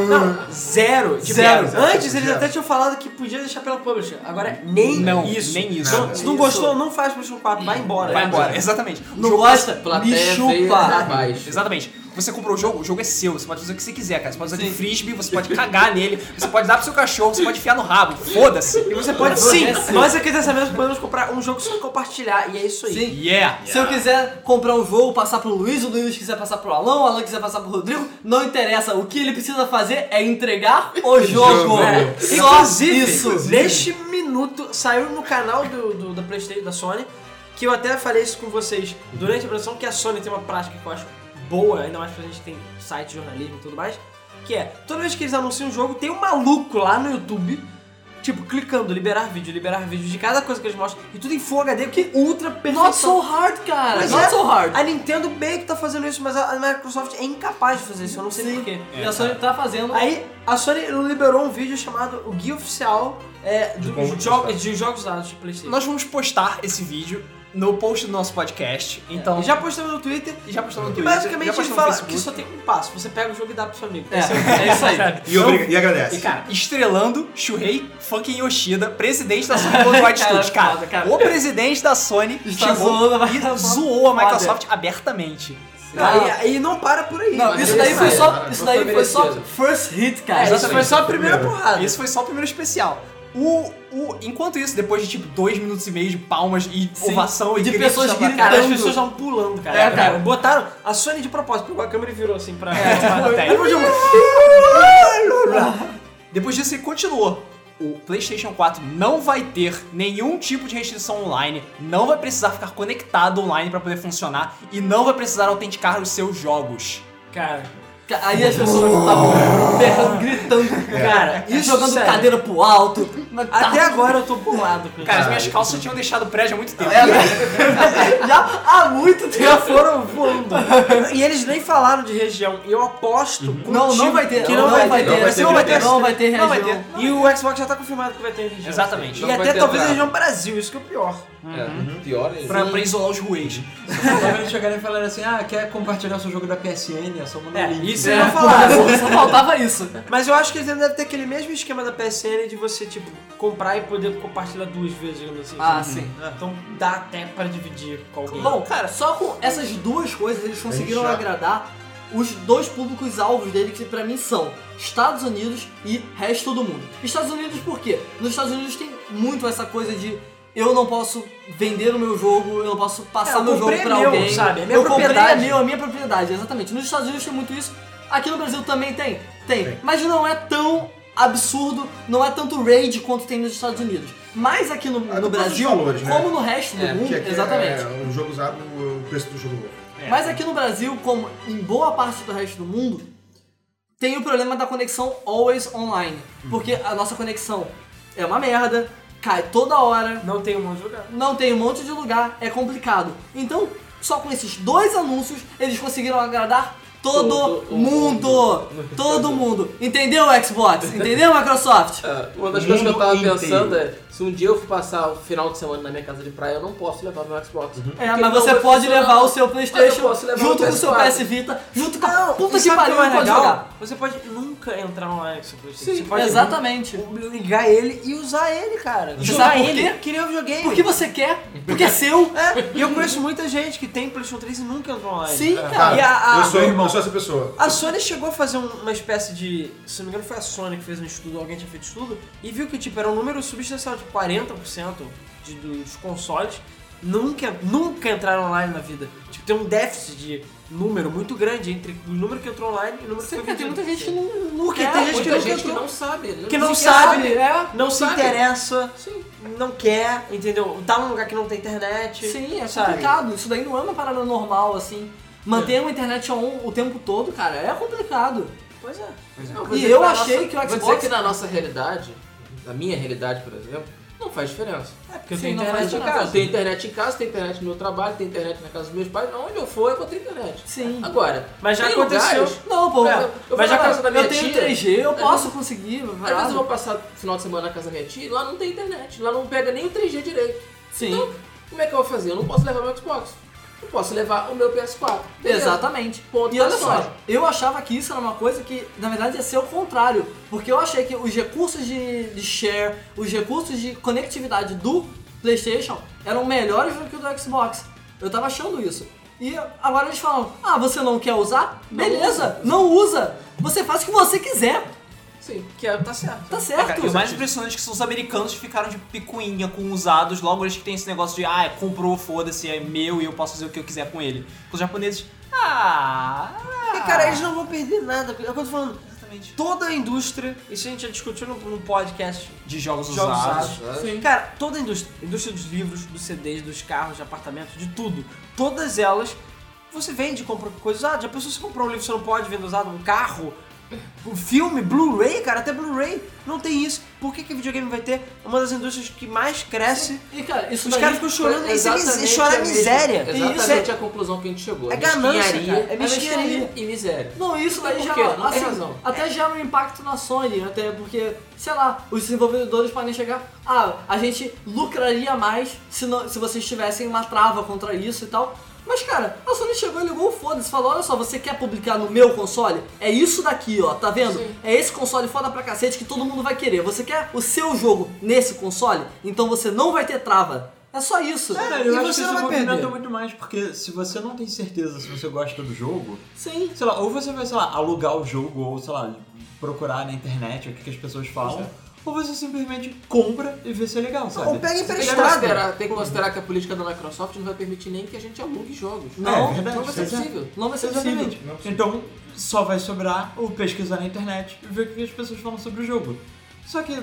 [SPEAKER 4] Não, zero. Tipo,
[SPEAKER 1] Zero.
[SPEAKER 4] Antes eles
[SPEAKER 6] Zero.
[SPEAKER 4] até tinham falado
[SPEAKER 3] tipo,
[SPEAKER 4] que podia deixar pela publisher. Agora nem
[SPEAKER 1] Não,
[SPEAKER 4] isso.
[SPEAKER 1] nem isso.
[SPEAKER 4] Então,
[SPEAKER 1] Nada.
[SPEAKER 4] se não gostou, não faz PlayStation 4, vai embora. É.
[SPEAKER 1] Vai embora, exatamente. O
[SPEAKER 3] Não
[SPEAKER 1] jogo-
[SPEAKER 3] gosta? Me
[SPEAKER 2] Plateia veio pra
[SPEAKER 3] chupa.
[SPEAKER 2] baixo.
[SPEAKER 1] Exatamente. Você comprou o jogo, o jogo é seu, você pode fazer o que você quiser, cara. Você pode usar de frisbee, você pode cagar nele, você pode dar pro seu cachorro, você pode enfiar no rabo, foda-se.
[SPEAKER 4] E você pode
[SPEAKER 3] Agora
[SPEAKER 4] sim,
[SPEAKER 3] é seu.
[SPEAKER 4] nós aqui dessa vez podemos comprar um jogo só compartilhar, e é isso aí.
[SPEAKER 3] Sim.
[SPEAKER 1] Yeah!
[SPEAKER 3] Se eu quiser comprar um jogo, passar pro Luiz, o Luiz quiser passar pro Alan, o Alan quiser passar pro Rodrigo, não interessa. O que ele precisa fazer é entregar o jogo.
[SPEAKER 6] jogo.
[SPEAKER 3] É. Só
[SPEAKER 4] Inclusive,
[SPEAKER 3] isso.
[SPEAKER 4] neste minuto, saiu no canal do, do- da Playstation da Sony, que eu até falei isso com vocês durante a apresentação, que a Sony tem uma prática que eu acho boa, ainda mais pra gente que tem site, jornalismo e tudo mais, que é, toda vez que eles anunciam um jogo, tem um maluco lá no YouTube, tipo, clicando, liberar vídeo, liberar vídeo de cada coisa que eles mostram, e tudo em Full HD, que ultra
[SPEAKER 3] Not
[SPEAKER 4] perfeição.
[SPEAKER 3] so hard, cara.
[SPEAKER 4] Mas
[SPEAKER 3] Not
[SPEAKER 4] é-
[SPEAKER 3] so hard.
[SPEAKER 4] A Nintendo bem que tá fazendo isso, mas a a Microsoft é incapaz de fazer isso, eu não sei porquê.
[SPEAKER 3] E a Sony tá fazendo.
[SPEAKER 4] Aí a Sony liberou um vídeo chamado O Guia Oficial é, do-
[SPEAKER 6] como
[SPEAKER 4] de, jo-
[SPEAKER 6] usar.
[SPEAKER 4] de jogos usados de Playstation.
[SPEAKER 1] Nós vamos postar esse vídeo no post do nosso podcast, então...
[SPEAKER 4] E já postamos no Twitter.
[SPEAKER 1] e já postamos no
[SPEAKER 4] E
[SPEAKER 1] Twitter, já
[SPEAKER 4] basicamente ele
[SPEAKER 1] postamos no
[SPEAKER 4] fala
[SPEAKER 1] Facebook.
[SPEAKER 4] que só tem um passo. Você pega o jogo e dá pro seu amigo.
[SPEAKER 3] É,
[SPEAKER 4] Esse o-
[SPEAKER 3] é isso aí.
[SPEAKER 4] Sabe?
[SPEAKER 6] E, obriga- e agradece.
[SPEAKER 1] E, cara, estrelando Shuhei fucking Yoshida, presidente da Sony Worldwide
[SPEAKER 3] Cara,
[SPEAKER 1] Studios. Cara,
[SPEAKER 3] foda, cara.
[SPEAKER 1] o presidente da Sony
[SPEAKER 3] Está
[SPEAKER 1] chegou
[SPEAKER 3] Tá zoando a
[SPEAKER 1] e
[SPEAKER 3] Microsoft.
[SPEAKER 1] zoou a
[SPEAKER 3] Foda.
[SPEAKER 1] Microsoft abertamente.
[SPEAKER 4] Cara, e, e não para por aí.
[SPEAKER 3] Não,
[SPEAKER 2] Mas
[SPEAKER 3] né? isso daí
[SPEAKER 2] merecido,
[SPEAKER 1] é.
[SPEAKER 3] foi só.
[SPEAKER 2] cara.
[SPEAKER 3] Isso
[SPEAKER 2] Não
[SPEAKER 3] daí
[SPEAKER 2] foi
[SPEAKER 3] foi só
[SPEAKER 2] merecido.
[SPEAKER 3] first hit,
[SPEAKER 4] É,
[SPEAKER 3] cara.
[SPEAKER 4] isso foi só a primeira porrada.
[SPEAKER 1] Esse assim, foi só o primeiro especial. O, o, enquanto isso, depois de tipo dois minutos e meio de palmas e
[SPEAKER 3] Sim,
[SPEAKER 1] ovação e
[SPEAKER 3] de
[SPEAKER 1] gritos
[SPEAKER 3] pessoas
[SPEAKER 1] da plateia,
[SPEAKER 4] Cara, as
[SPEAKER 3] Dando.
[SPEAKER 4] pessoas estavam pulando, cara.
[SPEAKER 3] É, cara.
[SPEAKER 4] Botaram a Sony de propósito, pegou a câmera e virou assim pra.
[SPEAKER 1] É. foi.
[SPEAKER 4] Eu não digo-
[SPEAKER 1] Depois disso, ele continuou. O PlayStation 4 não vai ter nenhum tipo de restrição online, não vai precisar ficar conectado online pra poder funcionar e não vai precisar autenticar os seus jogos.
[SPEAKER 4] Cara,
[SPEAKER 3] Aí as pessoas estavam berrando, gritando.
[SPEAKER 4] cara,
[SPEAKER 3] E
[SPEAKER 4] isso
[SPEAKER 3] jogando
[SPEAKER 4] sério. tá.
[SPEAKER 3] cadeira pro alto.
[SPEAKER 4] Até agora eu tô pulado com
[SPEAKER 1] Tá. Cara, as
[SPEAKER 4] isso.
[SPEAKER 1] minhas calças tinham deixado o prédio há muito tempo. né?
[SPEAKER 3] Já há muito
[SPEAKER 4] já
[SPEAKER 3] tempo.
[SPEAKER 4] foram voando. e eles nem falaram de região. E eu aposto
[SPEAKER 1] Uhum.
[SPEAKER 3] Não, não vai ter.
[SPEAKER 4] que não, vai, ter.
[SPEAKER 6] vai
[SPEAKER 3] essa
[SPEAKER 6] ter,
[SPEAKER 3] Não vai ter.
[SPEAKER 4] região.
[SPEAKER 3] Não vai ter
[SPEAKER 1] Não vai
[SPEAKER 3] região.
[SPEAKER 1] ter.
[SPEAKER 4] E o Xbox já tá confirmado que vai ter região.
[SPEAKER 1] Exatamente.
[SPEAKER 4] E
[SPEAKER 2] Não vai
[SPEAKER 4] até
[SPEAKER 2] ter
[SPEAKER 4] talvez a
[SPEAKER 2] entrada.
[SPEAKER 4] região Brasil, isso que é o pior.
[SPEAKER 2] É, Pior ainda.
[SPEAKER 1] Pra, pra isolar os ruês.
[SPEAKER 5] Quando eles chegarem e falarem assim, ah, quer compartilhar seu jogo da PSN? É só mandar
[SPEAKER 4] É,
[SPEAKER 5] um link.
[SPEAKER 4] isso
[SPEAKER 5] é.
[SPEAKER 4] eles não falaram.
[SPEAKER 3] Só faltava isso.
[SPEAKER 4] Mas eu acho que eles ainda devem ter aquele mesmo esquema da PSN de você, tipo, comprar e poder compartilhar duas vezes, digamos assim.
[SPEAKER 3] Ah, sim.
[SPEAKER 4] Então dá até pra dividir com alguém.
[SPEAKER 3] Bom, cara, só com essas duas coisas eles conseguiram
[SPEAKER 6] chato.
[SPEAKER 3] agradar os dois públicos alvos dele, que pra mim são Estados Unidos e resto do mundo. Estados Unidos por quê? Nos Estados Unidos tem muito essa coisa de eu não posso vender o meu jogo, eu não posso passar
[SPEAKER 4] É, eu
[SPEAKER 3] meu jogo
[SPEAKER 4] comprei
[SPEAKER 3] pra
[SPEAKER 4] é meu,
[SPEAKER 3] alguém.
[SPEAKER 4] sabe? É minha
[SPEAKER 3] eu comprei é
[SPEAKER 4] propriedade.
[SPEAKER 3] meu, é minha propriedade, exatamente. Nos Estados Unidos tem muito isso. Aqui no Brasil também tem? Tem. Mas não é tão absurdo, não é tanto rage quanto tem nos Estados Unidos. Mas aqui no,
[SPEAKER 6] Ah,
[SPEAKER 3] no
[SPEAKER 6] por causa dos
[SPEAKER 3] Brasil,
[SPEAKER 6] valores, né?
[SPEAKER 3] como no resto do
[SPEAKER 2] É,
[SPEAKER 3] mundo,
[SPEAKER 6] Porque aqui
[SPEAKER 3] exatamente.
[SPEAKER 6] É um jogo usado, o preço do jogo novo.
[SPEAKER 3] Mas aqui no Brasil, como em boa parte do resto do mundo, tem o problema da conexão always online. Porque a nossa conexão é uma merda, cai toda hora,
[SPEAKER 4] Não tem um monte de lugar.
[SPEAKER 3] não tem um monte de lugar, é complicado. Então, só com esses dois anúncios, eles conseguiram agradar todo,
[SPEAKER 2] Todo
[SPEAKER 3] mundo. Todo mundo. Entendeu, Xbox? Entendeu, Microsoft?
[SPEAKER 2] É, uma das
[SPEAKER 5] Mundo
[SPEAKER 2] coisas que eu tava
[SPEAKER 5] inteiro.
[SPEAKER 2] pensando é, se um dia eu for passar o final de semana na minha casa de praia, eu não posso levar meu Xbox. Porque
[SPEAKER 3] É,
[SPEAKER 2] não
[SPEAKER 3] mas você
[SPEAKER 2] vai
[SPEAKER 3] pode
[SPEAKER 2] funcionar.
[SPEAKER 3] levar o seu
[SPEAKER 2] Mas um eu
[SPEAKER 3] Playstation
[SPEAKER 2] posso levar
[SPEAKER 3] junto
[SPEAKER 2] o
[SPEAKER 3] com o seu
[SPEAKER 2] PS4.
[SPEAKER 3] PS Vita, junto com a puta que
[SPEAKER 4] E sabe o é
[SPEAKER 3] pariu,
[SPEAKER 4] mais
[SPEAKER 3] não pode
[SPEAKER 4] legal?
[SPEAKER 3] jogar.
[SPEAKER 4] Você pode nunca entrar online com seu PlayStation.
[SPEAKER 2] Sim,
[SPEAKER 4] você pode
[SPEAKER 3] Exatamente.
[SPEAKER 4] ligar ele e usar ele, cara.
[SPEAKER 3] Você
[SPEAKER 4] usar
[SPEAKER 3] sabe por
[SPEAKER 4] ele.
[SPEAKER 3] quê?
[SPEAKER 4] Que nem eu joguei.
[SPEAKER 3] Porque você quer, porque é seu.
[SPEAKER 4] É, e eu conheço muita gente que tem PlayStation 3 e nunca entrou online.
[SPEAKER 3] Sim,
[SPEAKER 6] Cara,
[SPEAKER 4] E
[SPEAKER 3] cara.
[SPEAKER 4] a- a-
[SPEAKER 6] eu sou irmão, sou essa pessoa.
[SPEAKER 4] A Sony chegou a fazer um- uma espécie de. Se não me engano, foi a Sony que fez um estudo, alguém tinha feito estudo, e viu que tipo, era um número substancial de 40% de- dos consoles nunca, nunca entraram online na vida. Tipo, tem um déficit de número muito grande entre o número que entrou online e o número
[SPEAKER 3] Sim,
[SPEAKER 4] que foi
[SPEAKER 3] cara, tem
[SPEAKER 4] vendido.
[SPEAKER 3] muita gente que não, não
[SPEAKER 4] Porque
[SPEAKER 3] quer.
[SPEAKER 4] tem gente que
[SPEAKER 2] Muita
[SPEAKER 4] nunca
[SPEAKER 2] gente que
[SPEAKER 4] entrou.
[SPEAKER 2] não sabe.
[SPEAKER 3] né?
[SPEAKER 2] ele
[SPEAKER 4] Que não
[SPEAKER 2] sequer
[SPEAKER 4] sabe,
[SPEAKER 3] é.
[SPEAKER 4] não se
[SPEAKER 2] sabe.
[SPEAKER 4] interessa,
[SPEAKER 2] Sim.
[SPEAKER 4] não quer, entendeu? Tá num lugar que não tem internet.
[SPEAKER 3] Sim, é
[SPEAKER 4] sabe?
[SPEAKER 3] complicado. Isso daí não é uma parada normal, assim. Manter uma internet on o tempo todo, cara, é complicado.
[SPEAKER 4] Pois é.
[SPEAKER 2] Não, vou
[SPEAKER 3] E
[SPEAKER 2] dizer
[SPEAKER 3] eu
[SPEAKER 2] na
[SPEAKER 3] achei
[SPEAKER 2] nossa-
[SPEAKER 3] que o
[SPEAKER 2] vou
[SPEAKER 3] Xbox-
[SPEAKER 2] dizer que na nossa realidade, na minha realidade, por exemplo, não faz diferença.
[SPEAKER 4] É porque eu
[SPEAKER 3] Sim,
[SPEAKER 4] tenho
[SPEAKER 3] não faz
[SPEAKER 4] internet em
[SPEAKER 3] nada.
[SPEAKER 4] casa.
[SPEAKER 2] Tem internet em casa, tem internet no meu trabalho, tem internet na casa dos meus pais, onde eu for eu vou ter internet.
[SPEAKER 3] Sim.
[SPEAKER 2] Agora,
[SPEAKER 4] Mas já
[SPEAKER 2] tem
[SPEAKER 4] aconteceu.
[SPEAKER 2] lugares-
[SPEAKER 3] Não, pô,
[SPEAKER 2] É, eu
[SPEAKER 3] eu,
[SPEAKER 2] vou
[SPEAKER 3] mas
[SPEAKER 2] na
[SPEAKER 3] já
[SPEAKER 2] casa da minha
[SPEAKER 3] eu tenho
[SPEAKER 2] tia.
[SPEAKER 3] 3G, eu
[SPEAKER 2] É,
[SPEAKER 3] posso conseguir.
[SPEAKER 2] Às vezes eu
[SPEAKER 3] parada.
[SPEAKER 2] vou passar final de semana na casa da minha tia e lá não tem internet, lá não pega nem o 3G direito.
[SPEAKER 3] Sim.
[SPEAKER 2] Então, como é que eu vou fazer? Eu não posso levar meu Xbox. Eu posso levar o meu PS4. Beleza.
[SPEAKER 3] Exatamente.
[SPEAKER 2] Ponto
[SPEAKER 3] e olha
[SPEAKER 2] pra Sony.
[SPEAKER 3] só, eu achava que isso era uma coisa que, na verdade, ia ser o contrário. Porque eu achei que os recursos de, de share, os recursos de conectividade do PlayStation eram melhores do que o do Xbox. Eu tava achando isso. E agora eles falam: ah, você não quer usar? Beleza, não usa. Você faz o que você quiser.
[SPEAKER 2] Sim.
[SPEAKER 4] Que é, tá certo.
[SPEAKER 3] Tá
[SPEAKER 1] É, cara,
[SPEAKER 3] certo.
[SPEAKER 1] e o mais
[SPEAKER 4] tipo
[SPEAKER 1] impressionante é que são os americanos que ficaram de picuinha com usados, logo eles que tem esse negócio de, ah, comprou, foda-se, é meu e eu posso fazer o que eu quiser com ele. Os japoneses, ah,
[SPEAKER 4] Porque, cara, eles não vão perder nada. É o que eu tô falando.
[SPEAKER 1] exatamente.
[SPEAKER 4] Toda a indústria, isso a gente já discutiu num, num podcast,
[SPEAKER 1] De jogos,
[SPEAKER 4] jogos
[SPEAKER 1] usados.
[SPEAKER 4] usados. é. Cara, toda a indústria, a indústria dos livros, dos CDs, dos carros, de apartamentos, de tudo, todas elas, você vende, e compra coisa usada. Já pensou se comprar um livro, você não pode vender usado, um carro, um filme, Blu-ray, cara, até Blu-ray, não tem isso. Por que, que videogame vai ter uma das indústrias que mais cresce?
[SPEAKER 3] E cara, isso
[SPEAKER 4] Os
[SPEAKER 3] daí-
[SPEAKER 4] caras ficam chorando, isso é,
[SPEAKER 2] Exatamente
[SPEAKER 4] mis- chorar
[SPEAKER 2] a
[SPEAKER 4] é
[SPEAKER 2] mesma-
[SPEAKER 4] miséria. Isso é-
[SPEAKER 2] Exatamente a conclusão que a gente chegou.
[SPEAKER 4] É ganância,
[SPEAKER 2] Mesquinharia,
[SPEAKER 4] cara. É
[SPEAKER 2] é
[SPEAKER 4] mesquinharia.
[SPEAKER 2] mesquinharia e miséria.
[SPEAKER 4] é
[SPEAKER 3] Não, isso daí
[SPEAKER 2] Por
[SPEAKER 3] já.
[SPEAKER 2] quê? Não tem
[SPEAKER 3] assim,
[SPEAKER 2] razão.
[SPEAKER 3] Até gera um impacto na Sony, até porque, sei lá, os desenvolvedores podem chegar. Ah, a gente lucraria mais se, não- se vocês tivessem uma trava contra isso e tal. Mas, cara, a Sony chegou e ligou o foda-se. Falou: olha só, você quer publicar no meu console? É isso daqui, ó, tá vendo?
[SPEAKER 2] Sim.
[SPEAKER 3] É esse console foda pra cacete que todo mundo vai querer. Você quer o seu jogo nesse console? Então você não vai ter trava. É só isso.
[SPEAKER 5] Cara,
[SPEAKER 3] E
[SPEAKER 5] eu acho
[SPEAKER 3] você não
[SPEAKER 5] que isso
[SPEAKER 3] vai
[SPEAKER 5] movimenta
[SPEAKER 3] perder.
[SPEAKER 5] muito mais, porque se você não tem certeza se você gosta do jogo,
[SPEAKER 3] Sim.
[SPEAKER 5] sei lá, ou você vai, sei lá, alugar o jogo, ou sei lá, procurar na internet o que, que as pessoas falam,
[SPEAKER 3] é.
[SPEAKER 5] ou você simplesmente compra e vê se é legal, sabe?
[SPEAKER 4] Ou pega
[SPEAKER 5] Você
[SPEAKER 2] Tem que,
[SPEAKER 4] Estrada.
[SPEAKER 2] considerar, tem que considerar que a política da Microsoft não vai permitir nem que a gente alugue jogos.
[SPEAKER 3] Não,
[SPEAKER 5] é verdade,
[SPEAKER 2] Não vai ser
[SPEAKER 5] pois é.
[SPEAKER 2] possível.
[SPEAKER 3] Não vai ser possível.
[SPEAKER 5] Exatamente. Então, só vai sobrar o pesquisar na internet e ver o que as pessoas falam sobre o jogo. Só que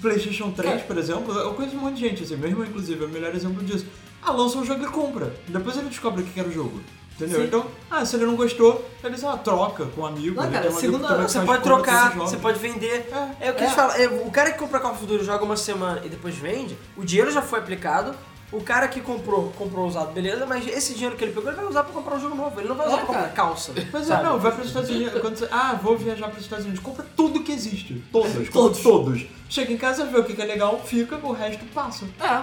[SPEAKER 5] PlayStation 3, por exemplo, eu conheço um monte de gente, assim, meu irmão, inclusive, é o melhor exemplo disso. Ah, lança um jogo e compra. Depois ele descobre o que era o jogo. Entendeu? Então, ah, se ele não gostou, ele só troca com um amigo.
[SPEAKER 3] Não,
[SPEAKER 5] ele
[SPEAKER 3] cara,
[SPEAKER 5] tem um amigo
[SPEAKER 3] segunda-
[SPEAKER 5] que também
[SPEAKER 4] Você
[SPEAKER 5] faz
[SPEAKER 4] pode
[SPEAKER 5] compra
[SPEAKER 4] trocar,
[SPEAKER 5] desses jogos.
[SPEAKER 4] você pode vender.
[SPEAKER 5] É.
[SPEAKER 4] É, o que
[SPEAKER 3] É.
[SPEAKER 4] eles falam. é, o cara que compra Call of Duty joga uma semana e depois vende, o dinheiro já foi aplicado. O cara que comprou, comprou usado, beleza, mas esse dinheiro que ele pegou, ele vai usar pra comprar um jogo novo. Ele não vai usar
[SPEAKER 3] É,
[SPEAKER 4] pra comprar
[SPEAKER 3] cara.
[SPEAKER 4] calça.
[SPEAKER 5] Pois é,
[SPEAKER 4] sabe?
[SPEAKER 5] não, vai para os Estados Unidos. Quando você, ah, vou viajar para os Estados Unidos. Compra tudo que existe. Todos.
[SPEAKER 3] Todos.
[SPEAKER 5] Todos. Todos. Chega em casa, vê o que que é legal, fica, o resto passa.
[SPEAKER 3] É.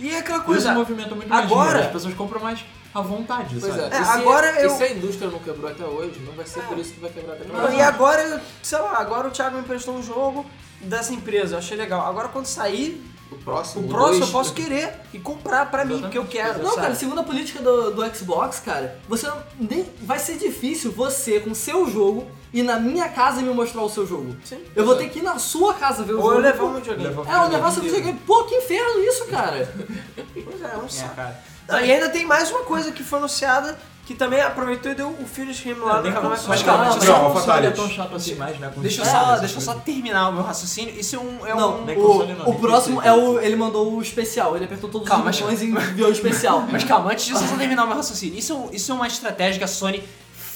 [SPEAKER 4] E é aquela
[SPEAKER 5] Isso
[SPEAKER 4] coisa.
[SPEAKER 5] movimenta muito mais
[SPEAKER 4] Agora-
[SPEAKER 5] dinheiro, as pessoas compram mais à vontade,
[SPEAKER 2] Pois é,
[SPEAKER 5] sabe?
[SPEAKER 4] É,
[SPEAKER 2] e se-
[SPEAKER 4] agora
[SPEAKER 2] e
[SPEAKER 4] eu- É.
[SPEAKER 2] se a indústria não quebrou até hoje, não vai ser por isso que vai quebrar até
[SPEAKER 4] Não, E agora, sei lá, agora o Thiago me emprestou um jogo dessa empresa, eu achei legal. Agora quando sair,
[SPEAKER 2] O próximo.
[SPEAKER 4] o próximo
[SPEAKER 2] dois-
[SPEAKER 4] eu posso querer e comprar pra mim,
[SPEAKER 5] Exatamente.
[SPEAKER 4] porque eu quero.
[SPEAKER 3] Não,
[SPEAKER 4] sabe?
[SPEAKER 3] cara, segundo a política do, do Xbox, cara, você nem. Vai ser difícil você, com seu jogo, ir na minha casa e me mostrar o seu jogo.
[SPEAKER 4] Sim.
[SPEAKER 3] Eu vou ter que ir na sua casa ver o
[SPEAKER 4] Ou
[SPEAKER 3] jogo.
[SPEAKER 4] eu levar um videogame.
[SPEAKER 5] Levar-
[SPEAKER 3] É, o negócio que eu cheguei. Pô, que inferno isso, cara.
[SPEAKER 4] Pois é, é um saco.
[SPEAKER 1] É, cara.
[SPEAKER 4] Não, e ainda tem mais uma coisa que foi anunciada, que também aproveitou e deu o finish him lá no
[SPEAKER 5] Nem
[SPEAKER 4] canal.
[SPEAKER 5] console-
[SPEAKER 1] Mas calma,
[SPEAKER 5] não,
[SPEAKER 1] deixa eu
[SPEAKER 5] não,
[SPEAKER 1] só-
[SPEAKER 5] console é
[SPEAKER 6] Fatales.
[SPEAKER 5] tão chato assim mais, né? com
[SPEAKER 1] Deixa eu
[SPEAKER 5] jogos,
[SPEAKER 1] só,
[SPEAKER 5] essas
[SPEAKER 1] deixa eu só
[SPEAKER 5] coisas.
[SPEAKER 1] terminar o meu raciocínio. Isso é um. É
[SPEAKER 3] Não,
[SPEAKER 1] um...
[SPEAKER 5] nem console não,
[SPEAKER 3] o, o
[SPEAKER 5] nem
[SPEAKER 3] próximo
[SPEAKER 5] PC.
[SPEAKER 3] é o. Ele mandou o especial, ele apertou todos
[SPEAKER 1] Calma,
[SPEAKER 3] os botões e enviou o especial.
[SPEAKER 1] Mas calma, antes disso, eu só terminar o meu raciocínio. Isso é, um- isso é uma estratégia que a Sony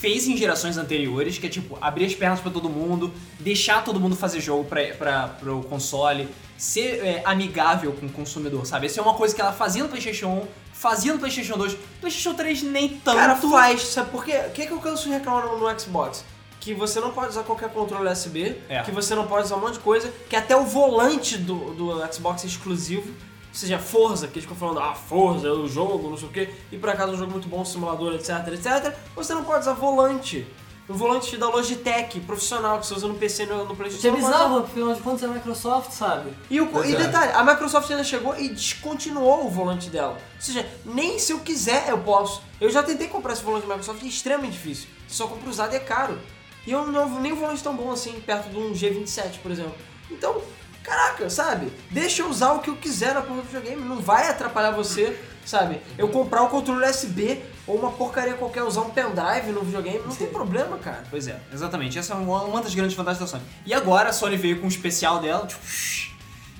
[SPEAKER 1] fez em gerações anteriores, que é tipo abrir as pernas pra todo mundo, deixar todo mundo fazer jogo pra, pra, pro console, ser é, amigável com o consumidor, sabe? Essa é uma coisa que ela fazia no PlayStation 1, fazia no PlayStation 2, PlayStation 3 nem tanto.
[SPEAKER 4] Cara, faz, sabe por quê? O que, é que eu canso de reclamar no, no Xbox? Que você não pode usar qualquer controle USB,
[SPEAKER 1] É.
[SPEAKER 4] que você não pode usar um monte de coisa, que até o volante do, do Xbox é exclusivo, ou seja, Forza, que eles ficam falando, ah, Forza, é o jogo, não sei o quê, e por acaso é um jogo muito bom, simulador, etc, etc, você não pode usar volante. Um volante da Logitech, profissional, que você usa no PC e no, no
[SPEAKER 3] Isso é
[SPEAKER 4] Playstation. você não pode usar
[SPEAKER 3] bizarro, afinal de contas é a Microsoft, sabe?
[SPEAKER 4] e, o- e detalhe, a Microsoft ainda chegou e descontinuou o volante dela. Ou seja, nem se eu quiser eu posso. Eu já tentei comprar esse volante da Microsoft, é extremamente difícil. Só compro usado e é caro. E eu não nem um volante tão bom assim, perto de um G27, por exemplo. Então, caraca, sabe? Deixa eu usar o que eu quiser na porra do videogame, não vai atrapalhar você, sabe? Eu comprar um controle USB ou uma porcaria qualquer, usar um pendrive no videogame, não tem problema, cara.
[SPEAKER 1] Pois é, exatamente. Essa é uma, uma das grandes vantagens da Sony. E agora a Sony veio com um especial dela, tipo,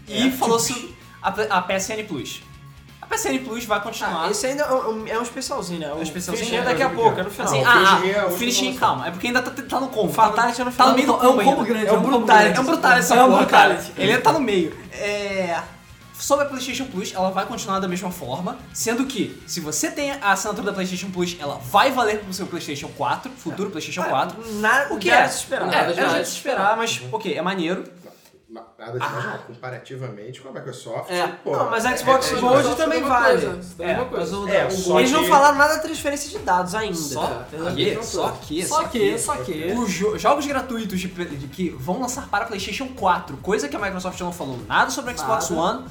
[SPEAKER 4] É,
[SPEAKER 1] e falou
[SPEAKER 4] tipo,
[SPEAKER 1] sobre a, a PSN Plus. A PSN Plus vai continuar.
[SPEAKER 4] Ah, esse ainda é um, é um especialzinho, né? O
[SPEAKER 1] especialzinho,
[SPEAKER 2] um
[SPEAKER 4] finishing é
[SPEAKER 1] é,
[SPEAKER 4] daqui a
[SPEAKER 6] eu-
[SPEAKER 4] pouco, é no final.
[SPEAKER 1] Assim,
[SPEAKER 6] o
[SPEAKER 1] ah,
[SPEAKER 6] finishing é a
[SPEAKER 1] ah, o
[SPEAKER 6] última
[SPEAKER 1] finishing,
[SPEAKER 6] versão.
[SPEAKER 1] calma. É porque ainda tá, tá no combo.
[SPEAKER 4] Fatality
[SPEAKER 1] tá,
[SPEAKER 4] é no final.
[SPEAKER 1] tá no meio do
[SPEAKER 3] É um
[SPEAKER 1] ainda.
[SPEAKER 3] combo grande,
[SPEAKER 1] É um brutality. É um brutality essa
[SPEAKER 3] É um
[SPEAKER 1] porra, cara.
[SPEAKER 3] brutality.
[SPEAKER 1] Ele tá no meio. É... Sobre a PlayStation Plus, ela vai continuar da mesma forma, sendo que se você tem a assinatura da PlayStation Plus, ela vai valer pro seu PlayStation 4, futuro PlayStation 4.
[SPEAKER 4] Nada,
[SPEAKER 1] O que
[SPEAKER 4] era
[SPEAKER 1] é?
[SPEAKER 4] de se esperar.
[SPEAKER 1] É, era de
[SPEAKER 4] tipo,
[SPEAKER 1] se esperar, mas ok, é maneiro.
[SPEAKER 6] Na- Nada de mais não. Comparativamente com a Microsoft.
[SPEAKER 3] É.
[SPEAKER 6] pô,
[SPEAKER 4] Não, mas a Xbox
[SPEAKER 6] é- é-
[SPEAKER 4] Gold
[SPEAKER 2] Microsoft
[SPEAKER 4] também
[SPEAKER 2] é uma
[SPEAKER 4] vale.
[SPEAKER 2] coisa, isso
[SPEAKER 1] É,
[SPEAKER 2] é, uma coisa.
[SPEAKER 6] É, só
[SPEAKER 4] Eles não
[SPEAKER 6] que-
[SPEAKER 4] falaram nada da transferência de dados ainda.
[SPEAKER 1] Só que, só que,
[SPEAKER 3] Só que, só que.
[SPEAKER 1] Os jo- jogos gratuitos de, pe- de que vão lançar para PlayStation 4, coisa que a Microsoft não falou nada sobre o Xbox
[SPEAKER 3] Nada.
[SPEAKER 1] One.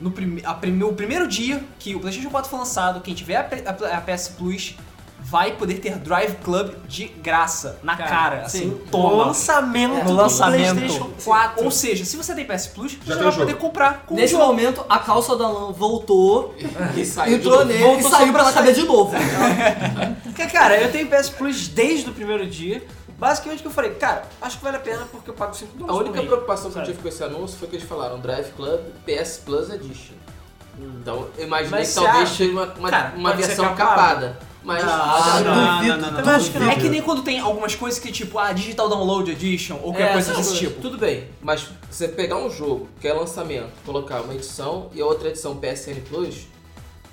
[SPEAKER 1] No prime- a prime- o primeiro dia que o PlayStation 4 for lançado, quem tiver a, P- a Pl- a PS Plus vai poder ter Drive Club de graça, na cara. assim,
[SPEAKER 3] sim.
[SPEAKER 1] toma.
[SPEAKER 4] lançamento
[SPEAKER 3] É,
[SPEAKER 4] do
[SPEAKER 1] lançamento.
[SPEAKER 4] PlayStation 4.
[SPEAKER 1] Ou seja, se você tem PS Plus, você já,
[SPEAKER 6] Já tem o
[SPEAKER 1] vai
[SPEAKER 6] jogo.
[SPEAKER 1] poder comprar com o
[SPEAKER 3] Nesse
[SPEAKER 1] jogo.
[SPEAKER 3] momento, a calça da lã voltou,
[SPEAKER 2] E saiu de
[SPEAKER 3] entrou
[SPEAKER 2] novo.
[SPEAKER 3] nele
[SPEAKER 4] Voltou
[SPEAKER 3] e saiu
[SPEAKER 4] só
[SPEAKER 3] pela
[SPEAKER 4] pra
[SPEAKER 3] cadeia de novo.
[SPEAKER 4] Porque, cara, eu tenho PS Plus desde o primeiro dia. Basicamente que eu falei, cara, acho que vale a pena porque eu pago 5
[SPEAKER 2] A
[SPEAKER 4] dólares. por
[SPEAKER 2] única
[SPEAKER 4] mês.
[SPEAKER 2] preocupação que eu
[SPEAKER 4] Sabe?
[SPEAKER 2] tive com esse anúncio foi que eles falaram Drive Club PS Plus Edition. Então, eu imaginei
[SPEAKER 4] Hum. Mas
[SPEAKER 2] que
[SPEAKER 4] você
[SPEAKER 2] talvez
[SPEAKER 4] acha?
[SPEAKER 2] chegue uma, uma,
[SPEAKER 1] Cara,
[SPEAKER 2] uma
[SPEAKER 4] pode ser
[SPEAKER 2] versão
[SPEAKER 4] capada.
[SPEAKER 2] capada. Mas
[SPEAKER 3] Ah,
[SPEAKER 2] duvido.
[SPEAKER 3] não.
[SPEAKER 4] Eu acho que não.
[SPEAKER 1] É que nem quando tem algumas coisas que tipo, ah, Digital Download Edition ou qualquer
[SPEAKER 2] É,
[SPEAKER 1] coisa
[SPEAKER 2] não,
[SPEAKER 1] desse tipo.
[SPEAKER 2] Tudo bem, mas você pegar um jogo que é lançamento, colocar uma edição e a outra edição PSN Plus,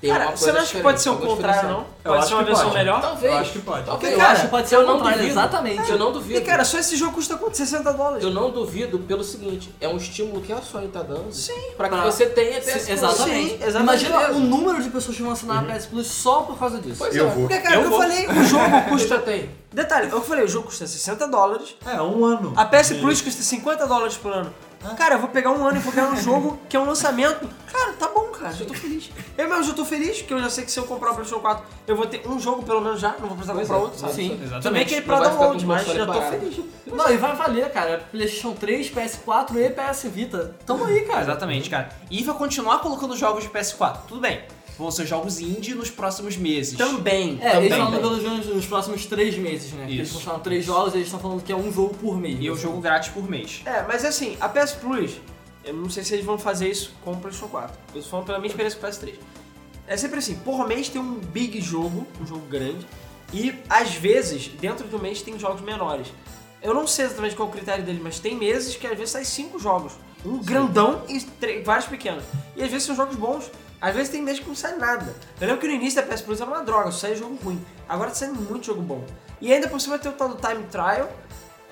[SPEAKER 2] tem uma
[SPEAKER 4] Cara,
[SPEAKER 2] coisa
[SPEAKER 4] você não acha que pode ser o
[SPEAKER 2] diferente, alguma
[SPEAKER 4] contrário, não?
[SPEAKER 2] diferencial.
[SPEAKER 4] Pode
[SPEAKER 5] acho
[SPEAKER 4] ser uma
[SPEAKER 5] que
[SPEAKER 4] versão
[SPEAKER 5] pode.
[SPEAKER 4] melhor?
[SPEAKER 2] Talvez.
[SPEAKER 5] Eu acho que pode.
[SPEAKER 2] Talvez,
[SPEAKER 3] Eu
[SPEAKER 2] eu
[SPEAKER 3] acho
[SPEAKER 2] acho.
[SPEAKER 3] que pode ser
[SPEAKER 2] eu
[SPEAKER 3] o
[SPEAKER 2] não
[SPEAKER 3] contrário,
[SPEAKER 2] duvido.
[SPEAKER 3] exatamente.
[SPEAKER 2] Eu não
[SPEAKER 4] E,
[SPEAKER 2] duvido.
[SPEAKER 4] cara, só esse jogo custa quanto? 60 dólares.
[SPEAKER 2] eu não duvido pelo seguinte, é um estímulo que a Sony tá dando
[SPEAKER 4] Sim.
[SPEAKER 2] pra que
[SPEAKER 3] Pra-
[SPEAKER 2] você tenha PS Plus.
[SPEAKER 3] Sim, exatamente.
[SPEAKER 4] Sim, exatamente.
[SPEAKER 3] Imagina o número de pessoas que vão assinar a PS Plus só por causa disso.
[SPEAKER 2] Pois
[SPEAKER 6] Eu
[SPEAKER 2] é.
[SPEAKER 6] vou.
[SPEAKER 4] Porque, cara,
[SPEAKER 1] Eu
[SPEAKER 4] eu, eu
[SPEAKER 1] vou.
[SPEAKER 4] falei, o jogo
[SPEAKER 2] Eu já
[SPEAKER 4] custa...
[SPEAKER 2] tenho.
[SPEAKER 4] Detalhe, eu falei, o jogo custa 60 dólares.
[SPEAKER 5] É, um ano.
[SPEAKER 4] A PS
[SPEAKER 5] de-
[SPEAKER 4] Plus custa 50 dólares por ano. Cara, eu vou pegar um ano e vou ganhar um jogo que é um lançamento. Cara, tá bom, cara. Já tô feliz. Eu mesmo já tô feliz, porque eu já sei que se eu comprar o PlayStation 4, eu vou ter um jogo pelo menos já. Não vou precisar
[SPEAKER 2] Pois
[SPEAKER 4] comprar
[SPEAKER 2] é,
[SPEAKER 4] outro, sabe?
[SPEAKER 2] sim,
[SPEAKER 1] exatamente.
[SPEAKER 4] Também aquele
[SPEAKER 2] Não
[SPEAKER 4] pra
[SPEAKER 2] vai ficar com
[SPEAKER 4] download,
[SPEAKER 2] o
[SPEAKER 4] mas
[SPEAKER 2] console
[SPEAKER 4] já tô
[SPEAKER 2] parado.
[SPEAKER 4] feliz.
[SPEAKER 3] Não, e vai valer, cara. PlayStation 3, PS4 e PS Vita. Tamo aí, cara.
[SPEAKER 1] Exatamente, cara. E vai continuar colocando jogos de PS4. Tudo bem. Vão ser jogos indie nos próximos meses.
[SPEAKER 4] Também.
[SPEAKER 3] É, eles falam
[SPEAKER 6] Também.
[SPEAKER 3] pelos jogos nos próximos três meses, né? Eles
[SPEAKER 1] Isso.
[SPEAKER 3] lançaram três jogos e eles estão falando que é um jogo por mês.
[SPEAKER 1] E o jogo grátis por mês.
[SPEAKER 4] É, mas assim, a PS Plus, eu não sei se eles vão fazer isso com o PlayStation 4. Eu tô falando pela minha experiência com o PS3. É sempre assim, por mês tem um big jogo, um jogo grande, e às vezes, dentro do mês, tem jogos menores. Eu não sei exatamente qual é o critério dele, mas tem meses que às vezes sai cinco jogos. Um grandão e tre- vários pequenos. E às vezes são jogos bons. Às vezes tem mês que não sai nada. Eu lembro que no início da PS Plus era uma droga, só saía jogo ruim. Agora tá saindo muito jogo bom. E ainda por cima tem o tal do Time Trial,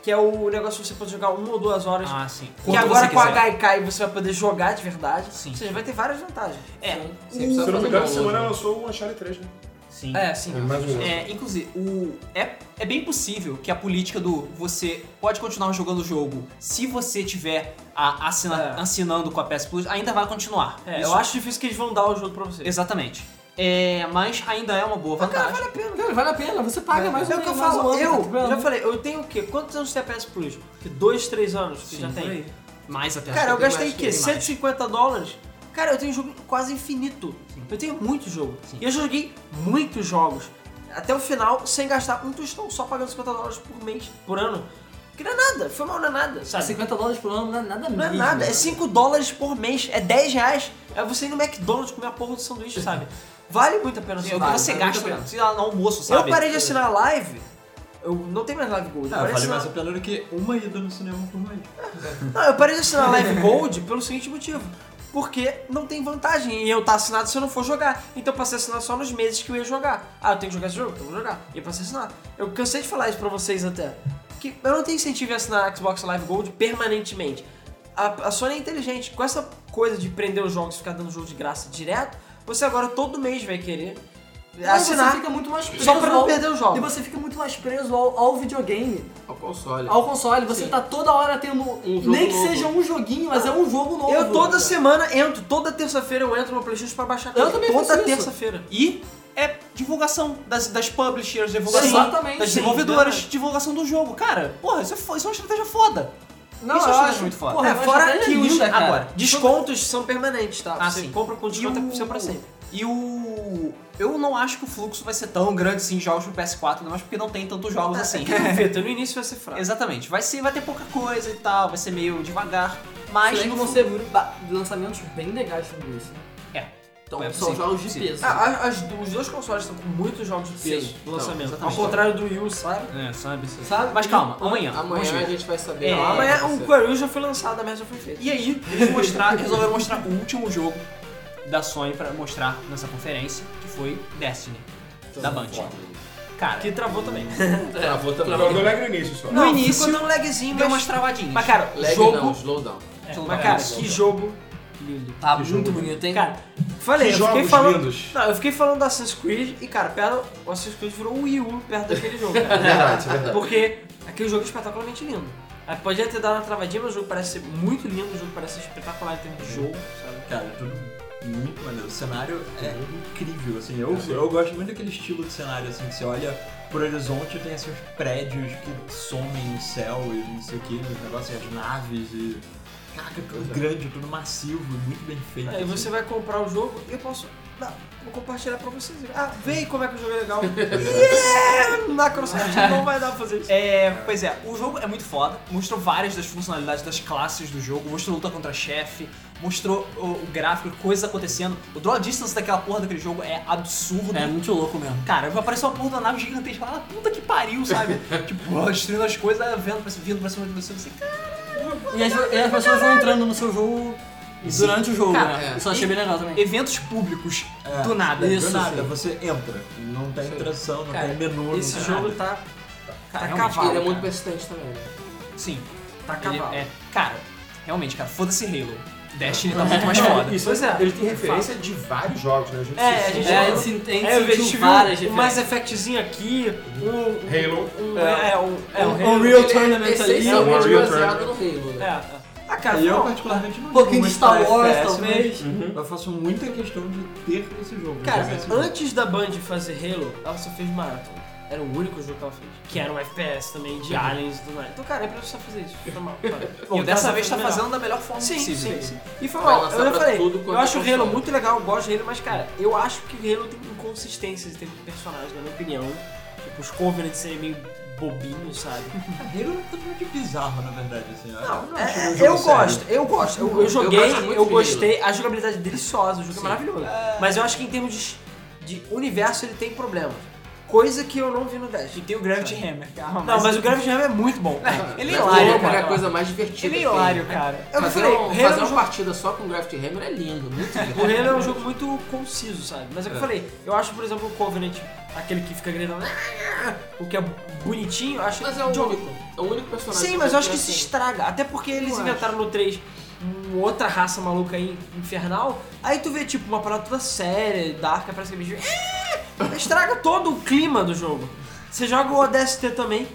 [SPEAKER 4] que é o negócio que você pode jogar uma ou duas horas
[SPEAKER 1] Ah, sim.
[SPEAKER 4] que agora com a Gaikai você vai poder jogar de verdade.
[SPEAKER 1] Sim.
[SPEAKER 4] Ou seja, vai ter várias vantagens.
[SPEAKER 1] É,
[SPEAKER 2] Você
[SPEAKER 6] Se
[SPEAKER 2] precisa
[SPEAKER 6] eu não me
[SPEAKER 2] fazer
[SPEAKER 6] engano,
[SPEAKER 2] um
[SPEAKER 6] essa semana
[SPEAKER 2] download.
[SPEAKER 6] lançou o Uncharted 3, né?
[SPEAKER 1] sim.
[SPEAKER 4] É, sim.
[SPEAKER 6] É, mais um.
[SPEAKER 1] É, inclusive, o, é, é bem possível que a política do você pode continuar jogando o jogo se você tiver a, assina,
[SPEAKER 4] É.
[SPEAKER 1] assinando com a PS Plus, ainda vai continuar.
[SPEAKER 4] É,
[SPEAKER 1] Isso-
[SPEAKER 4] eu acho difícil que eles vão dar o jogo pra você.
[SPEAKER 1] Exatamente. É, mas ainda é uma boa vantagem.
[SPEAKER 4] vale a pena.
[SPEAKER 3] Cara, vale a pena. Você paga mais
[SPEAKER 4] é
[SPEAKER 3] um
[SPEAKER 4] o que eu
[SPEAKER 3] mês, mais um
[SPEAKER 4] falo,
[SPEAKER 3] ano, tá
[SPEAKER 4] eu
[SPEAKER 3] tranquilo.
[SPEAKER 4] já falei, eu tenho o quê? Quantos anos tem a PS Plus? Que dois, três anos que já tem.
[SPEAKER 1] Mais até
[SPEAKER 4] Cara, eu
[SPEAKER 2] tem
[SPEAKER 4] gastei o
[SPEAKER 2] mais,
[SPEAKER 4] quê?
[SPEAKER 2] tem mais.
[SPEAKER 4] 150 dólares? Cara, eu tenho jogo quase infinito. Eu tenho muito jogo. E eu joguei muitos jogos. Até o final, sem gastar um tostão, só pagando 50 dólares por mês, por ano. Que não é nada, foi mal, não é nada, sabe?
[SPEAKER 3] 50 dólares por ano não é nada
[SPEAKER 4] Não é
[SPEAKER 3] mesmo.
[SPEAKER 4] nada, é 5 dólares por mês, é 10 reais. É você ir no McDonald's comer a porra do sanduíche, sabe? Vale muito a pena
[SPEAKER 1] É o que
[SPEAKER 4] vale,
[SPEAKER 1] você
[SPEAKER 4] vale muito a
[SPEAKER 1] gasta
[SPEAKER 4] pena.
[SPEAKER 1] sei lá, no almoço, sabe?
[SPEAKER 4] Eu parei de assinar a live Eu não tenho mais Live Gold.
[SPEAKER 5] Ah,
[SPEAKER 4] eu, parei de
[SPEAKER 5] vale
[SPEAKER 4] assinar...
[SPEAKER 5] mais a pena do que uma ida no cinema por mês.
[SPEAKER 4] não, eu parei de assinar Live Gold pelo seguinte motivo. Porque não tem vantagem em eu estar assinado se eu não for jogar. Então eu passei a assinar só nos meses que eu ia jogar. Ah, eu tenho que jogar esse jogo? Então eu vou jogar. E eu passei a assinar. Eu cansei de falar isso pra vocês até. Que eu não tenho incentivo em assinar Xbox Live Gold permanentemente. A, a Sony é inteligente. Com essa coisa de prender os jogos e ficar dando jogo de graça direto, você agora todo mês vai querer
[SPEAKER 3] Então Você
[SPEAKER 4] assinar.
[SPEAKER 3] fica muito mais preso
[SPEAKER 4] Só pra não
[SPEAKER 3] ao-
[SPEAKER 4] perder o jogo.
[SPEAKER 3] E você fica muito mais preso ao, ao videogame,
[SPEAKER 2] Ao console.
[SPEAKER 3] ao console. Você
[SPEAKER 2] Sim.
[SPEAKER 3] tá toda hora tendo.
[SPEAKER 2] jogo
[SPEAKER 3] nem que
[SPEAKER 2] novo.
[SPEAKER 3] seja um joguinho, mas é um jogo novo.
[SPEAKER 4] Eu toda semana entro, toda terça-feira eu entro no PlayStation pra baixar
[SPEAKER 3] Eu também
[SPEAKER 4] Toda
[SPEAKER 3] faço isso.
[SPEAKER 4] terça-feira.
[SPEAKER 1] E é divulgação das, das publishers, divulgação
[SPEAKER 3] Sim, exatamente,
[SPEAKER 1] das
[SPEAKER 3] sim,
[SPEAKER 1] desenvolvedoras,
[SPEAKER 3] verdade.
[SPEAKER 1] divulgação do jogo. Cara, porra, isso é, fo- isso é uma estratégia foda.
[SPEAKER 3] Não,
[SPEAKER 1] isso eu
[SPEAKER 3] eu
[SPEAKER 1] acho
[SPEAKER 3] acho-
[SPEAKER 1] muito foda.
[SPEAKER 3] porra,
[SPEAKER 4] é,
[SPEAKER 3] mas
[SPEAKER 4] fora
[SPEAKER 3] até
[SPEAKER 4] que os.
[SPEAKER 3] linda, cara.
[SPEAKER 4] Agora, descontos são permanentes, tá?
[SPEAKER 1] Ah,
[SPEAKER 4] Você
[SPEAKER 1] sim.
[SPEAKER 4] compra com desconto
[SPEAKER 1] E o-
[SPEAKER 4] é seu pra sempre.
[SPEAKER 1] E o. Eu não acho que o fluxo vai ser tão grande assim em jogos pro PS4, não, mas porque não tem tantos
[SPEAKER 4] É,
[SPEAKER 1] jogos assim.
[SPEAKER 4] Vitor, no início vai ser fraco.
[SPEAKER 1] Exatamente. Vai, ser, vai ter pouca coisa e tal, vai ser meio devagar. Mas.
[SPEAKER 3] Mas
[SPEAKER 1] no
[SPEAKER 3] vão
[SPEAKER 1] fu-
[SPEAKER 3] ser ba- lançamentos bem legais sobre isso.
[SPEAKER 1] É.
[SPEAKER 3] Então,
[SPEAKER 1] É
[SPEAKER 3] são
[SPEAKER 1] possível,
[SPEAKER 3] jogos de
[SPEAKER 1] possível.
[SPEAKER 3] peso.
[SPEAKER 4] Ah, a- as- os dois consoles estão com muitos jogos de peso
[SPEAKER 2] Sim,
[SPEAKER 4] no lançamento.
[SPEAKER 1] então,
[SPEAKER 4] Ao
[SPEAKER 1] exatamente.
[SPEAKER 4] contrário do Wii U, sabe?
[SPEAKER 1] É, sabe?
[SPEAKER 3] Sabe?
[SPEAKER 1] Mas calma, amanhã. vamos
[SPEAKER 2] Amanhã
[SPEAKER 1] ver.
[SPEAKER 2] a gente vai saber.
[SPEAKER 1] É,
[SPEAKER 2] o que vai
[SPEAKER 4] Amanhã
[SPEAKER 2] acontecer.
[SPEAKER 4] Ah, o Wii já foi lançado, a mesa foi feita.
[SPEAKER 1] E aí, eles mostraram, resolveram mostrar o último jogo da Sony pra mostrar nessa conferência, que foi Destiny, da Bungie. Cara,
[SPEAKER 4] Que travou também.
[SPEAKER 2] Travou também.
[SPEAKER 6] Jogou lag no início só.
[SPEAKER 1] no início
[SPEAKER 4] ficou dando um lagzinho,
[SPEAKER 1] deu umas
[SPEAKER 4] mas...
[SPEAKER 1] travadinhas.
[SPEAKER 4] Mas cara,
[SPEAKER 2] Lag
[SPEAKER 4] jogo...
[SPEAKER 2] não, slowdown.
[SPEAKER 4] É, mas cara, que jogo lindo.
[SPEAKER 3] Tá muito bonito, hein?
[SPEAKER 4] Cara, falei,
[SPEAKER 6] Que
[SPEAKER 4] eu fiquei
[SPEAKER 6] jogos
[SPEAKER 4] falando...
[SPEAKER 6] lindos.
[SPEAKER 4] Não, eu fiquei falando do Assassin's Creed e, cara, pera, o Assassin's Creed virou um Wii U perto daquele jogo.
[SPEAKER 6] É verdade, é verdade.
[SPEAKER 4] Porque aquele jogo é espetacularmente lindo. Aí Podia ter dado uma travadinha, mas o jogo parece ser muito lindo, o jogo parece ser espetacular em termos de jogo, sabe?
[SPEAKER 5] Cara, é tudo muito maneiro. O cenário é
[SPEAKER 4] Uhum.
[SPEAKER 5] incrível, assim. Eu, eu gosto muito daquele estilo de cenário, assim, que você olha por horizonte e tem assim, os prédios que somem no céu e não sei o que, os negócios, as naves e. Caraca, tudo grande, tudo massivo, muito bem feito.
[SPEAKER 4] é. Aí
[SPEAKER 1] É,
[SPEAKER 5] assim.
[SPEAKER 4] você vai comprar o jogo e eu posso. dar- Vou compartilhar pra vocês. Ah, vê como é que o jogo é legal. yeah! Na Microsoft não vai dar pra fazer isso.
[SPEAKER 1] É, pois é, o jogo é muito foda, mostrou várias das funcionalidades das classes do jogo, mostrou luta contra chefe, mostrou o, o gráfico, coisas acontecendo. O draw distance daquela porra daquele jogo é absurdo.
[SPEAKER 3] É muito louco mesmo.
[SPEAKER 1] Cara, apareceu uma porra da nave gigantesca lá, puta que pariu, sabe? tipo, ó, destruindo as coisas, vendo pra, vindo pra cima de você, você, cara,
[SPEAKER 3] E as, e as pessoas vão entrando no seu jogo durante o jogo,
[SPEAKER 4] Ah,
[SPEAKER 1] Cara,
[SPEAKER 3] né?
[SPEAKER 2] é.
[SPEAKER 3] Isso eu achei bem legal também.
[SPEAKER 1] eventos públicos,
[SPEAKER 5] É.
[SPEAKER 1] do nada.
[SPEAKER 5] Do
[SPEAKER 3] Isso,
[SPEAKER 5] nada,
[SPEAKER 3] sim.
[SPEAKER 5] você entra. Não tem tração, não
[SPEAKER 4] assim. Cara,
[SPEAKER 5] tem menu,
[SPEAKER 4] Esse
[SPEAKER 5] não tem
[SPEAKER 4] jogo
[SPEAKER 5] nada.
[SPEAKER 4] tá. Tá
[SPEAKER 1] realmente,
[SPEAKER 2] E
[SPEAKER 4] cavalo.
[SPEAKER 2] ele é muito
[SPEAKER 4] cara.
[SPEAKER 2] persistente também. né?
[SPEAKER 1] Sim,
[SPEAKER 4] Tá
[SPEAKER 1] ele
[SPEAKER 4] cavalo.
[SPEAKER 1] é. Cara, realmente, cara, foda-se Halo. Destiny tá muito mais foda.
[SPEAKER 6] Isso,
[SPEAKER 4] Pois é.
[SPEAKER 6] Ele tem referência de vários jogos, né? A gente
[SPEAKER 4] É,
[SPEAKER 6] se-
[SPEAKER 4] a gente-
[SPEAKER 3] É, a gente se- a gente
[SPEAKER 4] É, a
[SPEAKER 3] sentiu
[SPEAKER 4] gente viu
[SPEAKER 3] várias
[SPEAKER 4] um Mass
[SPEAKER 3] referências.
[SPEAKER 4] Effectzinho aqui, um.
[SPEAKER 6] Halo.
[SPEAKER 4] um- é, um. É, um.
[SPEAKER 3] Um Real
[SPEAKER 2] Ele é
[SPEAKER 3] Tournament ali.
[SPEAKER 6] é um
[SPEAKER 2] essencialmente
[SPEAKER 6] Unreal
[SPEAKER 2] baseado no Halo,
[SPEAKER 4] É,
[SPEAKER 2] né?
[SPEAKER 4] é. Ah, cara,
[SPEAKER 5] E eu
[SPEAKER 4] não,
[SPEAKER 5] particularmente não
[SPEAKER 3] Um pouquinho de
[SPEAKER 5] ligo muito
[SPEAKER 3] Star
[SPEAKER 5] pra
[SPEAKER 3] Wars,
[SPEAKER 5] FPS,
[SPEAKER 3] talvez.
[SPEAKER 5] mas Eu faço muita questão de ter esse jogo. assim, de
[SPEAKER 4] Cara,
[SPEAKER 1] é
[SPEAKER 5] jogar esse jogo.
[SPEAKER 4] antes da Band fazer Halo, ela só fez Marathon. Era o único jogo que ela fez. Que era um FPS também, de aliens e tudo mais. Então, cara, é pra você fazer isso. Foi mal. cara.
[SPEAKER 1] Uhum. Bom,
[SPEAKER 4] Eu
[SPEAKER 1] dessa
[SPEAKER 4] tava
[SPEAKER 1] vez tá
[SPEAKER 4] melhor.
[SPEAKER 1] fazendo da melhor forma
[SPEAKER 4] Sim,
[SPEAKER 1] possível.
[SPEAKER 4] sim, sim. E foi
[SPEAKER 2] Vai
[SPEAKER 4] mal.
[SPEAKER 2] lançar
[SPEAKER 4] Eu já
[SPEAKER 2] pra
[SPEAKER 4] falei,
[SPEAKER 2] tudo
[SPEAKER 4] eu
[SPEAKER 2] quanto é
[SPEAKER 4] acho o Halo
[SPEAKER 2] console.
[SPEAKER 4] muito legal, eu gosto de Halo, mas, cara, eu acho que o Halo tem inconsistências em termos de personagens, na minha opinião. Tipo, os Covenants serem meio bobinhos, sabe?
[SPEAKER 5] Halo é totalmente bizarro, na verdade, assim. eu não
[SPEAKER 4] É,
[SPEAKER 5] acho um
[SPEAKER 4] é,
[SPEAKER 5] jogo
[SPEAKER 4] eu
[SPEAKER 5] sério.
[SPEAKER 4] gosto, eu gosto. Eu, eu
[SPEAKER 2] Eu
[SPEAKER 4] joguei,
[SPEAKER 2] gosto
[SPEAKER 4] eu,
[SPEAKER 2] muito de
[SPEAKER 4] gostei. A jogabilidade é deliciosa, o jogo é maravilhoso. Mas eu acho que em termos de, de universo ele tem problemas. Coisa que eu não vi no 10.
[SPEAKER 1] E tem o Gravity Hammer, calma.
[SPEAKER 4] Não, mas o Gravity Jam é muito bom.
[SPEAKER 1] Ele é
[SPEAKER 2] Mas
[SPEAKER 1] hilário,
[SPEAKER 2] Halo é
[SPEAKER 1] cara.
[SPEAKER 2] a coisa mais divertida.
[SPEAKER 1] Ele é
[SPEAKER 2] que tem.
[SPEAKER 1] hilário, cara.
[SPEAKER 4] Eu
[SPEAKER 2] Fazer,
[SPEAKER 4] falei,
[SPEAKER 2] um-
[SPEAKER 4] Halo
[SPEAKER 2] fazer
[SPEAKER 4] é um
[SPEAKER 2] uma
[SPEAKER 4] jogo-
[SPEAKER 2] partida só com Graft Hammer é lindo, muito lindo.
[SPEAKER 4] O Halo é um jogo muito conciso, sabe? Mas é o que eu falei, eu acho, por exemplo, o Covenant, aquele que fica gritando, "Ah", o que é bonitinho, eu acho
[SPEAKER 2] Mas é o
[SPEAKER 4] idiota.
[SPEAKER 2] único. É o único personagem.
[SPEAKER 4] Sim, mas eu acho que
[SPEAKER 2] tem
[SPEAKER 4] se
[SPEAKER 2] assim.
[SPEAKER 4] estraga. Até porque eles
[SPEAKER 2] acho.
[SPEAKER 4] inventaram no 3 uma outra raça maluca aí, infernal. Aí tu vê, tipo, uma parada toda séria, dark, parece que é bicho. "Ah!" Estraga todo o clima do jogo. Você joga o ODST também,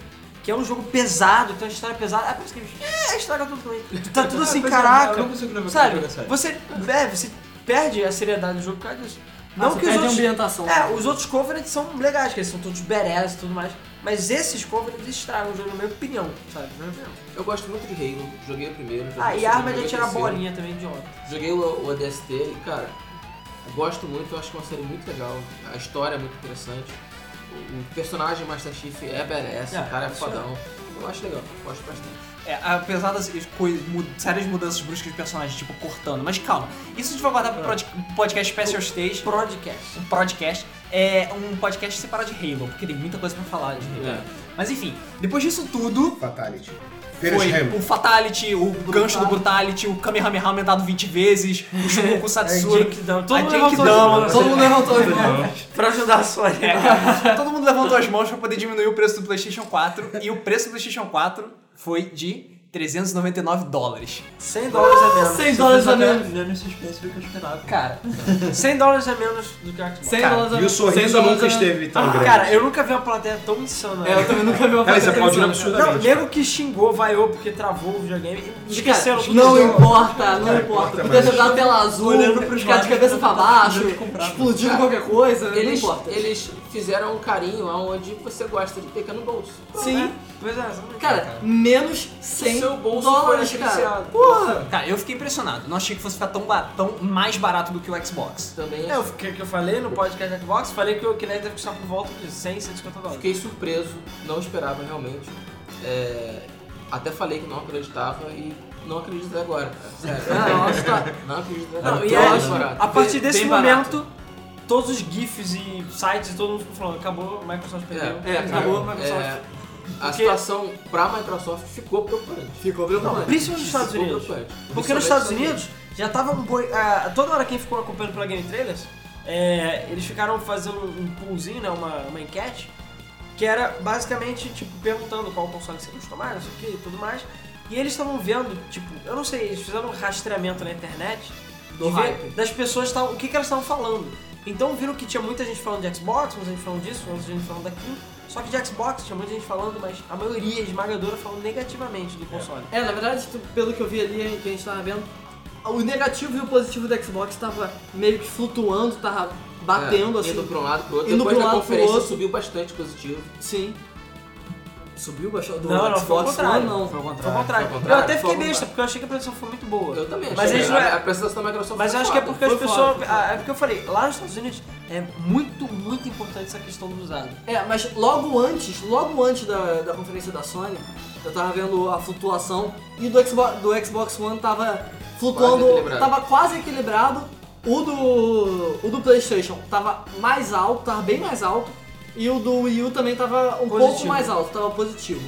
[SPEAKER 4] que é um jogo pesado, tem uma história pesada. Ah, parece que é bicho. "Ah!" Estraga tudo também. Tu tá tudo assim,
[SPEAKER 5] Pois é, Eu
[SPEAKER 4] caraca.
[SPEAKER 5] não consigo levar
[SPEAKER 4] Sabe?
[SPEAKER 5] jogo sério.
[SPEAKER 4] Você, é, você perde a seriedade do jogo por causa disso. Não
[SPEAKER 3] Nossa,
[SPEAKER 4] que os
[SPEAKER 3] perde a
[SPEAKER 1] um
[SPEAKER 4] outros.
[SPEAKER 3] ambientação.
[SPEAKER 4] É, os outros Covenants são legais, que eles são todos badass e tudo mais. Mas esses Covenants estragam o jogo, na minha opinião, sabe? Na minha opinião.
[SPEAKER 2] Eu gosto muito de Halo, joguei o primeiro. joguei
[SPEAKER 4] Ah,
[SPEAKER 2] o
[SPEAKER 4] e
[SPEAKER 2] segundo,
[SPEAKER 4] a arma de
[SPEAKER 2] joguei o
[SPEAKER 4] atirar
[SPEAKER 2] terceiro.
[SPEAKER 4] bolinha também de ontem.
[SPEAKER 2] Joguei o, o ADST e, cara, eu gosto muito, eu acho que é uma série muito legal. A história é muito interessante. O, o personagem Master Chief é badass,
[SPEAKER 4] É,
[SPEAKER 2] o cara é
[SPEAKER 4] isso é.
[SPEAKER 2] fodão. O Eu acho legal, gosto bastante.
[SPEAKER 1] É, apesar das coi- mu- sérias mudanças bruscas de personagens, tipo, cortando. Mas calma, isso a gente vai guardar pro prod- podcast Special Stage,
[SPEAKER 4] Podcast.
[SPEAKER 1] um podcast. É um podcast separado de Halo, porque tem muita coisa pra falar de Halo.
[SPEAKER 4] É.
[SPEAKER 1] Mas enfim, depois disso tudo,
[SPEAKER 6] Fatality. Feiras de
[SPEAKER 1] foi
[SPEAKER 6] Halo.
[SPEAKER 1] o Fatality, o gancho do Brutality, o Kamehameha aumentado 20 vezes, o Shimoku Satsura.
[SPEAKER 4] É, Jake Dama. Todo
[SPEAKER 1] A
[SPEAKER 4] mundo
[SPEAKER 1] Jake
[SPEAKER 4] levantou as
[SPEAKER 1] Dama,
[SPEAKER 4] mãos.
[SPEAKER 3] Todo mundo levantou as mãos.
[SPEAKER 4] Pra ajudar a sua
[SPEAKER 1] É, cara, todo mundo levantou as mãos pra poder diminuir o preço do PlayStation 4 e o preço do PlayStation 4 foi de 399 dólares.
[SPEAKER 4] 100 dólares a menos.
[SPEAKER 3] 100 dólares a menos.
[SPEAKER 5] Dando esse suspense do que eu esperava.
[SPEAKER 1] Cara,
[SPEAKER 4] 100 dólares a menos do que o Xbox.
[SPEAKER 3] 100
[SPEAKER 1] Cara,
[SPEAKER 3] dólares a
[SPEAKER 6] E o
[SPEAKER 3] menos.
[SPEAKER 6] sorriso
[SPEAKER 3] 100 dólares
[SPEAKER 6] nunca
[SPEAKER 3] a menos.
[SPEAKER 6] esteve tão um grande.
[SPEAKER 4] Ah, Cara, eu nunca vi uma plateia tão insana.
[SPEAKER 3] É, eu também nunca vi uma
[SPEAKER 6] Cara, isso
[SPEAKER 3] plateia
[SPEAKER 6] aplaudiram
[SPEAKER 3] desse
[SPEAKER 6] absurdo.
[SPEAKER 3] ano,
[SPEAKER 4] Não, nego que xingou, vaiou porque travou o videogame. e
[SPEAKER 3] cara. Cara,
[SPEAKER 4] Esqueceram tudo.
[SPEAKER 3] não
[SPEAKER 4] isso.
[SPEAKER 3] importa, não
[SPEAKER 6] Cara,
[SPEAKER 3] importa.
[SPEAKER 6] importa,
[SPEAKER 3] Podia ter
[SPEAKER 6] mas-
[SPEAKER 3] dado tela azul,
[SPEAKER 5] Olhando pros
[SPEAKER 3] ficar de
[SPEAKER 5] lados,
[SPEAKER 3] cabeça pra
[SPEAKER 5] tá
[SPEAKER 3] baixo,
[SPEAKER 5] tentando comprar.
[SPEAKER 3] explodindo qualquer coisa, não
[SPEAKER 2] Eles,
[SPEAKER 3] importa.
[SPEAKER 2] eles fizeram um carinho onde você gosta de pegar no bolso.
[SPEAKER 3] Sim,
[SPEAKER 4] Pois é, sabe?
[SPEAKER 3] cara, menos 100
[SPEAKER 2] Seu bolso
[SPEAKER 3] dólares,
[SPEAKER 2] foi
[SPEAKER 3] cara.
[SPEAKER 2] acariciado.
[SPEAKER 3] Porra!
[SPEAKER 1] cara, eu fiquei impressionado. Não achei que fosse ficar tão, ba- tão mais barato do que o Xbox.
[SPEAKER 2] Também assim.
[SPEAKER 4] É, o que, que eu falei no podcast Xbox? Falei que o Kinect deve custar por volta de 100, 150 dólares.
[SPEAKER 2] fiquei surpreso, não esperava realmente. É, até falei que não acreditava e não acredito até agora, cara. Sério.
[SPEAKER 3] Ah, nossa, tá.
[SPEAKER 2] Não acredito até
[SPEAKER 4] Não,
[SPEAKER 2] agora.
[SPEAKER 4] e
[SPEAKER 2] Eu
[SPEAKER 4] aí,
[SPEAKER 2] acho barato.
[SPEAKER 4] A partir desse
[SPEAKER 3] bem
[SPEAKER 4] momento, todos os GIFs e sites, todo mundo ficou falando, acabou, Microsoft perdeu.
[SPEAKER 2] É, é,
[SPEAKER 3] acabou,
[SPEAKER 2] cara,
[SPEAKER 3] Microsoft.
[SPEAKER 2] é, a
[SPEAKER 4] Porque-
[SPEAKER 2] situação pra Microsoft ficou preocupante.
[SPEAKER 3] Ficou preocupante.
[SPEAKER 4] Principalmente nos Estados
[SPEAKER 2] Ficou
[SPEAKER 4] Unidos.
[SPEAKER 2] preocupante.
[SPEAKER 4] Porque nos Estados Unidos já tava um boi. a- toda hora quem ficou acompanhando pela Game Trailers, é, eles ficaram fazendo um poolzinho, né, uma, uma enquete, que era basicamente tipo perguntando qual console você costuma mais, não sei o que e tudo mais. E eles estavam vendo, tipo, eu não sei, eles fizeram um rastreamento na internet
[SPEAKER 3] Do
[SPEAKER 4] de ver
[SPEAKER 3] hype.
[SPEAKER 4] das pessoas tavam- o que, que elas estavam falando. Então viram que tinha muita gente falando de Xbox, muita gente falando disso, muita gente falando daquilo. Só que de Xbox tinha muita gente falando, mas a maioria esmagadora falando negativamente do console.
[SPEAKER 3] É, na verdade, tu- pelo que eu vi ali, que a gente tava vendo, o negativo e o positivo do Xbox tava meio que flutuando, tava batendo
[SPEAKER 2] É,
[SPEAKER 3] assim.
[SPEAKER 2] Indo pra um lado pro outro.
[SPEAKER 3] Indo
[SPEAKER 2] Depois
[SPEAKER 3] pra um
[SPEAKER 2] da
[SPEAKER 3] lado pro
[SPEAKER 2] conferência
[SPEAKER 3] outro.
[SPEAKER 2] subiu bastante positivo.
[SPEAKER 3] Sim. Subiu, baixou do
[SPEAKER 4] Não, não, foi o
[SPEAKER 3] Xbox
[SPEAKER 4] contrário.
[SPEAKER 3] One, não.
[SPEAKER 4] Foi o contrário. Foi o contrário.
[SPEAKER 2] Foi o contrário,
[SPEAKER 4] Eu até
[SPEAKER 2] foi
[SPEAKER 4] fiquei
[SPEAKER 2] o contrário.
[SPEAKER 4] besta, porque eu achei que a produção foi muito boa.
[SPEAKER 2] Eu também achei.
[SPEAKER 4] Mas eles não
[SPEAKER 2] a,
[SPEAKER 4] é-
[SPEAKER 2] a apresentação da Microsoft
[SPEAKER 4] Mas eu
[SPEAKER 2] foi
[SPEAKER 4] acho que é
[SPEAKER 2] foda.
[SPEAKER 4] porque as
[SPEAKER 3] Foi
[SPEAKER 4] pessoas.
[SPEAKER 3] foda, foi
[SPEAKER 4] ah, É porque eu falei, lá nos Estados Unidos é muito, muito importante essa questão do usado.
[SPEAKER 3] É, mas logo antes, logo antes da, da conferência da Sony, eu tava vendo a flutuação e do Xbox, do Xbox One tava flutuando,
[SPEAKER 2] Quase equilibrado.
[SPEAKER 3] tava quase equilibrado. O do, o do PlayStation tava mais alto, tava bem mais alto. E o do Wii U também tava um pouco
[SPEAKER 4] Positivo.
[SPEAKER 3] mais alto, tava positivo.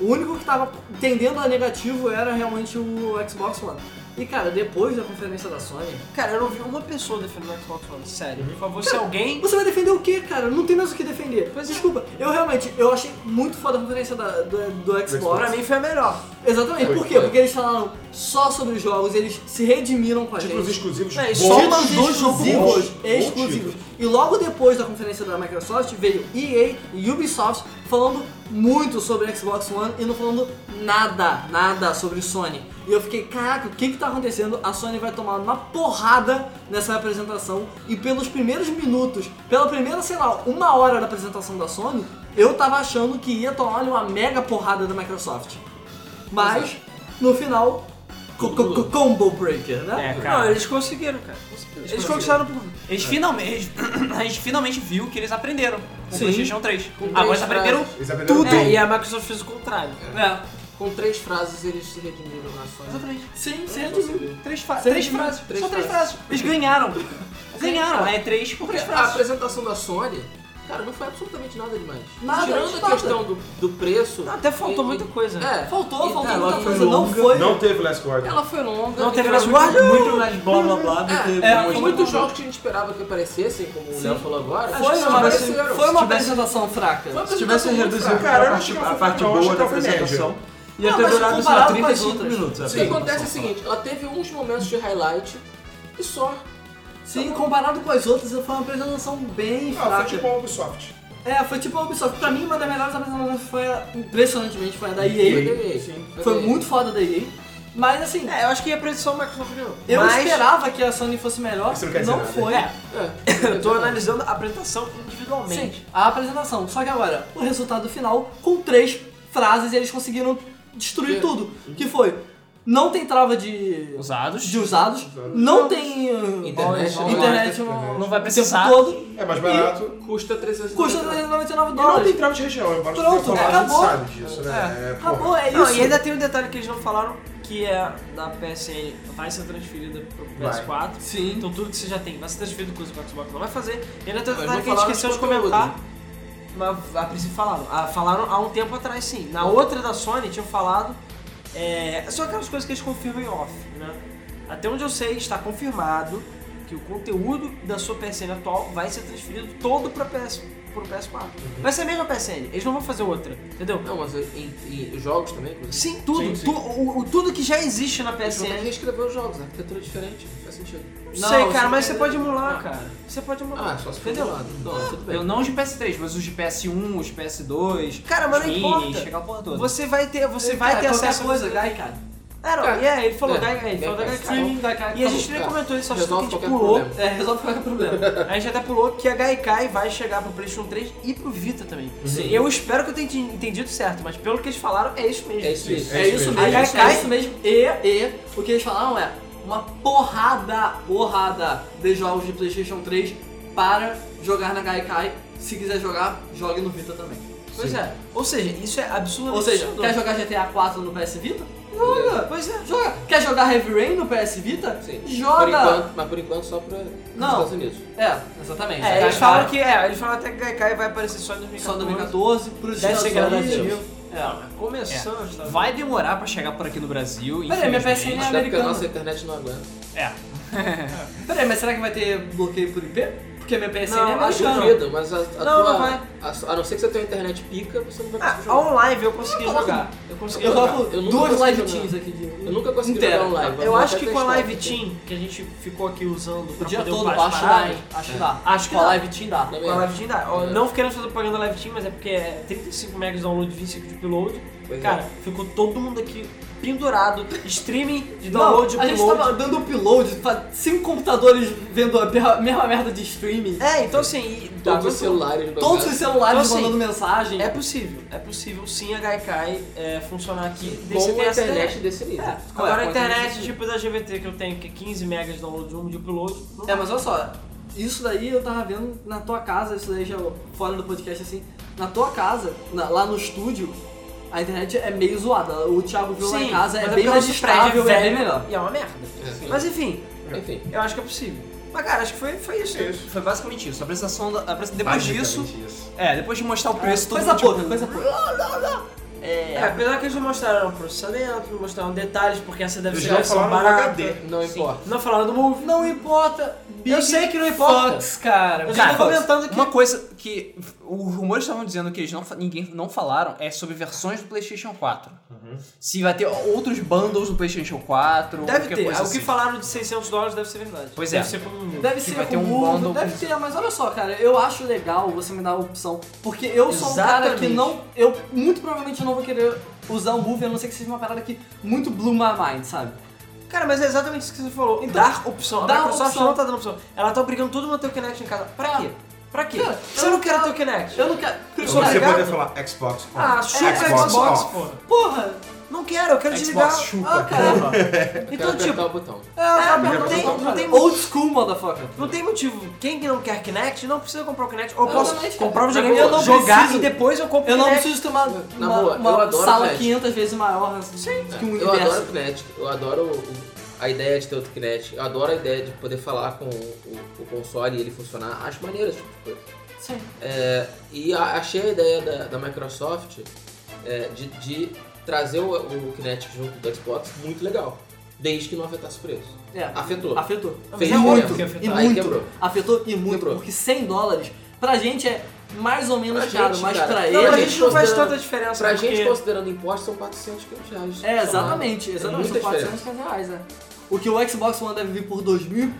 [SPEAKER 3] O único que tava tendendo a negativo era realmente o Xbox One. E cara, depois da conferência da Sony,
[SPEAKER 4] Cara, eu não vi uma pessoa defendendo o Xbox One, sério.
[SPEAKER 3] Uhum.
[SPEAKER 4] Por favor, se alguém.
[SPEAKER 3] você vai defender o quê, cara? Não tem mais o que defender. Mas desculpa, eu realmente, eu achei muito foda a conferência da- do, do Xbox.
[SPEAKER 4] Pra mim foi a melhor.
[SPEAKER 3] Exatamente,
[SPEAKER 6] Foi,
[SPEAKER 3] por quê?
[SPEAKER 6] foi.
[SPEAKER 3] Porque eles falaram só sobre os jogos, eles se redimiram com a
[SPEAKER 6] Títulos
[SPEAKER 3] gente.
[SPEAKER 6] exclusivos.
[SPEAKER 4] É,
[SPEAKER 6] bons.
[SPEAKER 4] só
[SPEAKER 3] Títulos
[SPEAKER 4] mandou jogo
[SPEAKER 3] exclusivos,
[SPEAKER 6] bom.
[SPEAKER 3] exclusivos.
[SPEAKER 6] Bom
[SPEAKER 3] E logo depois da conferência da Microsoft veio EA e Ubisoft falando muito sobre Xbox One e não falando nada, nada sobre Sony. E eu fiquei, caraca, o que que tá acontecendo? A Sony vai tomar uma porrada nessa apresentação e pelos primeiros minutos, pela primeira, sei lá, uma hora da apresentação da Sony, eu tava achando que ia tomar uma mega porrada da Microsoft. Mas, no final, co- co- co- é. combo breaker, né?
[SPEAKER 1] É.
[SPEAKER 4] Não, eles conseguiram, cara. Eles conquistaram o público.
[SPEAKER 1] Eles finalmente. A gente finalmente viu que eles aprenderam com o
[SPEAKER 3] Sim.
[SPEAKER 1] PlayStation 3.
[SPEAKER 2] Com
[SPEAKER 4] Ah,
[SPEAKER 1] Agora
[SPEAKER 2] três
[SPEAKER 4] tá
[SPEAKER 1] eles aprenderam.
[SPEAKER 2] frases.
[SPEAKER 6] Eles aprenderam
[SPEAKER 4] É,
[SPEAKER 6] bem.
[SPEAKER 4] e a Microsoft fez o contrário.
[SPEAKER 3] É.
[SPEAKER 2] Com três frases eles se redimiram na Sony.
[SPEAKER 1] Exatamente.
[SPEAKER 3] Sim, sim,
[SPEAKER 2] Não
[SPEAKER 3] admiro.
[SPEAKER 2] conseguiu.
[SPEAKER 1] Três, fa-
[SPEAKER 3] Sim.
[SPEAKER 1] três frases.
[SPEAKER 2] Três
[SPEAKER 1] Só três
[SPEAKER 2] frases.
[SPEAKER 1] frases. Eles ganharam. ganharam. É três por
[SPEAKER 2] Porque
[SPEAKER 1] três
[SPEAKER 2] a
[SPEAKER 1] frases.
[SPEAKER 2] apresentação da Sony, cara, não foi absolutamente nada demais.
[SPEAKER 3] Nada,
[SPEAKER 2] Tirando a
[SPEAKER 3] nada.
[SPEAKER 2] questão do, do preço.
[SPEAKER 4] Não, até faltou
[SPEAKER 2] e-
[SPEAKER 4] muita coisa.
[SPEAKER 2] É,
[SPEAKER 3] Faltou,
[SPEAKER 2] e-
[SPEAKER 3] faltou
[SPEAKER 2] ela
[SPEAKER 3] muita
[SPEAKER 2] foi
[SPEAKER 3] coisa, não
[SPEAKER 5] longa.
[SPEAKER 3] foi.
[SPEAKER 6] Não teve Last Guard.
[SPEAKER 2] Ela foi longa.
[SPEAKER 4] Não teve
[SPEAKER 2] ela
[SPEAKER 4] Last
[SPEAKER 2] foi-
[SPEAKER 4] Guard?
[SPEAKER 5] Muito mais blá blá blá do que.
[SPEAKER 2] É,
[SPEAKER 3] foi
[SPEAKER 2] muitos
[SPEAKER 3] muito
[SPEAKER 2] jogos que a gente esperava que aparecessem, como o Léo falou agora.
[SPEAKER 3] Foi
[SPEAKER 2] não
[SPEAKER 3] uma,
[SPEAKER 4] assim,
[SPEAKER 2] apareceram.
[SPEAKER 3] foi uma
[SPEAKER 5] Se tivesse-
[SPEAKER 3] apresentação fraca.
[SPEAKER 2] Foi uma
[SPEAKER 5] Se tivesse
[SPEAKER 2] apresentação muito
[SPEAKER 5] reduzido
[SPEAKER 2] fraca.
[SPEAKER 6] Cara, eu
[SPEAKER 5] a
[SPEAKER 6] acho
[SPEAKER 5] parte,
[SPEAKER 6] que
[SPEAKER 5] a
[SPEAKER 6] foi-
[SPEAKER 5] parte
[SPEAKER 6] eu acho
[SPEAKER 5] boa
[SPEAKER 6] que
[SPEAKER 5] da
[SPEAKER 6] foi média.
[SPEAKER 5] apresentação, ia
[SPEAKER 3] Não,
[SPEAKER 5] ter
[SPEAKER 3] mas
[SPEAKER 5] durado, sei lá,
[SPEAKER 3] comparado com as
[SPEAKER 5] 35
[SPEAKER 3] outras.
[SPEAKER 5] minutos. a
[SPEAKER 2] O que acontece
[SPEAKER 5] apresentação.
[SPEAKER 2] é o seguinte, ela teve uns momentos de highlight e só.
[SPEAKER 3] Sim, comparado com as outras, foi uma apresentação bem
[SPEAKER 6] Ah, foi
[SPEAKER 3] fraca.
[SPEAKER 6] tipo a Ubisoft.
[SPEAKER 3] É, foi tipo a Ubisoft. Pra mim, uma das melhores apresentações foi, a- impressionantemente, foi a da
[SPEAKER 2] Foi
[SPEAKER 3] EA.
[SPEAKER 2] da EA.
[SPEAKER 3] Foi
[SPEAKER 2] da EA.
[SPEAKER 3] muito foda da EA. Mas assim,
[SPEAKER 4] É, eu acho que a predição da Microsoft ganhou.
[SPEAKER 3] eu
[SPEAKER 4] Mas
[SPEAKER 3] esperava que a Sony fosse melhor,
[SPEAKER 6] Isso não quer dizer
[SPEAKER 3] não
[SPEAKER 6] nada.
[SPEAKER 3] foi.
[SPEAKER 2] É,
[SPEAKER 4] Eu tô analisando a apresentação individualmente.
[SPEAKER 3] Sim, a apresentação. Só que agora, o resultado final, com três frases, eles conseguiram destruir
[SPEAKER 2] É.
[SPEAKER 3] tudo. Que foi, não tem trava de,
[SPEAKER 1] Usados.
[SPEAKER 3] de usados, não tem uh,
[SPEAKER 2] Internet
[SPEAKER 3] internet,
[SPEAKER 2] online.
[SPEAKER 3] no-
[SPEAKER 1] Não vai
[SPEAKER 3] o
[SPEAKER 1] precisar.
[SPEAKER 3] tempo todo,
[SPEAKER 6] É mais barato.
[SPEAKER 2] Custa 300
[SPEAKER 3] custa 399
[SPEAKER 6] E não
[SPEAKER 3] dólares.
[SPEAKER 6] tem trava de região, é embora
[SPEAKER 3] Pronto,
[SPEAKER 6] você tenha falado, a gente
[SPEAKER 3] acabou.
[SPEAKER 6] sabe disso, né? É, porra.
[SPEAKER 3] Acabou, é
[SPEAKER 4] Não, e
[SPEAKER 3] isso.
[SPEAKER 4] ainda tem um detalhe que eles não falaram, que é da PSN, vai ser transferida pro PS4.
[SPEAKER 3] Sim.
[SPEAKER 4] Então tudo que você já tem vai ser transferido com o Xbox, não vai fazer. E ainda tem um
[SPEAKER 2] Mas não
[SPEAKER 4] detalhe que a gente
[SPEAKER 2] falaram
[SPEAKER 4] esqueceu de
[SPEAKER 2] de conteúdo.
[SPEAKER 4] comentar, mas a princípio falaram. Ah, falaram há um tempo atrás, sim. Na outra da Sony tinham falado, é, são aquelas coisas que eles confirmam em off, né? Até onde eu sei, está confirmado que o conteúdo da sua PSN atual vai ser transferido todo para PS, pro PS4. Vai ser a mesma PSN, eles não vão fazer outra, entendeu?
[SPEAKER 2] Uhum. Não, mas é em, em jogos também, inclusive.
[SPEAKER 4] Sim, tudo.
[SPEAKER 6] Sim, sim.
[SPEAKER 4] Tu- o, o- tudo que já existe na
[SPEAKER 2] Eles vão ter que
[SPEAKER 4] PSN.
[SPEAKER 2] reescrever os jogos, né? Arquitetura diferente, não faz sentido.
[SPEAKER 4] Não
[SPEAKER 3] Não,
[SPEAKER 4] sei, cara,
[SPEAKER 3] sim.
[SPEAKER 4] mas você pode emular,
[SPEAKER 2] Ah.
[SPEAKER 4] cara. Você pode emular.
[SPEAKER 2] Ah, só se for
[SPEAKER 4] Entendeu?
[SPEAKER 2] do lado. Não, tudo
[SPEAKER 1] Eu
[SPEAKER 2] bem.
[SPEAKER 1] não os de PS3, mas os de PS1, os de PS2.
[SPEAKER 4] Cara, mas
[SPEAKER 1] os
[SPEAKER 4] não
[SPEAKER 1] minis,
[SPEAKER 4] importa.
[SPEAKER 1] Chega a porra toda.
[SPEAKER 4] Você vai ter,
[SPEAKER 1] É,
[SPEAKER 4] você vai
[SPEAKER 3] Cara,
[SPEAKER 4] ter
[SPEAKER 3] qualquer
[SPEAKER 4] acesso
[SPEAKER 3] coisa, Gai, cara.
[SPEAKER 4] É, não,
[SPEAKER 2] Cara,
[SPEAKER 4] e é, ele falou
[SPEAKER 2] é,
[SPEAKER 4] da ele falou da
[SPEAKER 2] é,
[SPEAKER 4] Gaia,
[SPEAKER 2] é,
[SPEAKER 4] cara.
[SPEAKER 3] Sim, Gai, cara.
[SPEAKER 4] E a gente nem
[SPEAKER 2] Acabou, cara.
[SPEAKER 4] comentou isso, acho que a
[SPEAKER 2] Resolve
[SPEAKER 4] gente
[SPEAKER 2] qualquer
[SPEAKER 4] pulou.
[SPEAKER 2] problema.
[SPEAKER 3] É, resolve qualquer problema.
[SPEAKER 4] A gente até pulou que a Gaikai vai chegar pro PlayStation 3 e pro Vita também. Eu espero que eu tenha entendido certo, mas pelo que eles falaram, é isso mesmo.
[SPEAKER 2] É isso mesmo.
[SPEAKER 3] É isso mesmo,
[SPEAKER 4] Aí
[SPEAKER 3] é
[SPEAKER 4] cai-
[SPEAKER 3] isso mesmo. E, e o que eles falaram é uma porrada, porrada de jogos de Playstation 3 para jogar na Gaikai. Se quiser jogar, jogue no Vita também.
[SPEAKER 4] Pois é. Ou seja, isso é
[SPEAKER 3] Ou
[SPEAKER 4] absurdamente
[SPEAKER 3] seja,
[SPEAKER 4] assustador.
[SPEAKER 3] quer jogar GTA 4 no PS Vita? Joga!
[SPEAKER 4] Pois é.
[SPEAKER 3] Joga! Quer jogar Heavy Rain no PS Vita?
[SPEAKER 2] Sim. Por
[SPEAKER 3] Joga!
[SPEAKER 2] enquanto, mas por enquanto só para os
[SPEAKER 3] Não.
[SPEAKER 2] Estados Unidos.
[SPEAKER 3] É, exatamente.
[SPEAKER 4] É, eles
[SPEAKER 3] Gaikai
[SPEAKER 4] falam que é, eles falam até que Gaikai vai aparecer só em 2014.
[SPEAKER 3] Só 2014, pro
[SPEAKER 4] Deve ser gradativo.
[SPEAKER 3] É.
[SPEAKER 4] Começando, tá?
[SPEAKER 1] Vai demorar pra chegar por aqui no Brasil.
[SPEAKER 3] Peraí,
[SPEAKER 4] um
[SPEAKER 3] minha
[SPEAKER 1] infelizmente.
[SPEAKER 3] PSN é
[SPEAKER 2] Até porque a
[SPEAKER 3] americana.
[SPEAKER 2] nossa internet não aguenta.
[SPEAKER 1] É.
[SPEAKER 3] Peraí, mas será que vai ter bloqueio por IP? Porque minha PSN
[SPEAKER 4] Não,
[SPEAKER 3] é
[SPEAKER 4] acho que não.
[SPEAKER 3] americana.
[SPEAKER 2] Duvido, mas a, a
[SPEAKER 4] Não,
[SPEAKER 2] tua-
[SPEAKER 4] não vai.
[SPEAKER 2] A, a não ser que você tenha internet pica, você não vai
[SPEAKER 4] Ah,
[SPEAKER 2] conseguir
[SPEAKER 4] a
[SPEAKER 2] jogar.
[SPEAKER 4] online eu consegui jogar. Eu consegui
[SPEAKER 3] Eu
[SPEAKER 4] jogar.
[SPEAKER 3] jogo
[SPEAKER 2] Eu nunca
[SPEAKER 3] duas
[SPEAKER 2] consegui
[SPEAKER 3] live
[SPEAKER 2] jogar.
[SPEAKER 3] teams aqui de.
[SPEAKER 2] Eu nunca consegui
[SPEAKER 3] Inteira.
[SPEAKER 2] jogar online. mas
[SPEAKER 4] Eu
[SPEAKER 2] vou
[SPEAKER 4] acho
[SPEAKER 2] até
[SPEAKER 4] que com a
[SPEAKER 2] testar,
[SPEAKER 4] Live
[SPEAKER 2] porque-
[SPEAKER 4] Team, que a gente ficou aqui usando
[SPEAKER 3] O
[SPEAKER 4] pra
[SPEAKER 3] dia
[SPEAKER 4] poder
[SPEAKER 3] todo,
[SPEAKER 4] upar as
[SPEAKER 3] acho que dá,
[SPEAKER 4] paradas, É.
[SPEAKER 3] hein? Acho que dá.
[SPEAKER 4] Acho que
[SPEAKER 3] Com a
[SPEAKER 4] dá.
[SPEAKER 3] live team dá.
[SPEAKER 2] Também
[SPEAKER 4] Com a Live Team dá. Ó,
[SPEAKER 2] É.
[SPEAKER 4] Não querendo fazer propaganda da Live Team, mas é porque é 35 megas de download, 25 de upload.
[SPEAKER 2] Pois é.
[SPEAKER 4] Cara, ficou todo mundo aqui pendurado, streaming de
[SPEAKER 3] Não,
[SPEAKER 4] download,
[SPEAKER 3] a gente
[SPEAKER 4] upload.
[SPEAKER 3] tava dando upload, fa- cinco computadores vendo a berra- mesma merda de streaming,
[SPEAKER 4] É, então assim, e-
[SPEAKER 1] Tá,
[SPEAKER 2] Todos os
[SPEAKER 4] avançou.
[SPEAKER 2] celulares do
[SPEAKER 3] todos
[SPEAKER 2] lugar.
[SPEAKER 3] os celulares
[SPEAKER 4] Então, assim,
[SPEAKER 3] mandando mensagem.
[SPEAKER 4] É possível, é possível sim a Gaikai é, funcionar aqui desde
[SPEAKER 2] com
[SPEAKER 4] que
[SPEAKER 2] a
[SPEAKER 4] essa
[SPEAKER 2] internet desse nível.
[SPEAKER 4] É,
[SPEAKER 3] Qual é?
[SPEAKER 4] agora a
[SPEAKER 3] Qual é a
[SPEAKER 4] internet
[SPEAKER 3] internet?
[SPEAKER 4] tipo da GVT que eu tenho, que é 15 megas de um download, 1 de upload. não
[SPEAKER 3] É, mas olha só, isso daí eu tava vendo na tua casa, isso daí já é fora do podcast assim, na tua casa, na- lá no estúdio, a internet é meio zoada. O Thiago viu lá em casa, é
[SPEAKER 4] mas
[SPEAKER 3] bem
[SPEAKER 4] porque
[SPEAKER 3] mais
[SPEAKER 4] nosso prédio
[SPEAKER 3] estável, é
[SPEAKER 4] velho
[SPEAKER 3] bem melhor.
[SPEAKER 4] E é uma merda.
[SPEAKER 2] É.
[SPEAKER 4] Mas enfim,
[SPEAKER 2] Enfim.
[SPEAKER 4] eu acho que é possível. Mas cara, acho que foi, foi isso. né?
[SPEAKER 1] Foi basicamente isso. A apresentação da. a apresen- Depois disso.
[SPEAKER 6] Basicamente isso.
[SPEAKER 1] É, depois de mostrar
[SPEAKER 4] Ah,
[SPEAKER 1] o preço, tipo, todo
[SPEAKER 3] Coisa
[SPEAKER 1] mundo.
[SPEAKER 3] pouca, coisa pouca.
[SPEAKER 4] É, apesar que eles não mostraram processamento, não mostraram detalhes, porque essa deve
[SPEAKER 6] Eles
[SPEAKER 4] ser a
[SPEAKER 6] não
[SPEAKER 4] versão
[SPEAKER 6] falaram do
[SPEAKER 4] barata.
[SPEAKER 6] HD.
[SPEAKER 2] Não importa.
[SPEAKER 4] Não falaram do Move.
[SPEAKER 3] Não importa.
[SPEAKER 4] Eu
[SPEAKER 3] Big
[SPEAKER 4] sei que não importa.
[SPEAKER 3] Fox, cara.
[SPEAKER 4] Eu
[SPEAKER 3] Big
[SPEAKER 4] já tô
[SPEAKER 3] Fox.
[SPEAKER 4] comentando que.
[SPEAKER 1] Uma coisa que os rumores estavam dizendo que eles não, fa- ninguém não falaram é sobre versões do PlayStation 4. Se vai ter outros bundles do PlayStation 4.
[SPEAKER 4] Deve
[SPEAKER 1] qualquer
[SPEAKER 4] ter. é
[SPEAKER 1] Coisa
[SPEAKER 4] O que
[SPEAKER 1] assim.
[SPEAKER 4] falaram de 600 dólares deve ser verdade.
[SPEAKER 1] Pois
[SPEAKER 4] deve
[SPEAKER 1] é.
[SPEAKER 4] Ser pro...
[SPEAKER 3] Deve
[SPEAKER 1] Que
[SPEAKER 3] ser
[SPEAKER 1] vai ter
[SPEAKER 3] com
[SPEAKER 1] um
[SPEAKER 3] Google,
[SPEAKER 1] bundle
[SPEAKER 3] deve
[SPEAKER 1] com-
[SPEAKER 3] ter, mas olha só, cara, eu acho legal você me dar a opção, porque eu sou um cara que
[SPEAKER 4] Exatamente.
[SPEAKER 3] não, eu muito provavelmente não vou querer usar o Move, a não ser que seja uma parada que muito blew my mind, sabe?
[SPEAKER 4] Cara, mas é exatamente isso que você falou.
[SPEAKER 3] Então,
[SPEAKER 4] dar opção. A
[SPEAKER 3] dar
[SPEAKER 4] Microsoft
[SPEAKER 3] opção.
[SPEAKER 4] não tá dando opção. Ela tá obrigando todo mundo a ter o Kinect em casa. Pra
[SPEAKER 3] Tá.
[SPEAKER 4] quê? Pra quê?
[SPEAKER 3] Cara,
[SPEAKER 4] Se eu
[SPEAKER 3] eu
[SPEAKER 4] não tá
[SPEAKER 3] não
[SPEAKER 4] quero ter
[SPEAKER 3] quero-
[SPEAKER 4] o Kinect.
[SPEAKER 3] Eu não quero. um
[SPEAKER 6] Pra
[SPEAKER 4] sou
[SPEAKER 6] Você
[SPEAKER 4] legal.
[SPEAKER 6] poder falar Xbox on.
[SPEAKER 4] Ah, chupa
[SPEAKER 6] Xbox,
[SPEAKER 4] Xbox,
[SPEAKER 6] ó.
[SPEAKER 4] porra.
[SPEAKER 3] Porra!
[SPEAKER 4] Não quero, eu quero desligar.
[SPEAKER 6] Xbox chupa.
[SPEAKER 4] Ah, cara.
[SPEAKER 2] Então,
[SPEAKER 4] Então,
[SPEAKER 2] apertar
[SPEAKER 4] tipo,
[SPEAKER 2] o botão.
[SPEAKER 3] É, cara,
[SPEAKER 4] não
[SPEAKER 3] cara,
[SPEAKER 4] tem-
[SPEAKER 3] cara.
[SPEAKER 4] não tem-
[SPEAKER 3] old school, motherfucker.
[SPEAKER 4] não tem motivo. Quem que não quer Kinect não precisa comprar o Kinect. Ou eu
[SPEAKER 3] Eu
[SPEAKER 4] posso
[SPEAKER 3] também, cara.
[SPEAKER 4] comprar o videogame,
[SPEAKER 3] Eu não
[SPEAKER 4] jogar
[SPEAKER 3] preciso.
[SPEAKER 4] e depois eu compro
[SPEAKER 3] Eu
[SPEAKER 4] o
[SPEAKER 3] não
[SPEAKER 4] Kinect.
[SPEAKER 3] preciso ter uma, uma,
[SPEAKER 2] boa,
[SPEAKER 3] uma
[SPEAKER 2] eu adoro
[SPEAKER 3] sala
[SPEAKER 2] Flash.
[SPEAKER 3] 500 vezes maior assim, que um
[SPEAKER 2] É, Eu adoro o
[SPEAKER 3] universo.
[SPEAKER 2] Kinect, eu adoro o- o- a ideia de ter outro Kinect, eu adoro a ideia de poder falar com o, o- o console e ele funcionar, acho maneiro esse tipo de coisa.
[SPEAKER 3] Sim.
[SPEAKER 2] É, e a- achei a ideia da, da Microsoft é, de, de trazer o, o Kinect junto do Xbox muito legal, desde que não afetasse o preço.
[SPEAKER 3] É.
[SPEAKER 2] Afetou.
[SPEAKER 3] Afetou.
[SPEAKER 4] Mas
[SPEAKER 2] Fez
[SPEAKER 4] é muito
[SPEAKER 2] diferença.
[SPEAKER 3] E
[SPEAKER 4] que afetou.
[SPEAKER 2] Aí
[SPEAKER 3] muito.
[SPEAKER 2] quebrou.
[SPEAKER 3] Afetou e muito,
[SPEAKER 2] Quebrou.
[SPEAKER 3] porque 100 dólares pra gente é mais ou menos
[SPEAKER 2] Pra
[SPEAKER 3] caro,
[SPEAKER 2] gente,
[SPEAKER 3] mas
[SPEAKER 2] cara.
[SPEAKER 3] pra
[SPEAKER 4] Não,
[SPEAKER 3] eles.
[SPEAKER 4] mas a
[SPEAKER 2] Ele
[SPEAKER 4] gente não
[SPEAKER 1] tá
[SPEAKER 4] faz
[SPEAKER 2] considerando-
[SPEAKER 4] tanta diferença.
[SPEAKER 2] Pra
[SPEAKER 4] porque...
[SPEAKER 2] gente, considerando impostos, são 400 que reais.
[SPEAKER 3] É, exatamente, exatamente. São
[SPEAKER 2] muita
[SPEAKER 3] 400 reais, né? O que o Xbox One deve vir por 2.000,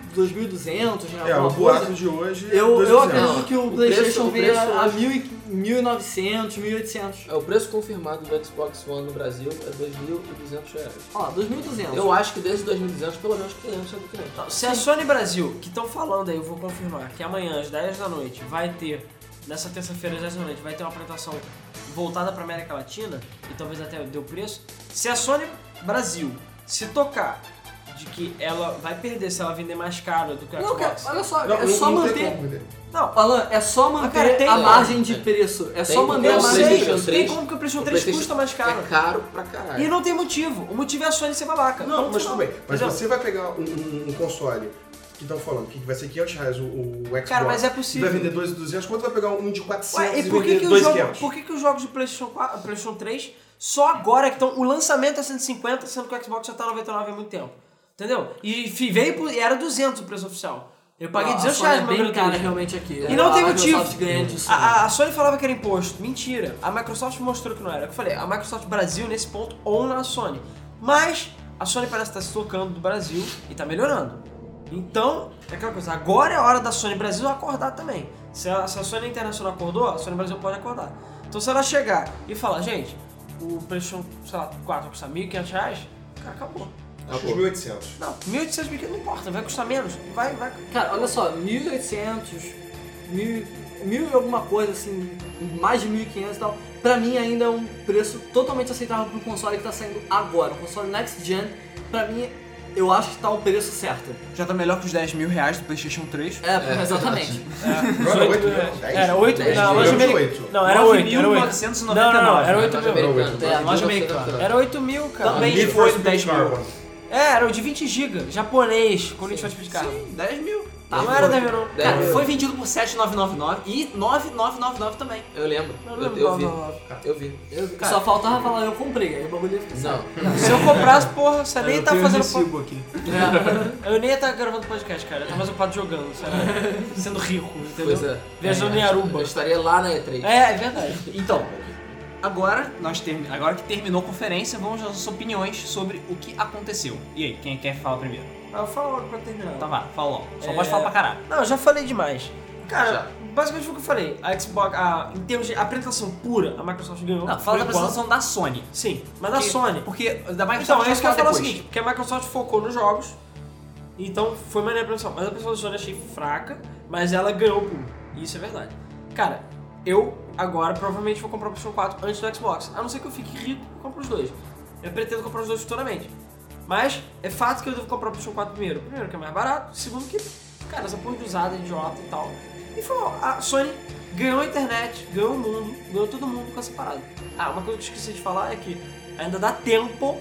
[SPEAKER 3] 2.200, né?
[SPEAKER 6] É, o
[SPEAKER 3] alguma
[SPEAKER 6] boato
[SPEAKER 3] coisa.
[SPEAKER 6] de hoje. é
[SPEAKER 3] Eu, eu
[SPEAKER 6] 200.
[SPEAKER 3] acredito que o
[SPEAKER 2] o
[SPEAKER 3] PlayStation
[SPEAKER 2] preço- o preço
[SPEAKER 3] venha a
[SPEAKER 2] hoje-
[SPEAKER 3] 1.000 e- 1.900, 1.800.
[SPEAKER 2] É, O preço confirmado do Xbox One no Brasil é 2.200 reais.
[SPEAKER 3] Ó, 2.200.
[SPEAKER 1] Então,
[SPEAKER 2] Eu acho que desde 2.200, pelo menos 500 é do Kinect.
[SPEAKER 4] Se a Sony Brasil, que estão falando aí, eu vou confirmar, que amanhã às 10 da noite vai ter, nessa terça-feira às 10 da noite, vai ter uma apresentação voltada para América Latina, e talvez até dê o preço. Se a Sony Brasil
[SPEAKER 1] se tocar de que ela vai perder se ela vender mais caro do que a
[SPEAKER 3] Não, cara,
[SPEAKER 1] Xbox.
[SPEAKER 3] olha só,
[SPEAKER 6] Não,
[SPEAKER 3] é só
[SPEAKER 6] não
[SPEAKER 3] manter.
[SPEAKER 6] tem como, entendeu?
[SPEAKER 1] Não,
[SPEAKER 3] Alan, é só manter
[SPEAKER 1] cara, tem-
[SPEAKER 3] a margem de preço. É só
[SPEAKER 2] Tem-
[SPEAKER 3] manter
[SPEAKER 2] tem
[SPEAKER 3] a
[SPEAKER 1] eu
[SPEAKER 2] o
[SPEAKER 3] margem de
[SPEAKER 1] sei,
[SPEAKER 2] PlayStation
[SPEAKER 1] eu
[SPEAKER 3] preço.
[SPEAKER 1] sei
[SPEAKER 2] 3,
[SPEAKER 1] como que o PlayStation
[SPEAKER 2] O
[SPEAKER 1] 3
[SPEAKER 2] PlayStation
[SPEAKER 1] custa mais caro.
[SPEAKER 2] É caro pra
[SPEAKER 1] E
[SPEAKER 2] caralho.
[SPEAKER 1] não tem motivo. O motivo é a Sony ser babaca.
[SPEAKER 6] Não, mas tudo bem. Mas
[SPEAKER 1] Entendeu?
[SPEAKER 6] você vai pegar um, um- um console que estão falando que vai ser 500 reais o, o Xbox.
[SPEAKER 1] Cara, mas é
[SPEAKER 6] que vai
[SPEAKER 1] possível.
[SPEAKER 6] vender 2,200, quanto vai pegar um de 400
[SPEAKER 1] Ué, e
[SPEAKER 6] e
[SPEAKER 1] por que,
[SPEAKER 6] vender
[SPEAKER 1] que, os
[SPEAKER 6] 2,500?
[SPEAKER 1] jogos, por que, que os jogos de PlayStation, 4, PlayStation 3 só agora que estão. O lançamento é 150, sendo que o Xbox já tá 99 há muito tempo. Entendeu? E fi- veio por- e era 200 o preço oficial. Eu paguei
[SPEAKER 3] Ah, a
[SPEAKER 1] 200
[SPEAKER 3] Sony
[SPEAKER 1] reais
[SPEAKER 3] é
[SPEAKER 1] no
[SPEAKER 3] bem
[SPEAKER 1] meu
[SPEAKER 3] cara
[SPEAKER 1] cara.
[SPEAKER 3] realmente aqui. É,
[SPEAKER 1] E não tem
[SPEAKER 3] A
[SPEAKER 1] motivo.
[SPEAKER 3] Microsoft ganha disso.
[SPEAKER 1] A,
[SPEAKER 6] Ah,
[SPEAKER 1] a- a Sony falava que era imposto. Mentira. A Microsoft mostrou que não era. Eu falei, a Microsoft Brasil nesse ponto ou na Sony. Mas a Sony parece estar se tocando do Brasil e tá melhorando. Então, é aquela coisa, agora é a hora da Sony Brasil acordar também. Se a, se a Sony Internacional acordou, a Sony Brasil pode acordar. Então se ela chegar e falar, gente, o PlayStation, sei lá, 4 vai custar 1.500 reais, cara, acabou.
[SPEAKER 6] Acho que os 1.800.
[SPEAKER 1] Não, 1.800, 1.500 não importa, vai custar menos. Vai, vai.
[SPEAKER 3] Cara, olha só, 1.800, mil, mil e alguma coisa assim, mais de 1.500 e tal, pra mim ainda é um preço totalmente aceitável pro console que tá saindo agora. O console Next Gen, pra mim, eu acho que tá o preço certo.
[SPEAKER 4] Já tá melhor que os 10 mil reais do PlayStation 3.
[SPEAKER 3] É, exatamente.
[SPEAKER 6] Não era 8
[SPEAKER 1] mil,
[SPEAKER 6] mil? 10?
[SPEAKER 1] Era 8
[SPEAKER 2] Dez
[SPEAKER 1] na
[SPEAKER 2] mil.
[SPEAKER 1] loja
[SPEAKER 6] Era de
[SPEAKER 1] americana.
[SPEAKER 6] oito.
[SPEAKER 1] Não, era 8, era 8.
[SPEAKER 4] 9.999.
[SPEAKER 1] Não, não, não, era 8
[SPEAKER 2] Loja
[SPEAKER 1] mil.
[SPEAKER 2] americana, né?
[SPEAKER 3] É,
[SPEAKER 2] tem
[SPEAKER 3] loja
[SPEAKER 1] Era, 8 mil, cara.
[SPEAKER 6] Need
[SPEAKER 1] Também
[SPEAKER 6] for
[SPEAKER 1] foi
[SPEAKER 6] Speed
[SPEAKER 1] 10 mil.
[SPEAKER 6] Carbon.
[SPEAKER 1] É, era o de 20 GB, japonês, com Need for Speed Carbon.
[SPEAKER 4] 10 mil.
[SPEAKER 1] Tá, não era 10 mil, não.
[SPEAKER 2] Dez
[SPEAKER 4] Cara,
[SPEAKER 2] mil.
[SPEAKER 4] foi vendido por 7.999 e 9.999 também.
[SPEAKER 2] Eu lembro.
[SPEAKER 1] Não
[SPEAKER 2] Eu,
[SPEAKER 1] lembro
[SPEAKER 2] eu
[SPEAKER 1] qual
[SPEAKER 2] vi.
[SPEAKER 1] nova.
[SPEAKER 2] Eu vi.
[SPEAKER 3] Só faltava falar, eu comprei, aí o bagulho assim. ia ficar.
[SPEAKER 2] Não.
[SPEAKER 1] Se eu comprasse, porra, você nem tá
[SPEAKER 5] tenho
[SPEAKER 1] fazendo.
[SPEAKER 5] recibo aqui.
[SPEAKER 1] po- Eu nem ia
[SPEAKER 4] tá
[SPEAKER 1] estar gravando podcast, cara. Eu tava ocupado jogando, sério. Sendo rico, entendeu?
[SPEAKER 2] Pois é.
[SPEAKER 1] Viajando
[SPEAKER 2] É,
[SPEAKER 1] em Aruba.
[SPEAKER 2] Eu estaria lá na E3.
[SPEAKER 1] É, é verdade.
[SPEAKER 4] Então, agora, nós termi- agora que terminou a conferência, vamos às nossas opiniões sobre o que aconteceu. E aí, quem quer falar primeiro?
[SPEAKER 1] Ah, Eu falo logo pra terminar.
[SPEAKER 3] Tá.
[SPEAKER 4] Então vai, fala logo. Só
[SPEAKER 1] É.
[SPEAKER 4] pode falar pra caralho.
[SPEAKER 1] Não, eu já falei demais. Cara,
[SPEAKER 2] Já.
[SPEAKER 1] É, basicamente foi o que eu falei. A Xbox, a- em termos de apresentação pura, a Microsoft ganhou.
[SPEAKER 4] Não, fala da
[SPEAKER 1] por enquanto.
[SPEAKER 4] apresentação da Sony.
[SPEAKER 1] Sim, mas da
[SPEAKER 4] Porque-
[SPEAKER 1] Sony.
[SPEAKER 4] Porque da
[SPEAKER 1] Então,
[SPEAKER 4] Microsoft
[SPEAKER 1] é
[SPEAKER 4] nós
[SPEAKER 1] isso que eu ia falar o
[SPEAKER 4] falamos
[SPEAKER 1] seguinte, porque a Microsoft focou nos jogos, então foi maneira a apresentação. Mas a apresentação da Sony eu achei fraca, mas ela ganhou o público. E Isso é verdade. Cara, eu agora provavelmente vou comprar o PlayStation 4 antes do Xbox. A não ser que eu fique rico e compre os dois. Eu pretendo comprar os dois futuramente. Mas é fato que eu devo comprar o PlayStation 4 primeiro. Primeiro que é mais barato, segundo que, cara, essa porra de usada, idiota e tal. E foi mal. a Sony ganhou a internet, ganhou o mundo, ganhou todo mundo com essa parada. Ah, uma coisa que eu esqueci de falar é que ainda dá tempo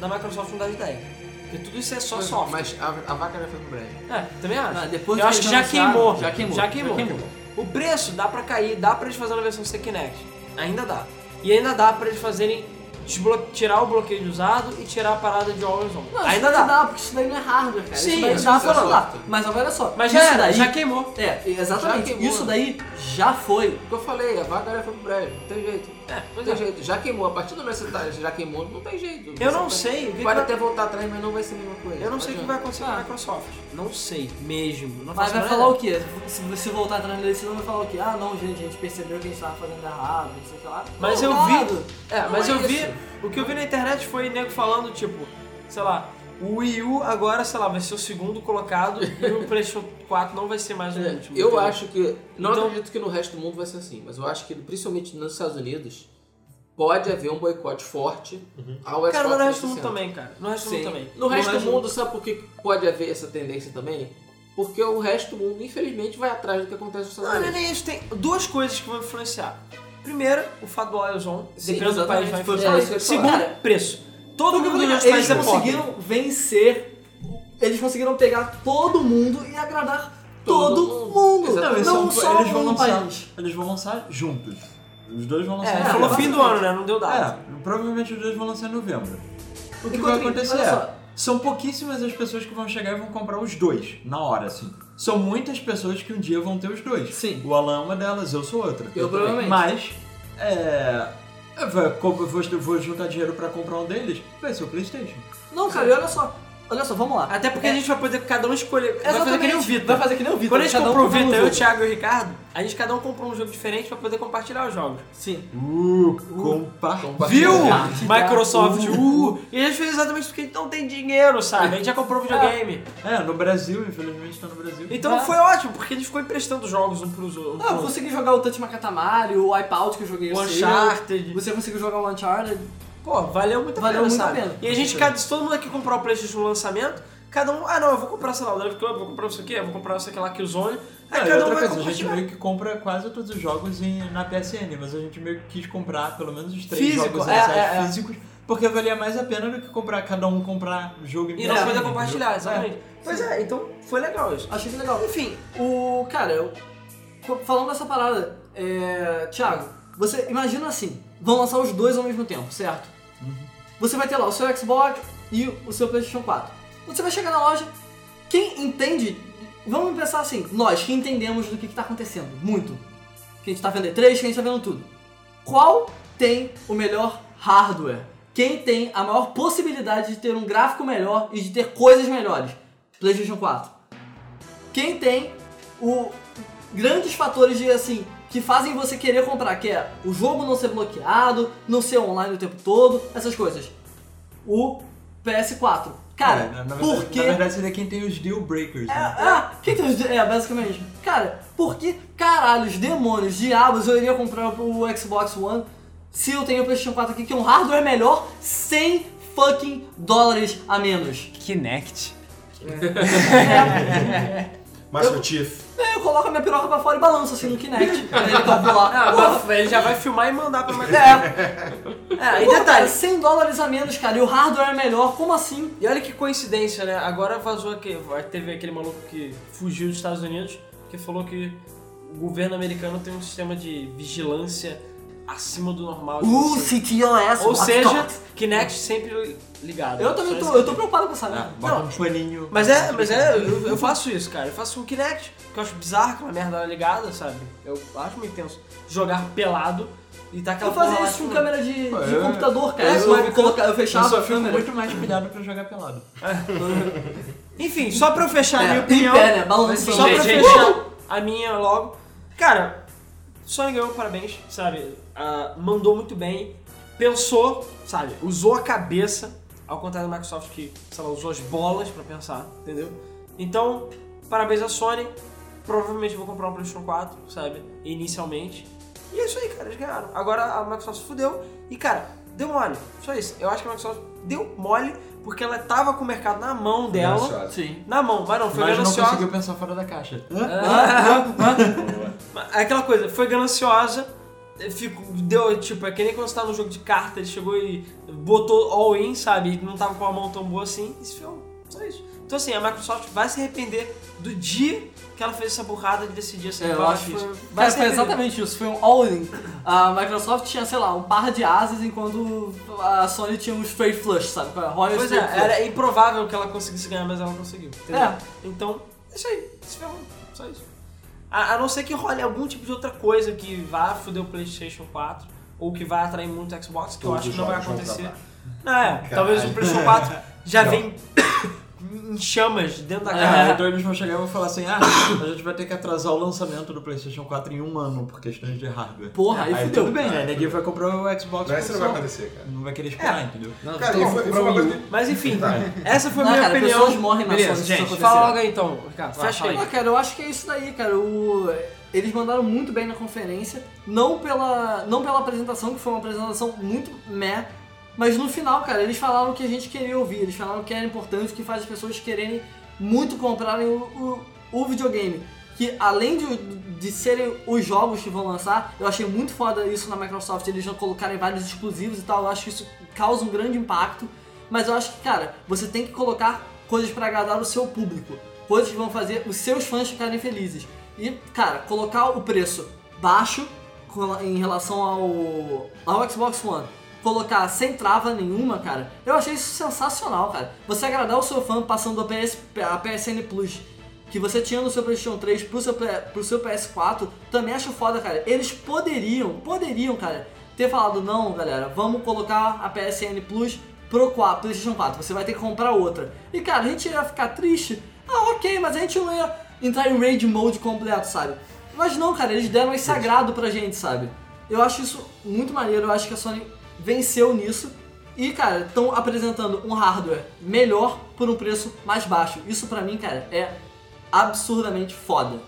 [SPEAKER 1] da Microsoft mudar de ideia. Porque tudo isso é só software.
[SPEAKER 2] Mas a, a vaca já foi pro breve.
[SPEAKER 1] É, também acho.
[SPEAKER 3] Ah, depois
[SPEAKER 1] eu
[SPEAKER 3] de
[SPEAKER 1] acho que já
[SPEAKER 3] eles lançaram,
[SPEAKER 1] queimou.
[SPEAKER 3] já queimou,
[SPEAKER 1] Já
[SPEAKER 3] já
[SPEAKER 1] queimou.
[SPEAKER 3] queimou.
[SPEAKER 1] O preço dá pra cair, dá pra eles fazerem a versão sem Kinect. Ainda dá. E ainda dá pra eles fazerem desblo- tirar o bloqueio de usado e tirar a parada de always on.
[SPEAKER 3] Não,
[SPEAKER 1] ainda
[SPEAKER 3] isso
[SPEAKER 1] dá.
[SPEAKER 3] daí porque isso daí não é hardware, cara.
[SPEAKER 1] Sim,
[SPEAKER 3] isso daí
[SPEAKER 1] isso
[SPEAKER 3] dá
[SPEAKER 2] é
[SPEAKER 3] pra falar.
[SPEAKER 2] software.
[SPEAKER 3] Mas olha só,
[SPEAKER 1] Mas
[SPEAKER 3] isso
[SPEAKER 1] já era,
[SPEAKER 3] daí...
[SPEAKER 1] já queimou.
[SPEAKER 3] É, exatamente.
[SPEAKER 2] Já queimou.
[SPEAKER 3] Isso daí já foi.
[SPEAKER 2] O que eu falei, a vaca já foi pro breve. Não tem jeito.
[SPEAKER 1] É,
[SPEAKER 2] Não
[SPEAKER 1] pois
[SPEAKER 2] tem
[SPEAKER 1] é.
[SPEAKER 2] jeito. Já queimou. A partir do momento que você tá- já queimou, não tem jeito.
[SPEAKER 1] Eu
[SPEAKER 2] Você
[SPEAKER 1] não
[SPEAKER 2] vai-
[SPEAKER 1] sei o que, que
[SPEAKER 2] Pode
[SPEAKER 1] vai...
[SPEAKER 2] até voltar atrás, mas não vai ser a mesma coisa.
[SPEAKER 1] Eu não sei o que vai
[SPEAKER 2] adianta.
[SPEAKER 1] acontecer com a Microsoft. Não sei mesmo. Não
[SPEAKER 3] Mas é.
[SPEAKER 1] faço
[SPEAKER 3] vai
[SPEAKER 1] a
[SPEAKER 3] falar
[SPEAKER 1] menor
[SPEAKER 3] o quê? Se você voltar atrás da decisão, vai falar o quê? Ah, não, gente, a gente percebeu que a gente tava fazendo errado, não sei o que lá.
[SPEAKER 1] Mas
[SPEAKER 3] Pô,
[SPEAKER 1] eu
[SPEAKER 3] errado.
[SPEAKER 1] ideia. É,
[SPEAKER 2] Não
[SPEAKER 1] mas
[SPEAKER 2] é
[SPEAKER 1] eu vi.
[SPEAKER 2] isso.
[SPEAKER 1] O que eu vi na internet foi nego falando, tipo, sei lá, o Wii U agora, sei lá, vai ser o segundo colocado e o PlayStation 4 não vai ser mais o
[SPEAKER 2] É,
[SPEAKER 1] último.
[SPEAKER 2] eu
[SPEAKER 1] entendeu?
[SPEAKER 2] acho que. Não
[SPEAKER 1] Então-
[SPEAKER 2] acredito que no resto do mundo vai ser assim, mas eu acho que principalmente nos Estados Unidos pode haver um boicote forte ao Xbox
[SPEAKER 1] Cara, mas no resto do mundo
[SPEAKER 2] 360.
[SPEAKER 1] também, cara. No resto do mundo também.
[SPEAKER 2] No resto do mundo, sabe por que pode haver essa tendência também? Porque o resto do mundo, infelizmente, vai atrás do que acontece nos Estados
[SPEAKER 1] Não, não é
[SPEAKER 2] Unidos.
[SPEAKER 1] nem isso. Tem duas coisas que vão influenciar. Primeiro, o fato do Warzone,
[SPEAKER 2] Sim,
[SPEAKER 1] dependendo do país, vai
[SPEAKER 2] exatamente, foi
[SPEAKER 1] influenciar.
[SPEAKER 2] isso que eu ia
[SPEAKER 1] Segundo,
[SPEAKER 2] falar.
[SPEAKER 1] preço. Todo mundo nos outros
[SPEAKER 3] Eles
[SPEAKER 1] países é pobre.
[SPEAKER 3] conseguiram vencer, eles conseguiram pegar todo mundo e agradar todo,
[SPEAKER 2] Todo mundo.
[SPEAKER 3] mundo.
[SPEAKER 2] Exatamente.
[SPEAKER 5] Eles
[SPEAKER 3] Não
[SPEAKER 5] vão-
[SPEAKER 3] só
[SPEAKER 5] eles vão
[SPEAKER 3] um
[SPEAKER 5] lançar,
[SPEAKER 3] país.
[SPEAKER 5] Eles vão lançar juntos. Os dois vão lançar
[SPEAKER 1] É,
[SPEAKER 5] juntos.
[SPEAKER 1] falou fim do ano, né? Não deu data.
[SPEAKER 5] É, provavelmente os dois vão lançar em novembro. O que
[SPEAKER 3] Enquanto-
[SPEAKER 5] vai acontecer
[SPEAKER 3] olha
[SPEAKER 5] é,
[SPEAKER 3] só.
[SPEAKER 5] são pouquíssimas as pessoas que vão chegar e vão comprar os dois, na hora, assim. São muitas pessoas que um dia vão ter os dois.
[SPEAKER 3] Sim.
[SPEAKER 5] O Alan é uma delas, eu sou outra.
[SPEAKER 2] Eu provavelmente.
[SPEAKER 5] Mas, é... Eu vou, eu vou- eu vou juntar dinheiro pra comprar um deles, vai ser o Playstation.
[SPEAKER 3] Não, cara, e olha só. Olha só, vamos lá.
[SPEAKER 1] Até porque
[SPEAKER 3] É,
[SPEAKER 1] a gente vai poder cada um escolher. Vai fazer
[SPEAKER 3] exatamente.
[SPEAKER 1] que nem o Vitor.
[SPEAKER 3] Vai fazer que nem o Vitor.
[SPEAKER 1] Quando a gente
[SPEAKER 3] cada um
[SPEAKER 1] comprou o
[SPEAKER 3] compra um
[SPEAKER 1] Vita, eu, o
[SPEAKER 3] jogo.
[SPEAKER 1] Thiago e o Ricardo, a gente cada um comprou um jogo diferente pra poder compartilhar os jogos.
[SPEAKER 3] Sim.
[SPEAKER 5] Uh, compartilha.
[SPEAKER 1] Viu?
[SPEAKER 3] Compartilhar.
[SPEAKER 1] Microsoft, uh. E a gente fez exatamente porque a gente não tem dinheiro, sabe? A gente já comprou
[SPEAKER 3] Ah.
[SPEAKER 1] um videogame.
[SPEAKER 5] É, no Brasil, infelizmente tá no Brasil.
[SPEAKER 1] Então foi ótimo, porque a gente ficou emprestando jogos um pros outros.
[SPEAKER 3] Ah, eu consegui jogar o Touch Makatamari, o Wipeout que eu joguei
[SPEAKER 1] O
[SPEAKER 3] esse.
[SPEAKER 1] Uncharted.
[SPEAKER 3] Você conseguiu jogar o Uncharted?
[SPEAKER 4] pô, valeu muito a
[SPEAKER 3] Valeu
[SPEAKER 4] pena,
[SPEAKER 3] muito a
[SPEAKER 4] sabe?
[SPEAKER 3] pena.
[SPEAKER 4] E a gente, cada, se todo mundo aqui comprar o Playstation no lançamento, cada um, ah não, eu vou comprar, sei lá, o Drive Club, vou comprar não sei o quê, vou comprar não sei o que lá, Killzone. Aí
[SPEAKER 5] Não, É, e
[SPEAKER 4] cada um vai
[SPEAKER 5] outra coisa, a gente
[SPEAKER 4] compartilhar.
[SPEAKER 5] meio que compra quase todos os jogos em- na PSN, mas a gente meio que quis comprar pelo menos os três
[SPEAKER 4] Físico,
[SPEAKER 5] jogos
[SPEAKER 4] é,
[SPEAKER 5] iniciais
[SPEAKER 4] é, é.
[SPEAKER 5] físicos, porque valia mais a pena do que comprar cada um comprar jogo em
[SPEAKER 4] E
[SPEAKER 5] PSN,
[SPEAKER 4] não poder
[SPEAKER 5] entendeu?
[SPEAKER 4] compartilhar, né? exatamente. Pois é, então foi legal isso.
[SPEAKER 3] Achei que legal.
[SPEAKER 4] Enfim,
[SPEAKER 3] O. Cara, eu. Falando dessa parada, é. Thiago, você imagina assim: vão lançar os dois ao mesmo tempo, certo?
[SPEAKER 4] Uhum.
[SPEAKER 3] Você vai ter lá o seu Xbox e o seu PlayStation 4. Você vai chegar na loja, quem entende. Vamos pensar assim: nós que entendemos do que está acontecendo, muito. Que a gente tá vendo E3, que a gente tá vendo tudo. Qual tem o melhor hardware? Quem tem a maior possibilidade de ter um gráfico melhor e de ter coisas melhores? PlayStation 4 quem tem o grandes fatores de assim que fazem você querer comprar, que é o jogo não ser bloqueado, não ser online o tempo todo, essas coisas. O PS4. Cara,
[SPEAKER 5] É, na, na verdade,
[SPEAKER 3] por que
[SPEAKER 5] Na verdade seria quem tem os deal breakers,
[SPEAKER 3] é,
[SPEAKER 5] né?
[SPEAKER 3] é, quem tem os de- é, basicamente. Cara, por que caralhos, demônios, diabos eu iria comprar o Xbox One se eu tenho o PlayStation 4 aqui, que é um hardware melhor, 100 fucking dólares a menos?
[SPEAKER 1] Kinect.
[SPEAKER 6] Master Chief.
[SPEAKER 3] Aí Então eu coloco a minha piroca pra fora e balanço assim no Kinect. pra ele calcular.
[SPEAKER 4] ah,
[SPEAKER 3] Porra,
[SPEAKER 4] mas ele já vai filmar e mandar pra mais.
[SPEAKER 3] É,
[SPEAKER 4] É, e
[SPEAKER 3] Pô, cara,
[SPEAKER 4] detalhe,
[SPEAKER 3] 100 dólares a menos, cara, e o hardware é melhor, como assim?
[SPEAKER 4] E olha que coincidência, né? Agora vazou aqui, teve aquele maluco que fugiu dos Estados Unidos, que falou que o governo americano tem um sistema de vigilância acima do normal.
[SPEAKER 3] Uh,
[SPEAKER 4] Assim.
[SPEAKER 3] CTOS,
[SPEAKER 4] Ou
[SPEAKER 3] Watch
[SPEAKER 4] seja,
[SPEAKER 3] Dogs.
[SPEAKER 4] Kinect sempre ligado.
[SPEAKER 3] Eu também
[SPEAKER 4] Só
[SPEAKER 3] tô,
[SPEAKER 4] isso. É,
[SPEAKER 3] eu tô preocupado com essa merda.
[SPEAKER 5] Bota
[SPEAKER 4] não.
[SPEAKER 5] um paninho.
[SPEAKER 4] Mas é, mas é, eu, eu faço isso, cara. Eu faço um Kinect, que eu acho bizarro aquela merda ligada, sabe? Eu acho muito intenso jogar pelado e tá aquela
[SPEAKER 3] Eu fazia
[SPEAKER 4] porra lá,
[SPEAKER 3] isso com
[SPEAKER 4] tipo,
[SPEAKER 3] câmera de,
[SPEAKER 5] Pô,
[SPEAKER 3] de
[SPEAKER 5] eu-
[SPEAKER 3] computador, cara.
[SPEAKER 4] eu
[SPEAKER 3] Eu,
[SPEAKER 4] só
[SPEAKER 3] eu,
[SPEAKER 4] fico-
[SPEAKER 3] coloca- eu
[SPEAKER 5] Eu
[SPEAKER 3] fechava
[SPEAKER 5] só
[SPEAKER 3] a
[SPEAKER 5] fico
[SPEAKER 3] câmera.
[SPEAKER 5] muito mais pilhado pra jogar pelado.
[SPEAKER 4] Enfim, só pra eu fechar a minha
[SPEAKER 3] É, em
[SPEAKER 4] opinião.
[SPEAKER 3] pé, né? Balançando.
[SPEAKER 4] Só pra
[SPEAKER 1] Gente, gente.
[SPEAKER 4] fechar a minha logo. Cara, Sonic ganhou, parabéns, sabe? Ah, mandou muito bem, pensou, sabe? Usou a cabeça, ao contrário da Microsoft que, sei lá, usou as bolas pra pensar, entendeu? Então, parabéns à Sony. Provavelmente vou comprar um PlayStation 4, sabe? Inicialmente. E é isso aí, cara, eles ganharam. Agora a Microsoft fudeu. E, cara, deu mole. Só isso. Eu acho que a Microsoft deu mole porque ela tava com o mercado na mão dela.
[SPEAKER 6] Nossa,
[SPEAKER 3] Sim.
[SPEAKER 4] Na mão, mas não, foi
[SPEAKER 5] Mas não
[SPEAKER 4] gananciosa. É.
[SPEAKER 5] conseguiu pensar fora da caixa.
[SPEAKER 4] Mas É aquela coisa, foi gananciosa, eh, ficou, deu, tipo, é que nem quando você tá no jogo de carta, ele chegou e botou all-in, sabe? E não tava com a mão tão boa assim, e se ferrou. Só isso. Então assim, a Microsoft vai se arrepender do dia que ela fez essa burrada de decidir assim.
[SPEAKER 3] É, eu
[SPEAKER 4] ela
[SPEAKER 3] acho
[SPEAKER 4] foi-
[SPEAKER 3] isso.
[SPEAKER 4] vai
[SPEAKER 3] Cara,
[SPEAKER 4] se
[SPEAKER 3] foi
[SPEAKER 4] arrepender.
[SPEAKER 3] exatamente isso, foi um all-in. A Microsoft tinha, sei lá, um par de asas, enquanto a Sony tinha um straight flush, sabe? Royal
[SPEAKER 4] Pois é,
[SPEAKER 3] straight flush.
[SPEAKER 4] era improvável que ela conseguisse ganhar, mas ela conseguiu. Entendeu?
[SPEAKER 3] É.
[SPEAKER 4] Então, é isso aí, se ferrou, só isso. A, a não ser que role algum tipo de outra coisa que vá foder o PlayStation 4 ou que vá atrair muito o Xbox, que eu
[SPEAKER 6] Todos
[SPEAKER 4] acho que
[SPEAKER 6] os
[SPEAKER 4] não vai
[SPEAKER 6] jogos vão
[SPEAKER 4] acontecer.
[SPEAKER 6] travar.
[SPEAKER 4] Não, é, talvez o PlayStation 4 já vem em chamas dentro da
[SPEAKER 5] É,
[SPEAKER 4] cara.
[SPEAKER 5] então eles vão chegar e vão falar assim: ah, a gente vai ter que atrasar o lançamento do PlayStation 4 em um ano por questões de hardware.
[SPEAKER 3] Porra, aí
[SPEAKER 5] aí
[SPEAKER 3] fudeu.
[SPEAKER 5] tudo bem, né? Ninguém vai comprar o Xbox.
[SPEAKER 6] Não, isso não vai
[SPEAKER 5] só.
[SPEAKER 6] acontecer, cara.
[SPEAKER 5] Não
[SPEAKER 4] É.
[SPEAKER 5] vai querer esperar, entendeu?
[SPEAKER 6] Cara, e foi, foi uma coisa que...
[SPEAKER 4] Mas enfim,
[SPEAKER 6] Tá.
[SPEAKER 4] essa foi a
[SPEAKER 3] Não,
[SPEAKER 4] minha
[SPEAKER 3] cara,
[SPEAKER 4] opinião.
[SPEAKER 3] pessoas morrem na
[SPEAKER 4] Beleza,
[SPEAKER 3] Sony se isso
[SPEAKER 4] gente.
[SPEAKER 3] acontecer.
[SPEAKER 4] Fala logo aí então, Ricardo.
[SPEAKER 3] Vai,
[SPEAKER 4] Fecha aí.
[SPEAKER 3] Ah, cara, eu acho que é isso daí, cara. O- Eles mandaram muito bem na conferência, não pela, não pela apresentação, que foi uma apresentação muito meh, mas no final, cara, eles falaram o que a gente queria ouvir, eles falaram o que era importante, o que faz as pessoas quererem muito comprarem o, o, o videogame. Que além de, de serem os jogos que vão lançar, eu achei muito foda isso na Microsoft, eles já colocarem vários exclusivos e tal, eu acho que isso causa um grande impacto. Mas eu acho que, cara, você tem que colocar coisas pra agradar o seu público. Coisas que vão fazer os seus fãs ficarem felizes. E, cara, colocar o preço baixo com- em relação ao, ao Xbox One. Colocar sem trava nenhuma, cara. Eu achei isso sensacional, cara. Você agradar o seu fã passando a, PS, a PSN Plus que você tinha no seu PlayStation 3 pro seu, pro seu PS4, também acho foda, cara. Eles poderiam, poderiam, cara, ter falado, não, galera, vamos colocar a PSN Plus pro 4, PlayStation 4, você vai ter que comprar outra. E, cara, a gente ia ficar triste. Ah, ok, mas a gente não ia entrar em raid mode completo, sabe? Mas não, cara, eles deram esse sagrado pra gente, sabe? Eu acho isso muito maneiro, eu acho que a Sony venceu nisso. E, cara, estão apresentando um hardware melhor por um preço mais baixo. Isso pra mim, cara, é absurdamente foda.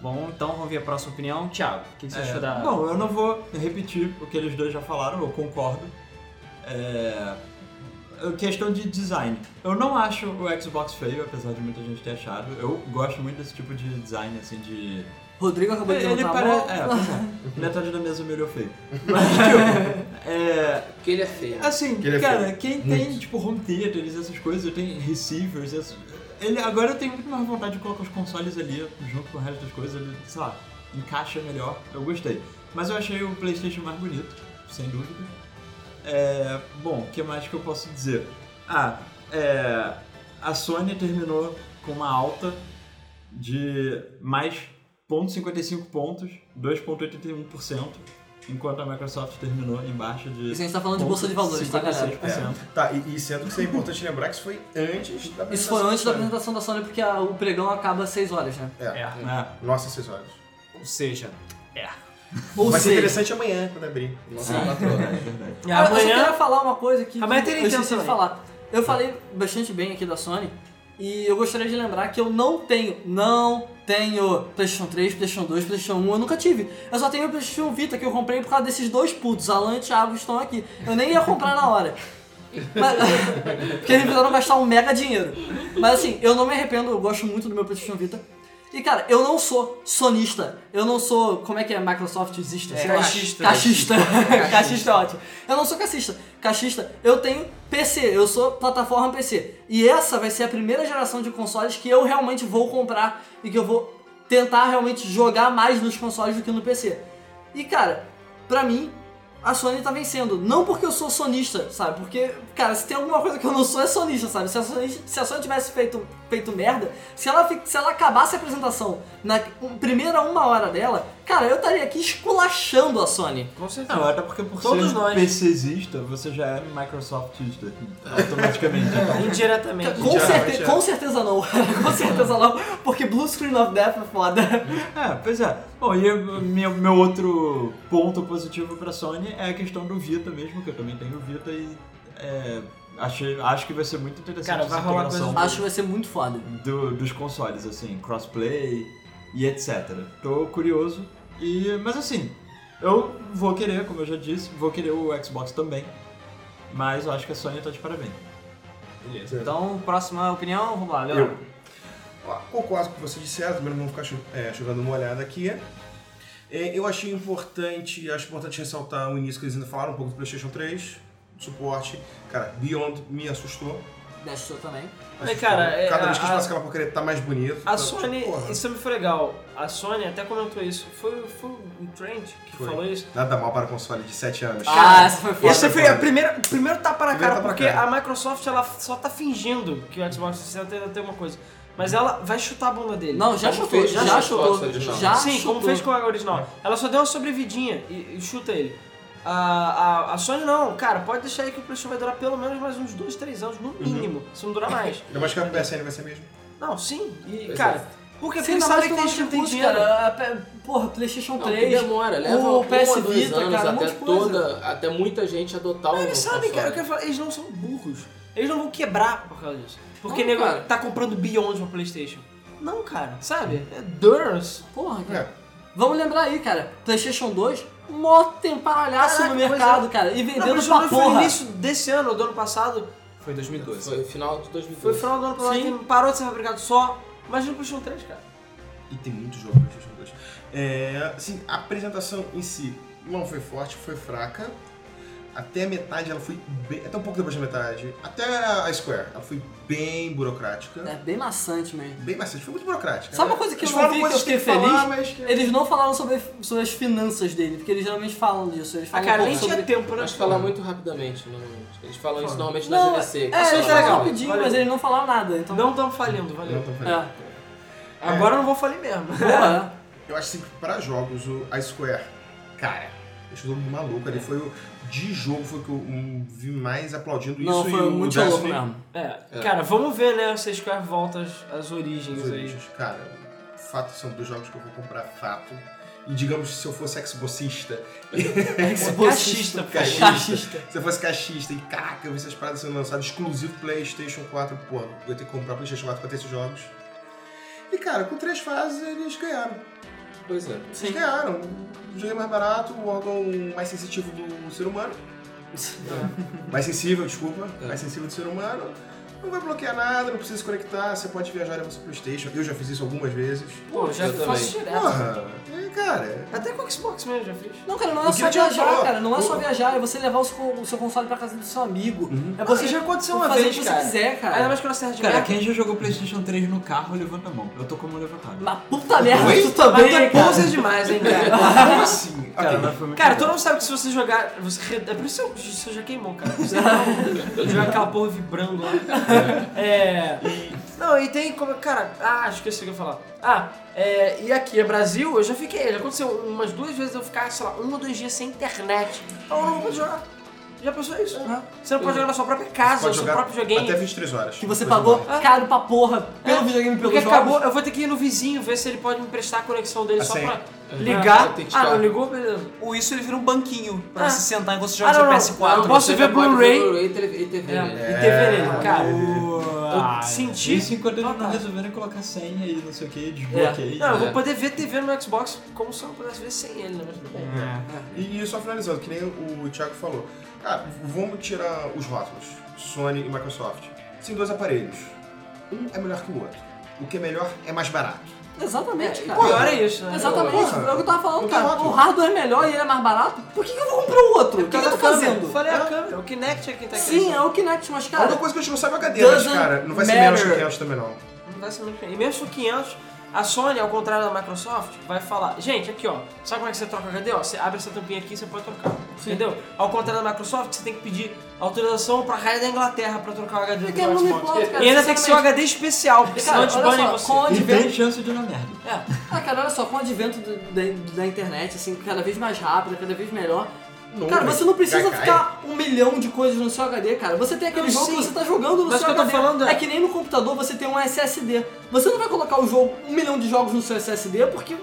[SPEAKER 1] Bom, então vamos ver a próxima opinião. Thiago, o que, que você
[SPEAKER 5] É,
[SPEAKER 1] achou da.
[SPEAKER 5] Não, eu não vou repetir o que eles dois já falaram, eu concordo. É, Questão de design. Eu não acho o Xbox feio, apesar de muita gente ter achado. Eu gosto muito desse tipo de design, assim, de.
[SPEAKER 3] Rodrigo acabou de
[SPEAKER 5] ele
[SPEAKER 3] levantar a
[SPEAKER 5] parece.
[SPEAKER 3] mão.
[SPEAKER 5] É, pois é. Metade da mesa melhor feio. Mas, tipo, é,
[SPEAKER 2] Porque ele é feio.
[SPEAKER 5] Assim,
[SPEAKER 6] Que ele é
[SPEAKER 5] cara, quem tem, tipo, home theaters, essas coisas, tem receivers, essas... Ele, agora eu tenho muito mais vontade de colocar os consoles ali, junto com o resto das coisas, ele, sei lá, encaixa melhor, eu gostei. Mas eu achei o Playstation mais bonito, sem dúvida. É, bom, o que mais que eu posso dizer? Ah, é, a Sony terminou com uma alta de mais 0,55 pontos, 2,81%, enquanto a Microsoft terminou em baixa de
[SPEAKER 3] Isso a gente tá falando de bolsa de valores, tá, galera?
[SPEAKER 5] 56%.
[SPEAKER 6] Tá, e, e sendo que isso é importante lembrar que isso foi antes da apresentação.
[SPEAKER 3] Isso foi antes da
[SPEAKER 6] Sony.
[SPEAKER 3] apresentação da Sony, porque a- o pregão acaba às 6 horas, né?
[SPEAKER 6] É.
[SPEAKER 1] É.
[SPEAKER 5] É.
[SPEAKER 6] Nossa, esses olhos.
[SPEAKER 1] Ou seja, é.
[SPEAKER 3] Ou
[SPEAKER 6] Vai ser
[SPEAKER 3] seja,
[SPEAKER 6] interessante amanhã, quando abrir.
[SPEAKER 2] Nossa,
[SPEAKER 3] eu-
[SPEAKER 2] patroa.
[SPEAKER 3] eu só
[SPEAKER 4] Ah, Amanhã,
[SPEAKER 3] queria falar uma coisa que
[SPEAKER 4] Amanhã tem
[SPEAKER 3] eu
[SPEAKER 4] Nintendo
[SPEAKER 3] esqueci de
[SPEAKER 4] também.
[SPEAKER 3] falar. Eu falei bastante bem aqui da Sony, e eu gostaria de lembrar que eu não tenho, não tenho PlayStation 3, PlayStation 2, PlayStation 1, eu nunca tive. Eu só tenho o PlayStation Vita, que eu comprei por causa desses dois putos, Alan e Thiago estão aqui. Eu nem ia comprar na hora. Mas- porque eles precisaram gastar um mega dinheiro. Mas assim, eu não me arrependo, eu gosto muito do meu PlayStation Vita. E cara, eu não sou sonista. Eu não sou. Como é que é Microsoft existe? Sei lá.
[SPEAKER 2] caixista.
[SPEAKER 3] Caixista. Caixista é ótimo. Eu não sou caixista. Caixista, eu tenho PC, eu sou plataforma PC. E essa vai ser a primeira geração de consoles que eu realmente vou comprar e que eu vou tentar realmente jogar mais nos consoles do que no PC. E cara, pra mim, a Sony tá vencendo. Não porque eu sou sonista, sabe? Porque, cara, se tem alguma coisa que eu não sou, é sonista, sabe? Se a Sony, se a Sony tivesse feito, feito merda, se ela, fi- se ela acabasse a apresentação na um, primeira uma hora dela, cara, eu estaria aqui esculachando a Sony.
[SPEAKER 4] com certeza.
[SPEAKER 5] Não, até porque por
[SPEAKER 4] Todos
[SPEAKER 5] ser
[SPEAKER 4] nós.
[SPEAKER 5] PCzista, você já é Microsoftista, automaticamente. então.
[SPEAKER 4] Indiretamente.
[SPEAKER 3] Com,
[SPEAKER 6] Geralmente
[SPEAKER 3] certe
[SPEAKER 6] é.
[SPEAKER 3] com certeza não. com certeza não. Porque Blue Screen of Death é foda.
[SPEAKER 5] É, pois é. Bom, e eu- meu, meu outro ponto positivo pra Sony é a questão do Vita mesmo, que eu também tenho Vita e é, achei, acho que vai ser muito interessante
[SPEAKER 4] Cara, vai
[SPEAKER 5] essa
[SPEAKER 4] rolar
[SPEAKER 5] integração
[SPEAKER 3] Acho que vai ser muito foda.
[SPEAKER 5] do- dos consoles, assim, crossplay e etc. Tô curioso. E, mas assim, eu vou querer, como eu já disse, vou querer o Xbox também. Mas eu acho que a Sony tá de parabéns.
[SPEAKER 1] Beleza. Então, próxima opinião, vamos lá,
[SPEAKER 6] Eu.
[SPEAKER 1] Leandro.
[SPEAKER 6] Ó, Concordo com o que vocês disseram, também não vamos ficar chu- é, chovendo molhada aqui. É, eu achei importante, acho importante ressaltar o início que eles ainda falaram, um pouco do PlayStation 3, suporte. Cara, Beyond me assustou.
[SPEAKER 3] Destro também.
[SPEAKER 6] Assustou.
[SPEAKER 4] cara, é,
[SPEAKER 6] Cada vez
[SPEAKER 4] a-
[SPEAKER 6] que eles
[SPEAKER 4] a-
[SPEAKER 6] fazem aquela porcaria tá mais bonito.
[SPEAKER 4] A
[SPEAKER 6] tá-
[SPEAKER 4] Sony,
[SPEAKER 6] porra,
[SPEAKER 4] isso me foi legal. A Sony até comentou isso. Foi, foi o Trent que
[SPEAKER 6] Foi.
[SPEAKER 4] falou isso.
[SPEAKER 6] Nada mal para console de 7 anos.
[SPEAKER 3] Ah, essa foi foda.
[SPEAKER 4] Esse foi a primeira, o primeiro tapa na
[SPEAKER 6] Primeiro
[SPEAKER 4] cara,
[SPEAKER 6] tapa na
[SPEAKER 4] porque
[SPEAKER 6] cara.
[SPEAKER 4] a Microsoft ela só tá fingindo que o Xbox 60 ainda tem uma coisa. Mas ela vai chutar a bunda dele.
[SPEAKER 3] Não, já
[SPEAKER 2] Como
[SPEAKER 3] chutou,
[SPEAKER 2] fez
[SPEAKER 3] já,
[SPEAKER 2] o
[SPEAKER 3] já
[SPEAKER 2] Xbox
[SPEAKER 3] chutou.
[SPEAKER 2] original.
[SPEAKER 3] Já
[SPEAKER 4] Sim,
[SPEAKER 3] chutou.
[SPEAKER 4] como fez com a original. Ela só deu uma sobrevidinha e, e chuta ele. A, a, a Sony não, cara, pode deixar aí que o PlayStation vai durar pelo menos mais uns 2, 3 anos, no mínimo, se não durar mais.
[SPEAKER 6] Eu acho que a PSN vai ser mesmo.
[SPEAKER 4] Não, sim, e
[SPEAKER 2] Pois
[SPEAKER 4] cara, porque
[SPEAKER 3] Sim,
[SPEAKER 4] quem
[SPEAKER 3] ainda
[SPEAKER 4] sabe
[SPEAKER 3] mais
[SPEAKER 4] que
[SPEAKER 3] que tem
[SPEAKER 4] tem, gente tem
[SPEAKER 3] recurso,
[SPEAKER 4] dinheiro.
[SPEAKER 3] cara. A pe- Porra, Playstation
[SPEAKER 2] Não, que
[SPEAKER 3] 3.
[SPEAKER 2] demora, leva
[SPEAKER 3] o
[SPEAKER 2] um
[SPEAKER 3] PS
[SPEAKER 2] ou dois
[SPEAKER 3] Vita,
[SPEAKER 2] anos
[SPEAKER 3] cara, um
[SPEAKER 2] até
[SPEAKER 3] monte de coisa.
[SPEAKER 2] toda, até muita gente adotar o
[SPEAKER 4] Eles
[SPEAKER 2] novo
[SPEAKER 4] sabem, cara, eu
[SPEAKER 2] console.
[SPEAKER 4] quero falar, eles não são burros. Eles não vão quebrar por causa disso. Porque
[SPEAKER 2] Não,
[SPEAKER 4] nego
[SPEAKER 2] cara.
[SPEAKER 4] tá comprando Beyond pra Playstation. Não, cara, sabe? É Durs.
[SPEAKER 3] Porra, cara.
[SPEAKER 6] É.
[SPEAKER 3] Vamos lembrar aí, cara. Playstation 2, mó temparalhaço
[SPEAKER 4] Caraca,
[SPEAKER 3] no
[SPEAKER 4] pois
[SPEAKER 3] mercado,
[SPEAKER 4] é.
[SPEAKER 3] cara. E
[SPEAKER 4] Não,
[SPEAKER 3] vendendo
[SPEAKER 4] mas foi
[SPEAKER 3] pra
[SPEAKER 4] no
[SPEAKER 3] porra.
[SPEAKER 4] início desse ano, ou do ano passado.
[SPEAKER 1] Foi em 2012.
[SPEAKER 2] Foi final de
[SPEAKER 4] Foi
[SPEAKER 2] 2012.
[SPEAKER 4] o final do ano passado
[SPEAKER 3] Sim.
[SPEAKER 4] que parou de ser fabricado só. Imagina o PlayStation 3, cara.
[SPEAKER 6] E tem muito jogo no PlayStation 2. É, assim, a apresentação em si não foi forte, foi fraca. Até a metade ela foi bem. Até um pouco depois da metade. Até a Square, ela foi bem burocrática.
[SPEAKER 3] É bem maçante mesmo.
[SPEAKER 6] Bem bastante, foi muito burocrática.
[SPEAKER 3] Sabe uma coisa que eu
[SPEAKER 6] Eles
[SPEAKER 3] não
[SPEAKER 6] falaram
[SPEAKER 3] vi que eu
[SPEAKER 6] coisas
[SPEAKER 3] fiquei
[SPEAKER 6] tem que falar,
[SPEAKER 3] feliz?
[SPEAKER 6] mas que-
[SPEAKER 3] Eles não falaram sobre, sobre as finanças dele, porque eles geralmente falam disso. Eles
[SPEAKER 4] A
[SPEAKER 3] falam um
[SPEAKER 4] cara
[SPEAKER 3] pouco
[SPEAKER 4] nem
[SPEAKER 3] sobre...
[SPEAKER 4] tinha tempo, né?
[SPEAKER 2] Mas falar muito rapidamente, normalmente. Eles falam isso normalmente na
[SPEAKER 3] Não,
[SPEAKER 2] GDC. que
[SPEAKER 3] é,
[SPEAKER 2] são
[SPEAKER 3] eles
[SPEAKER 2] legais.
[SPEAKER 3] falaram rapidinho,
[SPEAKER 4] valeu.
[SPEAKER 3] mas eles não falaram nada. Então,
[SPEAKER 4] Não tão falindo, valeu.
[SPEAKER 6] Não, tô falando.
[SPEAKER 3] É.
[SPEAKER 4] Agora eu não vou falir mesmo.
[SPEAKER 3] Porra,
[SPEAKER 6] Eu acho sempre que pra jogos, o- a Square, cara, deixou todo mundo maluco.
[SPEAKER 3] É.
[SPEAKER 6] Ali foi o. De jogo foi o que eu hum, vi mais aplaudindo
[SPEAKER 3] é. Não,
[SPEAKER 6] isso. e
[SPEAKER 3] foi
[SPEAKER 6] o
[SPEAKER 3] muito
[SPEAKER 6] Destiny,
[SPEAKER 3] louco mesmo.
[SPEAKER 4] É, cara, vamos ver, né, se a Square volta às, às origens
[SPEAKER 6] Os
[SPEAKER 4] aí.
[SPEAKER 6] Origins, cara, fato são dois jogos que eu vou comprar fato. E digamos que se eu fosse exbocista,
[SPEAKER 4] É Caixista,
[SPEAKER 6] Caixista.
[SPEAKER 3] Caixista.
[SPEAKER 6] se eu fosse caixista e caraca, eu vi essas paradas sendo lançadas exclusivo PlayStation 4, pô, eu vou ter que comprar PlayStation 4 pra ter esses jogos. E cara, com três fases eles ganharam.
[SPEAKER 2] Pois é.
[SPEAKER 6] um Eles ganharam. O jogo é mais barato, o órgão mais sensitivo do ser humano. Mais sensível, desculpa.
[SPEAKER 2] É.
[SPEAKER 6] Mais sensível do ser humano. Não vai bloquear nada, não precisa se conectar, você pode viajar e você pro Playstation. Eu já fiz isso algumas vezes.
[SPEAKER 4] Pô, já
[SPEAKER 2] Eu
[SPEAKER 4] faço direto.
[SPEAKER 6] Porra! É, cara.
[SPEAKER 4] Até com o Xbox mesmo, já fiz.
[SPEAKER 3] Não, cara, não é
[SPEAKER 6] O que
[SPEAKER 3] só
[SPEAKER 6] eu tinha
[SPEAKER 3] viajar,
[SPEAKER 6] falado-
[SPEAKER 3] cara. Não é só
[SPEAKER 6] o-
[SPEAKER 3] viajar, é você levar o seu, o seu console pra casa do seu amigo. É
[SPEAKER 4] Você
[SPEAKER 3] você
[SPEAKER 4] já aconteceu uma
[SPEAKER 3] fazer
[SPEAKER 4] vez,
[SPEAKER 3] o que
[SPEAKER 4] cara.
[SPEAKER 3] você quiser, cara.
[SPEAKER 4] Ainda mais que eu não acerto de
[SPEAKER 5] Cara,
[SPEAKER 4] merda.
[SPEAKER 5] quem já jogou PlayStation 3 no carro, levanta a mão. Eu tô com a mão levantada.
[SPEAKER 3] Mas puta merda,
[SPEAKER 6] Oi?
[SPEAKER 3] tu
[SPEAKER 4] Mas tu
[SPEAKER 3] também,
[SPEAKER 4] é
[SPEAKER 3] cara.
[SPEAKER 4] poser demais, hein, cara.
[SPEAKER 6] Como assim?
[SPEAKER 5] Cara,
[SPEAKER 6] Ok.
[SPEAKER 5] mas foi muito
[SPEAKER 4] Cara, tu
[SPEAKER 5] legal.
[SPEAKER 4] não sabe que se você jogar. Você re- É por isso que você já queimou, cara. Você não- jogar aquela porra vibrando lá. É. Não, e tem como. Cara, ah, esqueci o que eu ia falar. Ah, é, e aqui é Brasil, eu já fiquei. Já aconteceu umas duas vezes eu ficar, sei lá, um ou dois dias sem internet. Então eu não vou poder jogar. Já pensou isso? Você não pode jogar na sua própria casa, no
[SPEAKER 6] Pode
[SPEAKER 4] Ah, seu
[SPEAKER 6] jogar
[SPEAKER 4] próprio videogame.
[SPEAKER 6] até 23 horas.
[SPEAKER 3] Que você
[SPEAKER 6] Depois
[SPEAKER 3] pagou
[SPEAKER 6] morre.
[SPEAKER 3] caro pra porra pelo videogame, pelo
[SPEAKER 4] Porque
[SPEAKER 3] jogo.
[SPEAKER 4] acabou, eu vou ter que ir no vizinho ver se ele pode me prestar a conexão dele
[SPEAKER 6] A
[SPEAKER 4] só
[SPEAKER 6] senha.
[SPEAKER 4] pra ligar.
[SPEAKER 2] Ah, tem que
[SPEAKER 4] Ah,
[SPEAKER 2] tirar.
[SPEAKER 4] não ligou? Beleza.
[SPEAKER 1] Ou isso ele vira um banquinho pra
[SPEAKER 4] Ah.
[SPEAKER 1] você sentar enquanto você
[SPEAKER 4] Ah,
[SPEAKER 1] joga
[SPEAKER 4] não, não.
[SPEAKER 1] seu
[SPEAKER 4] Eu
[SPEAKER 1] PS4.
[SPEAKER 4] posso
[SPEAKER 2] Você
[SPEAKER 4] ver
[SPEAKER 2] já pode
[SPEAKER 4] Blu-ray.
[SPEAKER 2] Blu-ray e tele- e TV,
[SPEAKER 4] É,
[SPEAKER 2] né?
[SPEAKER 4] E TV nele, cara.
[SPEAKER 5] Ah,
[SPEAKER 4] eu senti-
[SPEAKER 5] Isso enquanto eles
[SPEAKER 4] Ah, tá.
[SPEAKER 5] não resolverem colocar senha e não sei o que,
[SPEAKER 4] É.
[SPEAKER 5] desbloqueio.
[SPEAKER 4] Não, eu vou
[SPEAKER 5] É.
[SPEAKER 4] poder ver TV no Xbox como se eu não pudesse ver sem ele, né? Mas tudo bem.
[SPEAKER 6] E, e só finalizando, que nem o Thiago falou. Cara, vamos tirar os rótulos. Sony e Microsoft. São dois aparelhos. Um é melhor que o outro. O que é melhor é mais barato.
[SPEAKER 3] Exatamente,
[SPEAKER 4] O
[SPEAKER 3] cara.
[SPEAKER 4] pior é isso, né?
[SPEAKER 3] Exatamente,
[SPEAKER 6] Porra.
[SPEAKER 3] é o que eu tava falando,
[SPEAKER 6] Não tem
[SPEAKER 3] cara.
[SPEAKER 6] rótulo.
[SPEAKER 3] O hardware é melhor e ele é mais barato. Por que, que eu vou comprar o outro? O que, que eu tô
[SPEAKER 4] Eu
[SPEAKER 3] fazendo?
[SPEAKER 4] falei a é câmera, o Kinect é quem tá
[SPEAKER 3] Sim, é o Kinect, mas
[SPEAKER 6] A única
[SPEAKER 3] cara.
[SPEAKER 6] coisa que a gente não sabe é o HD, mas,
[SPEAKER 3] doesn't
[SPEAKER 6] cara, não vai ser
[SPEAKER 3] matter.
[SPEAKER 6] menos que 500 também, não.
[SPEAKER 4] Não vai ser muito bem. E mesmo com 500, a Sony, ao contrário da Microsoft, vai falar: gente, aqui ó, sabe como é que você troca HD? Ó, você abre essa tampinha aqui e você pode trocar. Entendeu? Ao contrário da Microsoft, você tem que pedir autorização pra raia da Inglaterra pra trocar o HD do
[SPEAKER 3] Cara, não me
[SPEAKER 4] Xbox.
[SPEAKER 3] importa, cara.
[SPEAKER 4] E ainda tem que ser um
[SPEAKER 3] sinceramente.
[SPEAKER 4] HD especial, porque senão
[SPEAKER 3] Cara,
[SPEAKER 4] eles banem
[SPEAKER 3] olha
[SPEAKER 4] você.
[SPEAKER 3] só, com o
[SPEAKER 5] E tem
[SPEAKER 3] advento.
[SPEAKER 5] chance de dar merda.
[SPEAKER 4] É.
[SPEAKER 3] Ah, cara, olha só, com o advento do- da, da internet, assim, cada vez mais rápida, cada vez melhor.
[SPEAKER 6] Não,
[SPEAKER 3] cara,
[SPEAKER 6] mas
[SPEAKER 3] você não precisa
[SPEAKER 6] já cai.
[SPEAKER 3] ficar um milhão de coisas no seu HD, cara. Você tem aquele
[SPEAKER 4] Não,
[SPEAKER 3] jogo que
[SPEAKER 4] sim.
[SPEAKER 3] você tá jogando no
[SPEAKER 4] Mas
[SPEAKER 3] seu
[SPEAKER 4] o que eu tô
[SPEAKER 3] HD.
[SPEAKER 4] falando é-
[SPEAKER 3] é que nem no computador você tem um SSD. Você não vai colocar o jogo, um milhão de jogos no seu SSD porque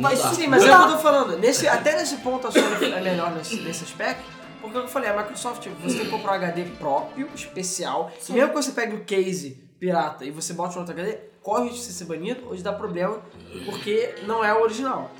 [SPEAKER 3] vai
[SPEAKER 2] dá.
[SPEAKER 4] Sim, mas é o
[SPEAKER 3] mudar.
[SPEAKER 4] que eu tô falando. Nesse, até nesse ponto a Sony é melhor nesse, nesse aspecto. Porque é eu falei, a Microsoft, você tem que comprar um HD próprio, especial. E mesmo que você pegue o case pirata e você bote no outro HD, corre o risco de você ser banido ou de dar problema, porque não é o original.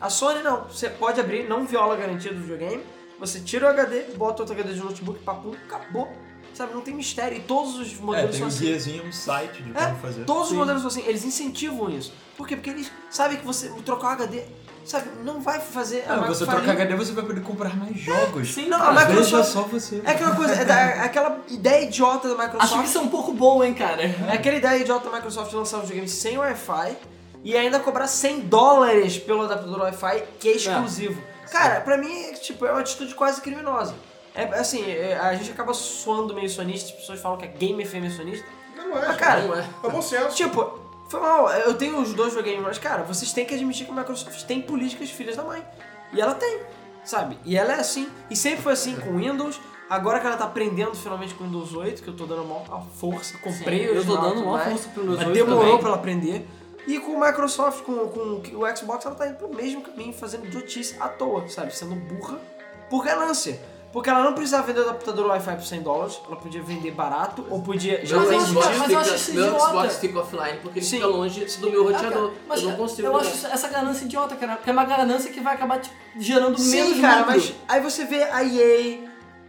[SPEAKER 4] A Sony não, você pode abrir, não viola a garantia do videogame, você tira o HD, bota outro HD de notebook, papo, acabou. Sabe, não tem mistério. E todos os
[SPEAKER 5] É,
[SPEAKER 4] modelos
[SPEAKER 5] tem
[SPEAKER 4] são
[SPEAKER 5] um
[SPEAKER 4] assim.
[SPEAKER 5] guiazinho, um site de
[SPEAKER 4] É,
[SPEAKER 5] como fazer.
[SPEAKER 4] Todos
[SPEAKER 5] Sim.
[SPEAKER 4] os modelos são assim, eles incentivam isso. Por quê? Porque eles sabem que você trocar o HD, sabe, não vai fazer a
[SPEAKER 5] Ah,
[SPEAKER 4] Microsoft
[SPEAKER 5] você trocar
[SPEAKER 4] falir.
[SPEAKER 5] HD, você vai poder comprar
[SPEAKER 4] É.
[SPEAKER 5] mais jogos.
[SPEAKER 3] Sim,
[SPEAKER 4] Não,
[SPEAKER 3] cara.
[SPEAKER 4] mas-
[SPEAKER 5] Às vezes é
[SPEAKER 4] Microsoft-
[SPEAKER 5] só você.
[SPEAKER 4] É aquela coisa, é da- é aquela ideia idiota da
[SPEAKER 3] Acho que
[SPEAKER 4] Microsoft.
[SPEAKER 3] isso é um pouco bom, hein, cara.
[SPEAKER 4] É aquela ideia idiota da Microsoft de lançar um videogame sem Wi-Fi e ainda cobrar 100 dólares pelo adaptador Wi-Fi que é exclusivo. Cara, pra mim, tipo, é uma atitude quase criminosa. É assim, é, a gente acaba suando meio sonista, as pessoas falam que é game FM sonista.
[SPEAKER 6] Não é,
[SPEAKER 4] Mas, Ah, cara,
[SPEAKER 2] Não é.
[SPEAKER 6] É bom senso.
[SPEAKER 4] Tipo, foi mal, eu tenho os dois videogames, mas cara, vocês têm que admitir que a Microsoft tem políticas filhas da mãe. E ela tem, sabe? E ela é assim. E sempre foi assim com o Windows. Agora que ela tá aprendendo finalmente com o Windows 8, que eu tô dando a maior força, comprei
[SPEAKER 3] Sim,
[SPEAKER 4] o
[SPEAKER 3] eu tô
[SPEAKER 4] original e
[SPEAKER 3] dando
[SPEAKER 4] tudo
[SPEAKER 3] uma
[SPEAKER 4] mais,
[SPEAKER 3] força pro Windows
[SPEAKER 4] mas
[SPEAKER 3] 8
[SPEAKER 4] demorou
[SPEAKER 3] também.
[SPEAKER 4] pra ela aprender. E com o Microsoft, com, com o Xbox, ela tá indo pro mesmo caminho, fazendo idiotice à toa, sabe? Sendo burra é por ganância. Porque ela não precisava vender o adaptador Wi-Fi por 100 dólares, ela podia vender barato, ou podia... Já
[SPEAKER 2] Meu
[SPEAKER 3] eu
[SPEAKER 4] tem
[SPEAKER 3] acho-
[SPEAKER 4] sentido.
[SPEAKER 2] Xbox
[SPEAKER 3] mas eu acho isso
[SPEAKER 2] fica- meu
[SPEAKER 3] idiota.
[SPEAKER 2] Xbox fica offline porque ele
[SPEAKER 4] Sim.
[SPEAKER 2] fica longe do meu
[SPEAKER 3] Ah, cara,
[SPEAKER 2] roteador.
[SPEAKER 3] mas
[SPEAKER 2] Eu não consigo.
[SPEAKER 3] eu né?
[SPEAKER 2] ligar.
[SPEAKER 3] acho essa ganância idiota, cara. Porque é uma ganância que vai acabar te gerando menos
[SPEAKER 4] Sim, cara,
[SPEAKER 3] lucro.
[SPEAKER 4] mas aí você vê a EA,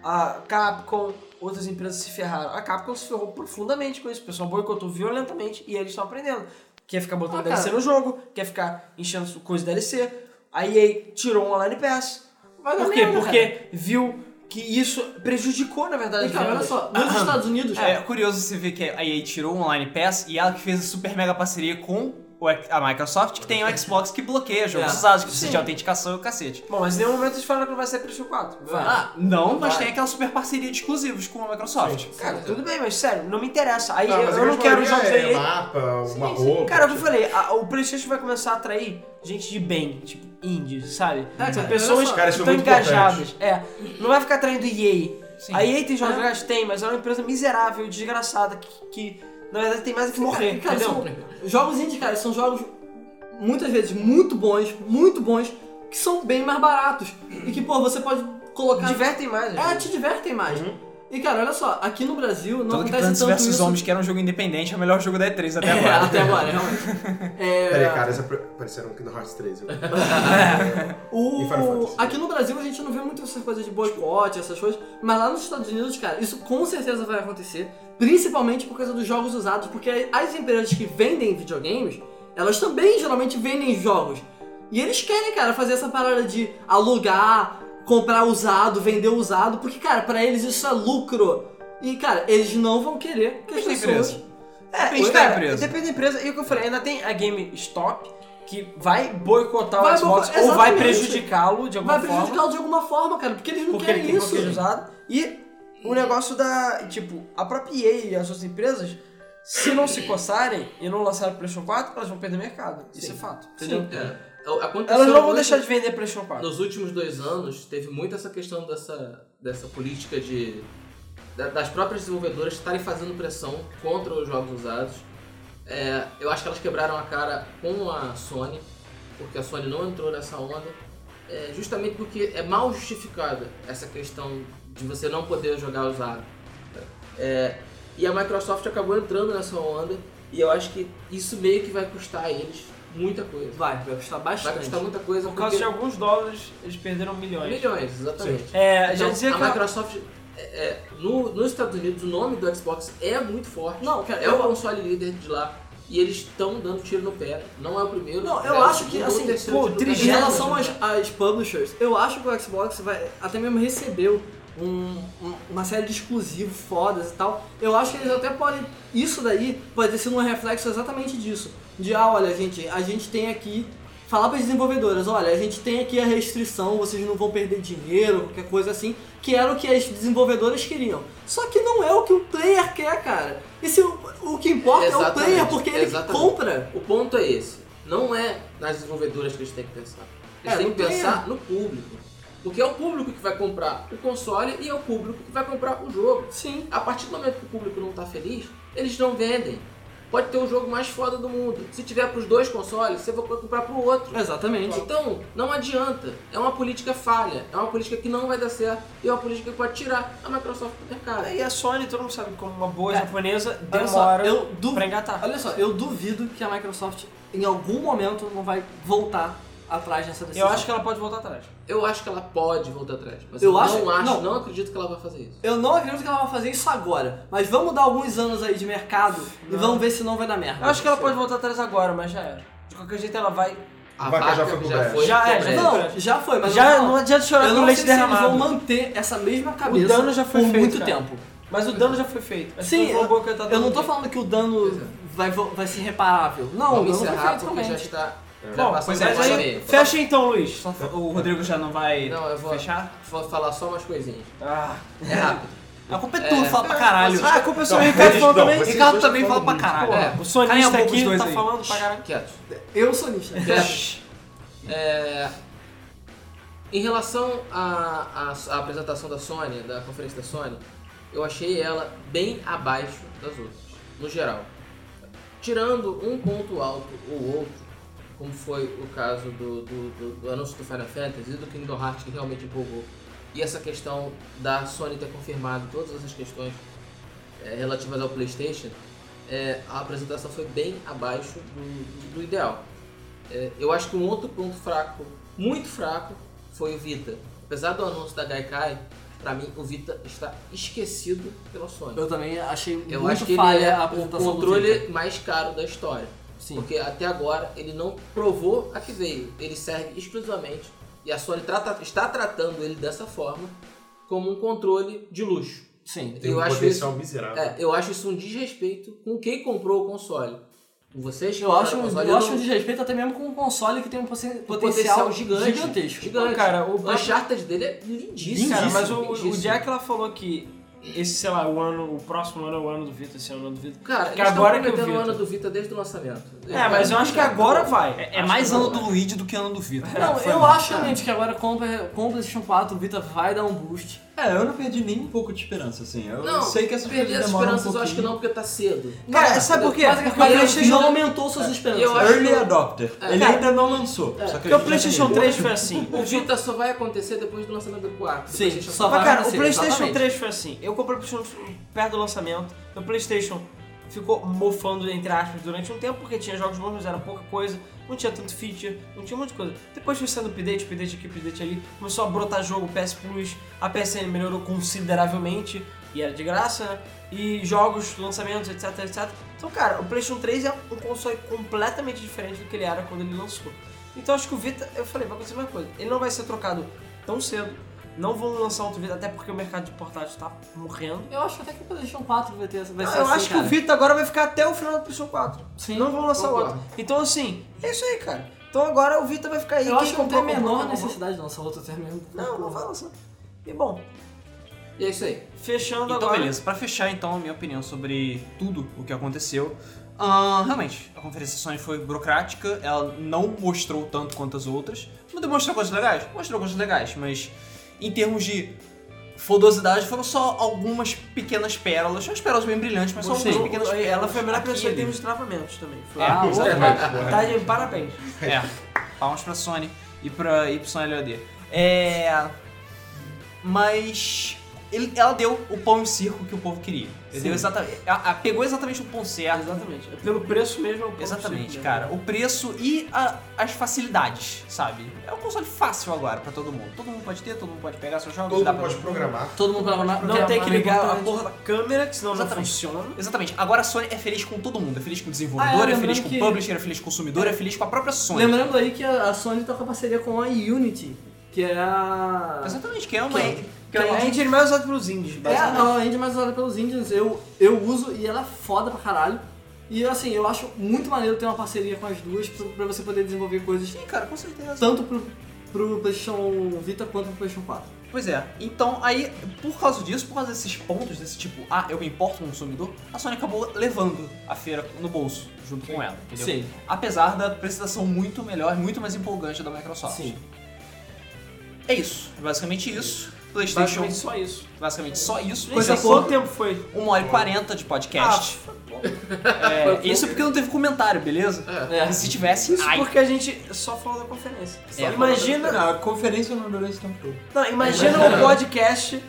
[SPEAKER 4] a Capcom, outras empresas se ferraram. A Capcom se ferrou profundamente com isso. O pessoal boicotou violentamente e eles estão aprendendo. Quer ficar botando
[SPEAKER 3] Ah, cara.
[SPEAKER 4] DLC no jogo, quer ficar enchendo coisa de DLC. A EA tirou um Online Pass.
[SPEAKER 3] Vai dar
[SPEAKER 4] Por quê?
[SPEAKER 3] merda,
[SPEAKER 4] Porque viu que isso prejudicou, na verdade, Ah,
[SPEAKER 3] E, cara,
[SPEAKER 4] as
[SPEAKER 3] Então, olha
[SPEAKER 4] vendas.
[SPEAKER 3] só, nos Estados Unidos,
[SPEAKER 1] É curioso você ver que a EA tirou o Online Pass e ela que fez a super mega parceria com o X- a Microsoft, que tem o Xbox que bloqueia jogos
[SPEAKER 3] É.
[SPEAKER 1] usados, que precisa
[SPEAKER 4] Sim.
[SPEAKER 1] de autenticação e o cacete.
[SPEAKER 4] Bom, mas em nenhum momento eles falaram que não vai ser PlayStation 4. Vai.
[SPEAKER 1] Ah, não, mas
[SPEAKER 4] Vai.
[SPEAKER 1] tem aquela super parceria de exclusivos com a Microsoft.
[SPEAKER 4] Cara, tudo bem, mas sério, não me interessa. Aí
[SPEAKER 6] Tá,
[SPEAKER 4] eu,
[SPEAKER 6] mas a
[SPEAKER 4] eu não
[SPEAKER 6] grande
[SPEAKER 4] quero os jogos
[SPEAKER 6] maioria
[SPEAKER 4] da EA.
[SPEAKER 6] é mapa, uma
[SPEAKER 4] Sim, sim.
[SPEAKER 6] roupa.
[SPEAKER 4] Cara, é o que eu falei, a- o Playstation vai começar a atrair gente de bem, tipo, indies, sabe?
[SPEAKER 3] É,
[SPEAKER 4] São
[SPEAKER 3] cara, olha
[SPEAKER 4] pessoas
[SPEAKER 3] só.
[SPEAKER 6] Cara,
[SPEAKER 4] que
[SPEAKER 6] isso
[SPEAKER 4] estão
[SPEAKER 6] é muito
[SPEAKER 4] engajadas. É, não vai ficar atraindo EA.
[SPEAKER 1] Sim.
[SPEAKER 4] A EA tem jogos legais? Tem, mas é uma empresa miserável, desgraçada, que, que, na verdade tem mais é que morrer,
[SPEAKER 3] cara,
[SPEAKER 4] entendeu?
[SPEAKER 3] são, jogos indie, cara, são jogos muitas vezes muito bons, muito bons, que são bem mais baratos. E que, pô, você pode colocar.
[SPEAKER 4] Divertem mais. né? Uhum.
[SPEAKER 3] É,
[SPEAKER 4] gente.
[SPEAKER 3] te divertem mais. E E cara, olha só, aqui no Brasil não
[SPEAKER 1] Tanto que
[SPEAKER 3] acontece
[SPEAKER 1] Plants
[SPEAKER 3] tanto
[SPEAKER 1] vs
[SPEAKER 3] isso.
[SPEAKER 1] Zombies, que era um jogo independente, é o melhor jogo da E3 até
[SPEAKER 3] É,
[SPEAKER 1] agora.
[SPEAKER 3] até agora, realmente. É,
[SPEAKER 6] Peraí, cara, eles apre- apareceram aqui no Hearts 3. eu-
[SPEAKER 3] O...
[SPEAKER 6] E Final Fantasy.
[SPEAKER 3] Aqui no Brasil a gente não vê muito essas coisas de boicote, essas coisas, mas lá nos Estados Unidos, cara, isso com certeza vai acontecer, principalmente por causa dos jogos usados, porque as empresas que vendem videogames, elas também geralmente vendem jogos. E eles querem, cara, fazer essa parada de alugar, comprar usado, vender usado, porque, cara, pra eles isso é lucro. E, cara, eles não vão querer que as
[SPEAKER 1] Depende da
[SPEAKER 3] pessoas...
[SPEAKER 4] É,
[SPEAKER 1] Depende da
[SPEAKER 4] cara,
[SPEAKER 1] empresa.
[SPEAKER 4] Depende da empresa. E o que eu falei, ainda tem a GameStop, que vai boicotar
[SPEAKER 3] Vai
[SPEAKER 4] o Xbox
[SPEAKER 3] boicotar-
[SPEAKER 4] ou vai
[SPEAKER 3] exatamente.
[SPEAKER 4] prejudicá-lo de alguma
[SPEAKER 3] Vai
[SPEAKER 4] forma.
[SPEAKER 3] prejudicá-lo de alguma forma, cara, porque eles não
[SPEAKER 4] porque ele
[SPEAKER 3] querem
[SPEAKER 4] tem
[SPEAKER 3] isso.
[SPEAKER 4] bloqueio usado. E o negócio da. Tipo, a própria EA e as outras empresas, se não se coçarem e não lançarem o PlayStation 4, elas vão perder mercado. Isso
[SPEAKER 2] Sim.
[SPEAKER 4] é fato. Entendeu?
[SPEAKER 2] É, aconteceu
[SPEAKER 4] Elas não vão
[SPEAKER 2] muito-
[SPEAKER 4] deixar de vender PlayStation 4.
[SPEAKER 2] Nos últimos dois anos, teve muito essa questão dessa, dessa política de da- das próprias desenvolvedoras estarem fazendo pressão contra os jogos usados. É, eu acho que elas quebraram a cara com a Sony, porque a Sony não entrou nessa onda, é, justamente porque é mal justificada essa questão de você não poder jogar usado. É, e a Microsoft acabou entrando nessa onda, e eu acho que isso meio que vai custar a eles muita coisa.
[SPEAKER 3] Vai, vai custar
[SPEAKER 2] Vai
[SPEAKER 3] bastante.
[SPEAKER 2] custar muita coisa.
[SPEAKER 4] Por causa
[SPEAKER 2] porque-
[SPEAKER 4] de alguns dólares, eles perderam milhões.
[SPEAKER 2] Milhões, exatamente.
[SPEAKER 4] É, já
[SPEAKER 2] Então,
[SPEAKER 4] dizia
[SPEAKER 2] a
[SPEAKER 4] que. a-
[SPEAKER 2] Microsoft, é, é, no, nos Estados Unidos, o nome do Xbox é muito forte.
[SPEAKER 3] Não, cara,
[SPEAKER 2] é
[SPEAKER 3] eu-
[SPEAKER 2] o console líder de lá. E eles estão dando tiro no pé. Não é o primeiro.
[SPEAKER 3] Não,
[SPEAKER 2] é
[SPEAKER 3] eu
[SPEAKER 2] o
[SPEAKER 3] acho que,
[SPEAKER 2] segundo,
[SPEAKER 3] assim,
[SPEAKER 2] o terceiro
[SPEAKER 4] pô,
[SPEAKER 2] tiro no pé.
[SPEAKER 3] Em
[SPEAKER 4] trigésimo.
[SPEAKER 3] relação
[SPEAKER 2] né?
[SPEAKER 3] às, às publishers, eu acho que o Xbox vai, até mesmo recebeu um- um- uma série de exclusivos fodas e tal. Eu acho que eles até podem. Isso daí pode ter sido um reflexo exatamente disso. De ah, olha, gente, a gente tem aqui. Falar para as desenvolvedoras, olha, a gente tem aqui a restrição, vocês não vão perder dinheiro, qualquer coisa assim, que era o que as desenvolvedoras queriam. Só que não é o que o player quer, cara. E se o, o que importa é o
[SPEAKER 2] Exatamente,
[SPEAKER 3] player, porque ele
[SPEAKER 2] exatamente.
[SPEAKER 3] compra.
[SPEAKER 2] O ponto é esse. Não é nas desenvolvedoras que eles têm que pensar. Eles
[SPEAKER 3] É,
[SPEAKER 2] têm
[SPEAKER 3] não
[SPEAKER 2] que
[SPEAKER 3] tem-
[SPEAKER 2] pensar no público. Porque é o público que vai comprar o console e é o público que vai comprar o jogo.
[SPEAKER 3] Sim.
[SPEAKER 2] A partir do momento que o público não tá feliz, eles não vendem. Pode ter o jogo mais foda do mundo. Se tiver pros dois consoles, você vai comprar pro outro.
[SPEAKER 3] Exatamente.
[SPEAKER 2] Então, não adianta. É uma política falha. É uma política que não vai dar certo. E é uma política que pode tirar a Microsoft do mercado.
[SPEAKER 4] E a Sony, todo mundo sabe como uma boa
[SPEAKER 3] É.
[SPEAKER 4] japonesa demora
[SPEAKER 3] Olha só, eu
[SPEAKER 4] pra
[SPEAKER 3] duvido.
[SPEAKER 4] engatar.
[SPEAKER 3] Olha só, eu duvido que a Microsoft em algum momento não vai voltar atrás nessa
[SPEAKER 4] Eu
[SPEAKER 3] decisão.
[SPEAKER 4] acho que ela pode voltar atrás.
[SPEAKER 2] Eu acho que ela pode voltar atrás. Mas
[SPEAKER 3] Eu
[SPEAKER 2] eu,
[SPEAKER 3] acho-
[SPEAKER 2] não acho,
[SPEAKER 3] não.
[SPEAKER 2] não. acredito que ela vai fazer isso.
[SPEAKER 3] Eu não acredito que ela vai fazer isso agora, mas vamos dar alguns anos aí de mercado e vamos ver se não vai dar merda.
[SPEAKER 4] Eu acho que ela pode voltar atrás agora, mas já era. De qualquer jeito ela vai.
[SPEAKER 2] A
[SPEAKER 6] vaca já
[SPEAKER 2] vaca
[SPEAKER 6] foi pro
[SPEAKER 2] já
[SPEAKER 6] brejo.
[SPEAKER 2] foi
[SPEAKER 4] Já
[SPEAKER 2] pro
[SPEAKER 4] é, já
[SPEAKER 2] brejo.
[SPEAKER 4] foi.
[SPEAKER 3] Não, já foi, mas
[SPEAKER 4] já
[SPEAKER 3] eu
[SPEAKER 4] Ah, não é
[SPEAKER 3] não,
[SPEAKER 4] adianta chorar
[SPEAKER 3] eu
[SPEAKER 4] com
[SPEAKER 3] não
[SPEAKER 4] leite
[SPEAKER 3] sei se eles
[SPEAKER 4] derramado.
[SPEAKER 3] vão manter essa mesma cabeça
[SPEAKER 4] dano já foi
[SPEAKER 3] por
[SPEAKER 4] feito,
[SPEAKER 3] muito
[SPEAKER 4] cara.
[SPEAKER 3] tempo.
[SPEAKER 4] Mas o
[SPEAKER 1] é.
[SPEAKER 4] dano já foi feito. As
[SPEAKER 3] Sim,
[SPEAKER 4] pessoas vão boicotar
[SPEAKER 3] eu,
[SPEAKER 4] todo
[SPEAKER 3] não tô
[SPEAKER 4] mundo.
[SPEAKER 3] falando que o dano
[SPEAKER 2] Pois é.
[SPEAKER 3] vai, vo- vai ser reparável. Não, é o
[SPEAKER 2] Vamos
[SPEAKER 3] dano foi
[SPEAKER 2] encerrar
[SPEAKER 3] feito
[SPEAKER 2] porque já
[SPEAKER 3] realmente.
[SPEAKER 2] está... Já
[SPEAKER 4] Bom,
[SPEAKER 2] passou
[SPEAKER 4] mas
[SPEAKER 2] da hora e
[SPEAKER 4] aí,
[SPEAKER 2] meia.
[SPEAKER 4] fecha então, Luiz.
[SPEAKER 1] Só fa- O Rodrigo já não vai
[SPEAKER 2] Não, eu vou-
[SPEAKER 1] fechar?
[SPEAKER 2] Vou falar só umas coisinhas.
[SPEAKER 4] Ah,
[SPEAKER 2] É rápido.
[SPEAKER 1] A culpa é tua, fala pra caralho.
[SPEAKER 4] a culpa é sua, o
[SPEAKER 6] Não,
[SPEAKER 4] Ricardo
[SPEAKER 6] vocês-
[SPEAKER 4] falou
[SPEAKER 6] não,
[SPEAKER 4] também.
[SPEAKER 6] vocês
[SPEAKER 1] Ricardo
[SPEAKER 6] dois
[SPEAKER 1] também
[SPEAKER 6] falam
[SPEAKER 1] fala pra
[SPEAKER 6] muito.
[SPEAKER 1] caralho.
[SPEAKER 4] Pô,
[SPEAKER 2] É.
[SPEAKER 4] o
[SPEAKER 1] Caem a
[SPEAKER 4] sonista
[SPEAKER 1] boca os
[SPEAKER 4] aqui
[SPEAKER 1] dois
[SPEAKER 4] tá
[SPEAKER 1] aí.
[SPEAKER 4] falando pra caralho.
[SPEAKER 2] Quietos.
[SPEAKER 3] Eu sou nicho.
[SPEAKER 2] Quietos. É, em relação à à- à apresentação da Sony, da conferência da Sony, eu achei ela bem abaixo das outras, no geral. Tirando um ponto alto ou outro, como foi o caso do, do- do- do anúncio do Final Fantasy e do Kingdom Hearts, que realmente empolgou, e essa questão da Sony ter confirmado todas essas questões é, relativas ao PlayStation, é, a apresentação foi bem abaixo do- do- do ideal. É, eu acho que um outro ponto fraco, muito fraco, foi o Vita. Apesar do anúncio da Gaikai, pra mim o Vita está esquecido pela Sony.
[SPEAKER 3] Eu também achei
[SPEAKER 2] Eu
[SPEAKER 3] muito
[SPEAKER 2] acho que
[SPEAKER 3] falha
[SPEAKER 2] ele é
[SPEAKER 3] a
[SPEAKER 2] o
[SPEAKER 3] apresentação do Vita.
[SPEAKER 2] controle mais caro da história.
[SPEAKER 3] Sim.
[SPEAKER 2] Porque até agora ele não provou a que veio. Ele serve exclusivamente, e a Sony trata- está tratando ele dessa forma, como um controle de luxo.
[SPEAKER 3] Sim.
[SPEAKER 6] Tem
[SPEAKER 2] eu
[SPEAKER 6] um
[SPEAKER 2] acho
[SPEAKER 6] potencial miserável.
[SPEAKER 2] É, eu acho isso um desrespeito com quem comprou o console. Com vocês que
[SPEAKER 3] Eu acho,
[SPEAKER 2] compraram o
[SPEAKER 3] um-
[SPEAKER 2] console,
[SPEAKER 3] eu acho
[SPEAKER 2] não-
[SPEAKER 3] um desrespeito até mesmo com um console que tem um poten-
[SPEAKER 2] potencial
[SPEAKER 3] potencial, É,
[SPEAKER 2] gigante.
[SPEAKER 3] gigantesco.
[SPEAKER 2] Gigante.
[SPEAKER 4] Não, cara, o-
[SPEAKER 2] o Uncharted dele é lindíssimo.
[SPEAKER 4] Cara, mas o,
[SPEAKER 2] lindíssimo.
[SPEAKER 4] o Jack ela falou que esse, sei lá, o ano, o próximo ano é o ano do Vita, esse ano é o ano do Vita.
[SPEAKER 2] Cara,
[SPEAKER 4] que
[SPEAKER 2] eles
[SPEAKER 4] agora
[SPEAKER 2] estão
[SPEAKER 4] que eu
[SPEAKER 2] prometendo o
[SPEAKER 4] vi,
[SPEAKER 2] ano
[SPEAKER 4] tá?
[SPEAKER 2] do Vita desde o lançamento.
[SPEAKER 4] É, mas eu acho que agora vai.
[SPEAKER 1] É mais ano do Luigi do que ano do Vitor.
[SPEAKER 3] Não, eu acho realmente que agora com, o P- com o PlayStation 4 o Vita vai dar um boost.
[SPEAKER 5] É, eu não perdi nem um pouco de esperança, assim. Eu
[SPEAKER 2] Não,
[SPEAKER 5] sei que essas coisas
[SPEAKER 2] perder as
[SPEAKER 5] demoram um
[SPEAKER 2] esperanças eu acho que
[SPEAKER 5] pouquinho.
[SPEAKER 2] não, porque tá cedo.
[SPEAKER 1] um
[SPEAKER 3] Cara,
[SPEAKER 5] Cara, sabe por quê?
[SPEAKER 3] É, Mas
[SPEAKER 5] Porque
[SPEAKER 3] o
[SPEAKER 5] ele
[SPEAKER 3] PlayStation
[SPEAKER 5] não-
[SPEAKER 3] não aumentou suas esperanças.
[SPEAKER 2] eu acho-
[SPEAKER 5] Early Adopter. Ele
[SPEAKER 3] Cara,
[SPEAKER 5] ainda não lançou. Só que
[SPEAKER 4] É. Porque o PlayStation 3 foi assim.
[SPEAKER 2] O Vita só vai acontecer depois do lançamento do 4.
[SPEAKER 3] Sim,
[SPEAKER 2] PlayStation
[SPEAKER 3] só
[SPEAKER 4] Mas,
[SPEAKER 3] vai
[SPEAKER 4] cara, o
[SPEAKER 3] acontecer,
[SPEAKER 4] PlayStation
[SPEAKER 3] exatamente.
[SPEAKER 4] 3 foi assim. Eu comprei o PlayStation perto do lançamento. O PlayStation ficou mofando, entre aspas, durante um tempo, porque tinha jogos bons, mas era pouca coisa. Não tinha tanto feature, não tinha um monte de coisa. Depois foi sendo update, update aqui, update ali. Começou a brotar jogo PS Plus. A PSN melhorou consideravelmente. E era de graça, né? E jogos, lançamentos, etc, etc. Então, cara, o PlayStation 3 é um console completamente diferente do que ele era quando ele lançou. Então, acho que o Vita, eu falei, vai acontecer a mesma coisa. Ele não vai ser trocado tão cedo. Não vão lançar outro Vita, até porque o mercado de portátil tá morrendo.
[SPEAKER 3] Eu acho até que o PlayStation 4 vai ter essa. Vai
[SPEAKER 4] Eu
[SPEAKER 3] ser assim,
[SPEAKER 4] acho que o
[SPEAKER 3] cara.
[SPEAKER 4] Vita agora vai ficar até o final do PlayStation 4.
[SPEAKER 3] Sim.
[SPEAKER 4] não vão lançar
[SPEAKER 2] concordo.
[SPEAKER 4] outro. Então, assim, é isso aí, cara. Então agora o é Vita vai ficar aí.
[SPEAKER 3] Eu
[SPEAKER 4] quem
[SPEAKER 3] acho que não tem
[SPEAKER 4] comprou,
[SPEAKER 3] a menor
[SPEAKER 4] comprou, comprou.
[SPEAKER 3] necessidade de lançar outro termo mesmo.
[SPEAKER 4] Não, não vai lançar. E bom,
[SPEAKER 2] E é isso aí.
[SPEAKER 4] fechando
[SPEAKER 1] Então,
[SPEAKER 4] agora.
[SPEAKER 1] beleza. Pra fechar, então, a minha opinião sobre tudo o que aconteceu. Ah, realmente, a conferência Sony foi burocrática, ela não mostrou tanto quanto as outras. Não demonstrou coisas legais? Mostrou coisas legais, mas em termos de fodosidade, foram só algumas pequenas pérolas. Umas pérolas bem brilhantes, mas só
[SPEAKER 4] Você-
[SPEAKER 1] algumas pequenas pérolas.
[SPEAKER 4] ela foi a melhor
[SPEAKER 1] Aqui e
[SPEAKER 4] pessoa em
[SPEAKER 1] ali.
[SPEAKER 4] termos de travamentos também. Foi.
[SPEAKER 1] É,
[SPEAKER 4] Ah,
[SPEAKER 1] exatamente.
[SPEAKER 4] tá de parabéns.
[SPEAKER 1] É, palmas pra Sony e pra YLOD. É. Mas. ele- ela deu o pão e circo que o povo queria. Deu exatamente, ela- ela pegou exatamente o ponto certo.
[SPEAKER 4] Exatamente. É Pelo preço mesmo é o ponto
[SPEAKER 1] Exatamente,
[SPEAKER 4] possível, né?
[SPEAKER 1] cara. O preço e a- as facilidades, sabe? É um console fácil agora pra todo mundo. Todo mundo pode ter, todo mundo pode pegar seus jogos.
[SPEAKER 6] Todo
[SPEAKER 1] dá
[SPEAKER 6] mundo
[SPEAKER 1] pra-
[SPEAKER 6] pode programar.
[SPEAKER 3] Todo mundo vai lá.
[SPEAKER 4] Não tem que ligar a porra da câmera, que senão
[SPEAKER 1] Exatamente.
[SPEAKER 4] não funciona.
[SPEAKER 1] Exatamente. Agora a Sony é feliz com todo mundo. É feliz com o desenvolvedor, é,
[SPEAKER 3] lembrando
[SPEAKER 1] feliz com o
[SPEAKER 3] que-
[SPEAKER 1] publisher, é feliz com o consumidor, é feliz com a própria Sony.
[SPEAKER 3] Lembrando aí que a a Sony tá com a parceria com a Unity, que é a.
[SPEAKER 1] Exatamente, que é uma.
[SPEAKER 3] Que-
[SPEAKER 1] que é
[SPEAKER 4] A
[SPEAKER 1] uma-
[SPEAKER 4] gente é mais usado pelos indies,
[SPEAKER 3] É a,
[SPEAKER 4] basicamente.
[SPEAKER 3] a engine mais usada pelos indians, eu, eu uso e ela é foda pra caralho. E assim, eu acho muito maneiro ter uma parceria com as duas pra, pra você poder desenvolver coisas
[SPEAKER 1] Sim, cara, com certeza.
[SPEAKER 3] tanto pro, pro PlayStation Vita quanto pro PlayStation 4.
[SPEAKER 1] Pois é. Então, aí, por causa disso, por causa desses pontos, desse tipo, ah, eu me importo com o consumidor, a Sony acabou levando a feira no bolso, junto com ela, entendeu?
[SPEAKER 3] Sim.
[SPEAKER 1] Apesar da apresentação muito melhor, muito mais empolgante da Microsoft.
[SPEAKER 3] Sim.
[SPEAKER 1] É isso. Basicamente isso. PlayStation,
[SPEAKER 4] Basicamente
[SPEAKER 1] basicamente,
[SPEAKER 4] só isso.
[SPEAKER 1] só isso.
[SPEAKER 3] Coisa
[SPEAKER 1] Sim.
[SPEAKER 3] pouca.
[SPEAKER 4] Quanto tempo foi?
[SPEAKER 1] 1 hora e 40 de podcast. É, isso porque não teve comentário, beleza?
[SPEAKER 3] É.
[SPEAKER 1] Se tivesse,
[SPEAKER 4] Isso
[SPEAKER 1] ai.
[SPEAKER 4] porque a gente só falou da conferência. Só
[SPEAKER 1] É,
[SPEAKER 4] imagina,
[SPEAKER 5] Não, a conferência não durou esse tempo todo.
[SPEAKER 4] não, imagina
[SPEAKER 1] É.
[SPEAKER 4] o podcast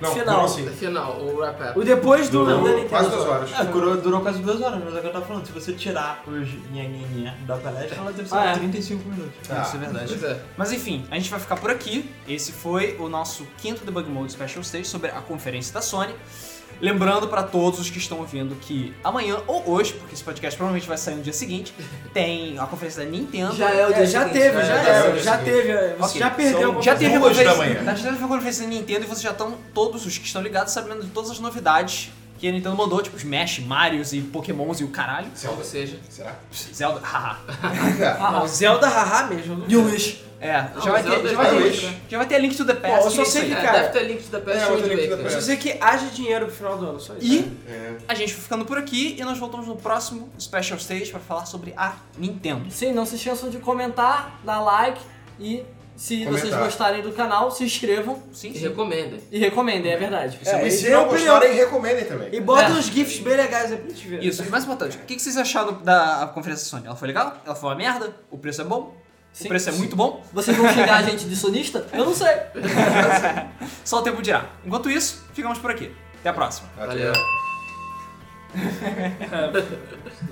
[SPEAKER 6] Não,
[SPEAKER 4] final.
[SPEAKER 6] final. assim.
[SPEAKER 2] É Final, o é. wrap-up.
[SPEAKER 4] O depois do da
[SPEAKER 6] Durou
[SPEAKER 4] Nintendo.
[SPEAKER 6] quase duas horas.
[SPEAKER 5] É, durou, durou quase duas horas, mas é o que eu tava falando. Se você tirar os nhanhanhã da palestra, ela deve ser
[SPEAKER 3] Ah, é.
[SPEAKER 5] 35 minutos.
[SPEAKER 4] Ah,
[SPEAKER 6] Tá.
[SPEAKER 1] Isso é verdade.
[SPEAKER 2] Pois é.
[SPEAKER 1] Mas enfim, a gente vai ficar por aqui. Esse foi o nosso quinto Debug Mode Special Stage sobre a conferência da Sony. Lembrando para todos os que estão ouvindo que amanhã ou hoje, porque esse podcast provavelmente vai sair no dia seguinte, tem a conferência da Nintendo.
[SPEAKER 3] Já é o
[SPEAKER 4] É,
[SPEAKER 3] dia
[SPEAKER 4] já
[SPEAKER 3] seguinte,
[SPEAKER 4] teve,
[SPEAKER 3] né?
[SPEAKER 4] já,
[SPEAKER 6] Já é o
[SPEAKER 4] é,
[SPEAKER 6] dia
[SPEAKER 4] já
[SPEAKER 6] seguinte.
[SPEAKER 4] teve. é, Você
[SPEAKER 1] Ok,
[SPEAKER 4] já perdeu.
[SPEAKER 1] Já teve a
[SPEAKER 6] Duas da
[SPEAKER 1] conferência
[SPEAKER 6] manhã.
[SPEAKER 1] Já teve a conferência da Nintendo e vocês já estão, todos os que estão ligados, sabendo de todas as novidades que a Nintendo mandou, tipo Smash, Marios e Pokémons e o caralho.
[SPEAKER 2] Ou
[SPEAKER 6] Zelda.
[SPEAKER 2] seja,
[SPEAKER 6] Será?
[SPEAKER 1] Zelda, haha.
[SPEAKER 6] É.
[SPEAKER 4] Ah, o Zelda haha mesmo.
[SPEAKER 3] E o Wish.
[SPEAKER 1] É, já
[SPEAKER 2] Não,
[SPEAKER 1] vai,
[SPEAKER 2] Zelda
[SPEAKER 1] ter, já,
[SPEAKER 2] já
[SPEAKER 1] vai
[SPEAKER 6] vai
[SPEAKER 1] ter, né?
[SPEAKER 6] hoje.
[SPEAKER 1] já vai ter Link to the Past.
[SPEAKER 4] Bom, eu só
[SPEAKER 1] que é
[SPEAKER 4] sei
[SPEAKER 1] isso
[SPEAKER 4] que,
[SPEAKER 1] aí.
[SPEAKER 2] é,
[SPEAKER 4] cara,
[SPEAKER 2] deve ter link da
[SPEAKER 6] é,
[SPEAKER 2] PS
[SPEAKER 6] outro link da
[SPEAKER 4] Eu só
[SPEAKER 6] PS.
[SPEAKER 2] Waker.
[SPEAKER 4] sei que haja dinheiro pro final do ano, só isso.
[SPEAKER 1] E
[SPEAKER 6] É.
[SPEAKER 1] A gente vai ficando por aqui e nós voltamos no próximo Special Stage pra falar sobre a Nintendo.
[SPEAKER 3] Sim, não se esqueçam de comentar, dar like e se
[SPEAKER 6] Comentar.
[SPEAKER 3] vocês gostarem do canal, se inscrevam
[SPEAKER 1] Sim,
[SPEAKER 2] E
[SPEAKER 1] sim.
[SPEAKER 2] recomendem.
[SPEAKER 3] e recomendem, é verdade.
[SPEAKER 4] É,
[SPEAKER 6] E
[SPEAKER 4] e
[SPEAKER 6] se
[SPEAKER 4] dê
[SPEAKER 6] não
[SPEAKER 4] opinião.
[SPEAKER 6] gostarem, recomendem também.
[SPEAKER 4] E bota
[SPEAKER 3] É.
[SPEAKER 4] uns gifs bem legais aí pra gente ver.
[SPEAKER 1] Isso, e mais importante, o que que vocês acharam da conferência Sony? Ela foi legal? Ela foi uma merda? O preço é bom? o
[SPEAKER 3] Sim,
[SPEAKER 1] preço é muito bom?
[SPEAKER 3] Vocês vão xingar a gente de sonista? Eu não sei.
[SPEAKER 1] Só o tempo dirá. Enquanto isso, ficamos por aqui. Até a próxima.
[SPEAKER 6] Até.
[SPEAKER 2] Valeu.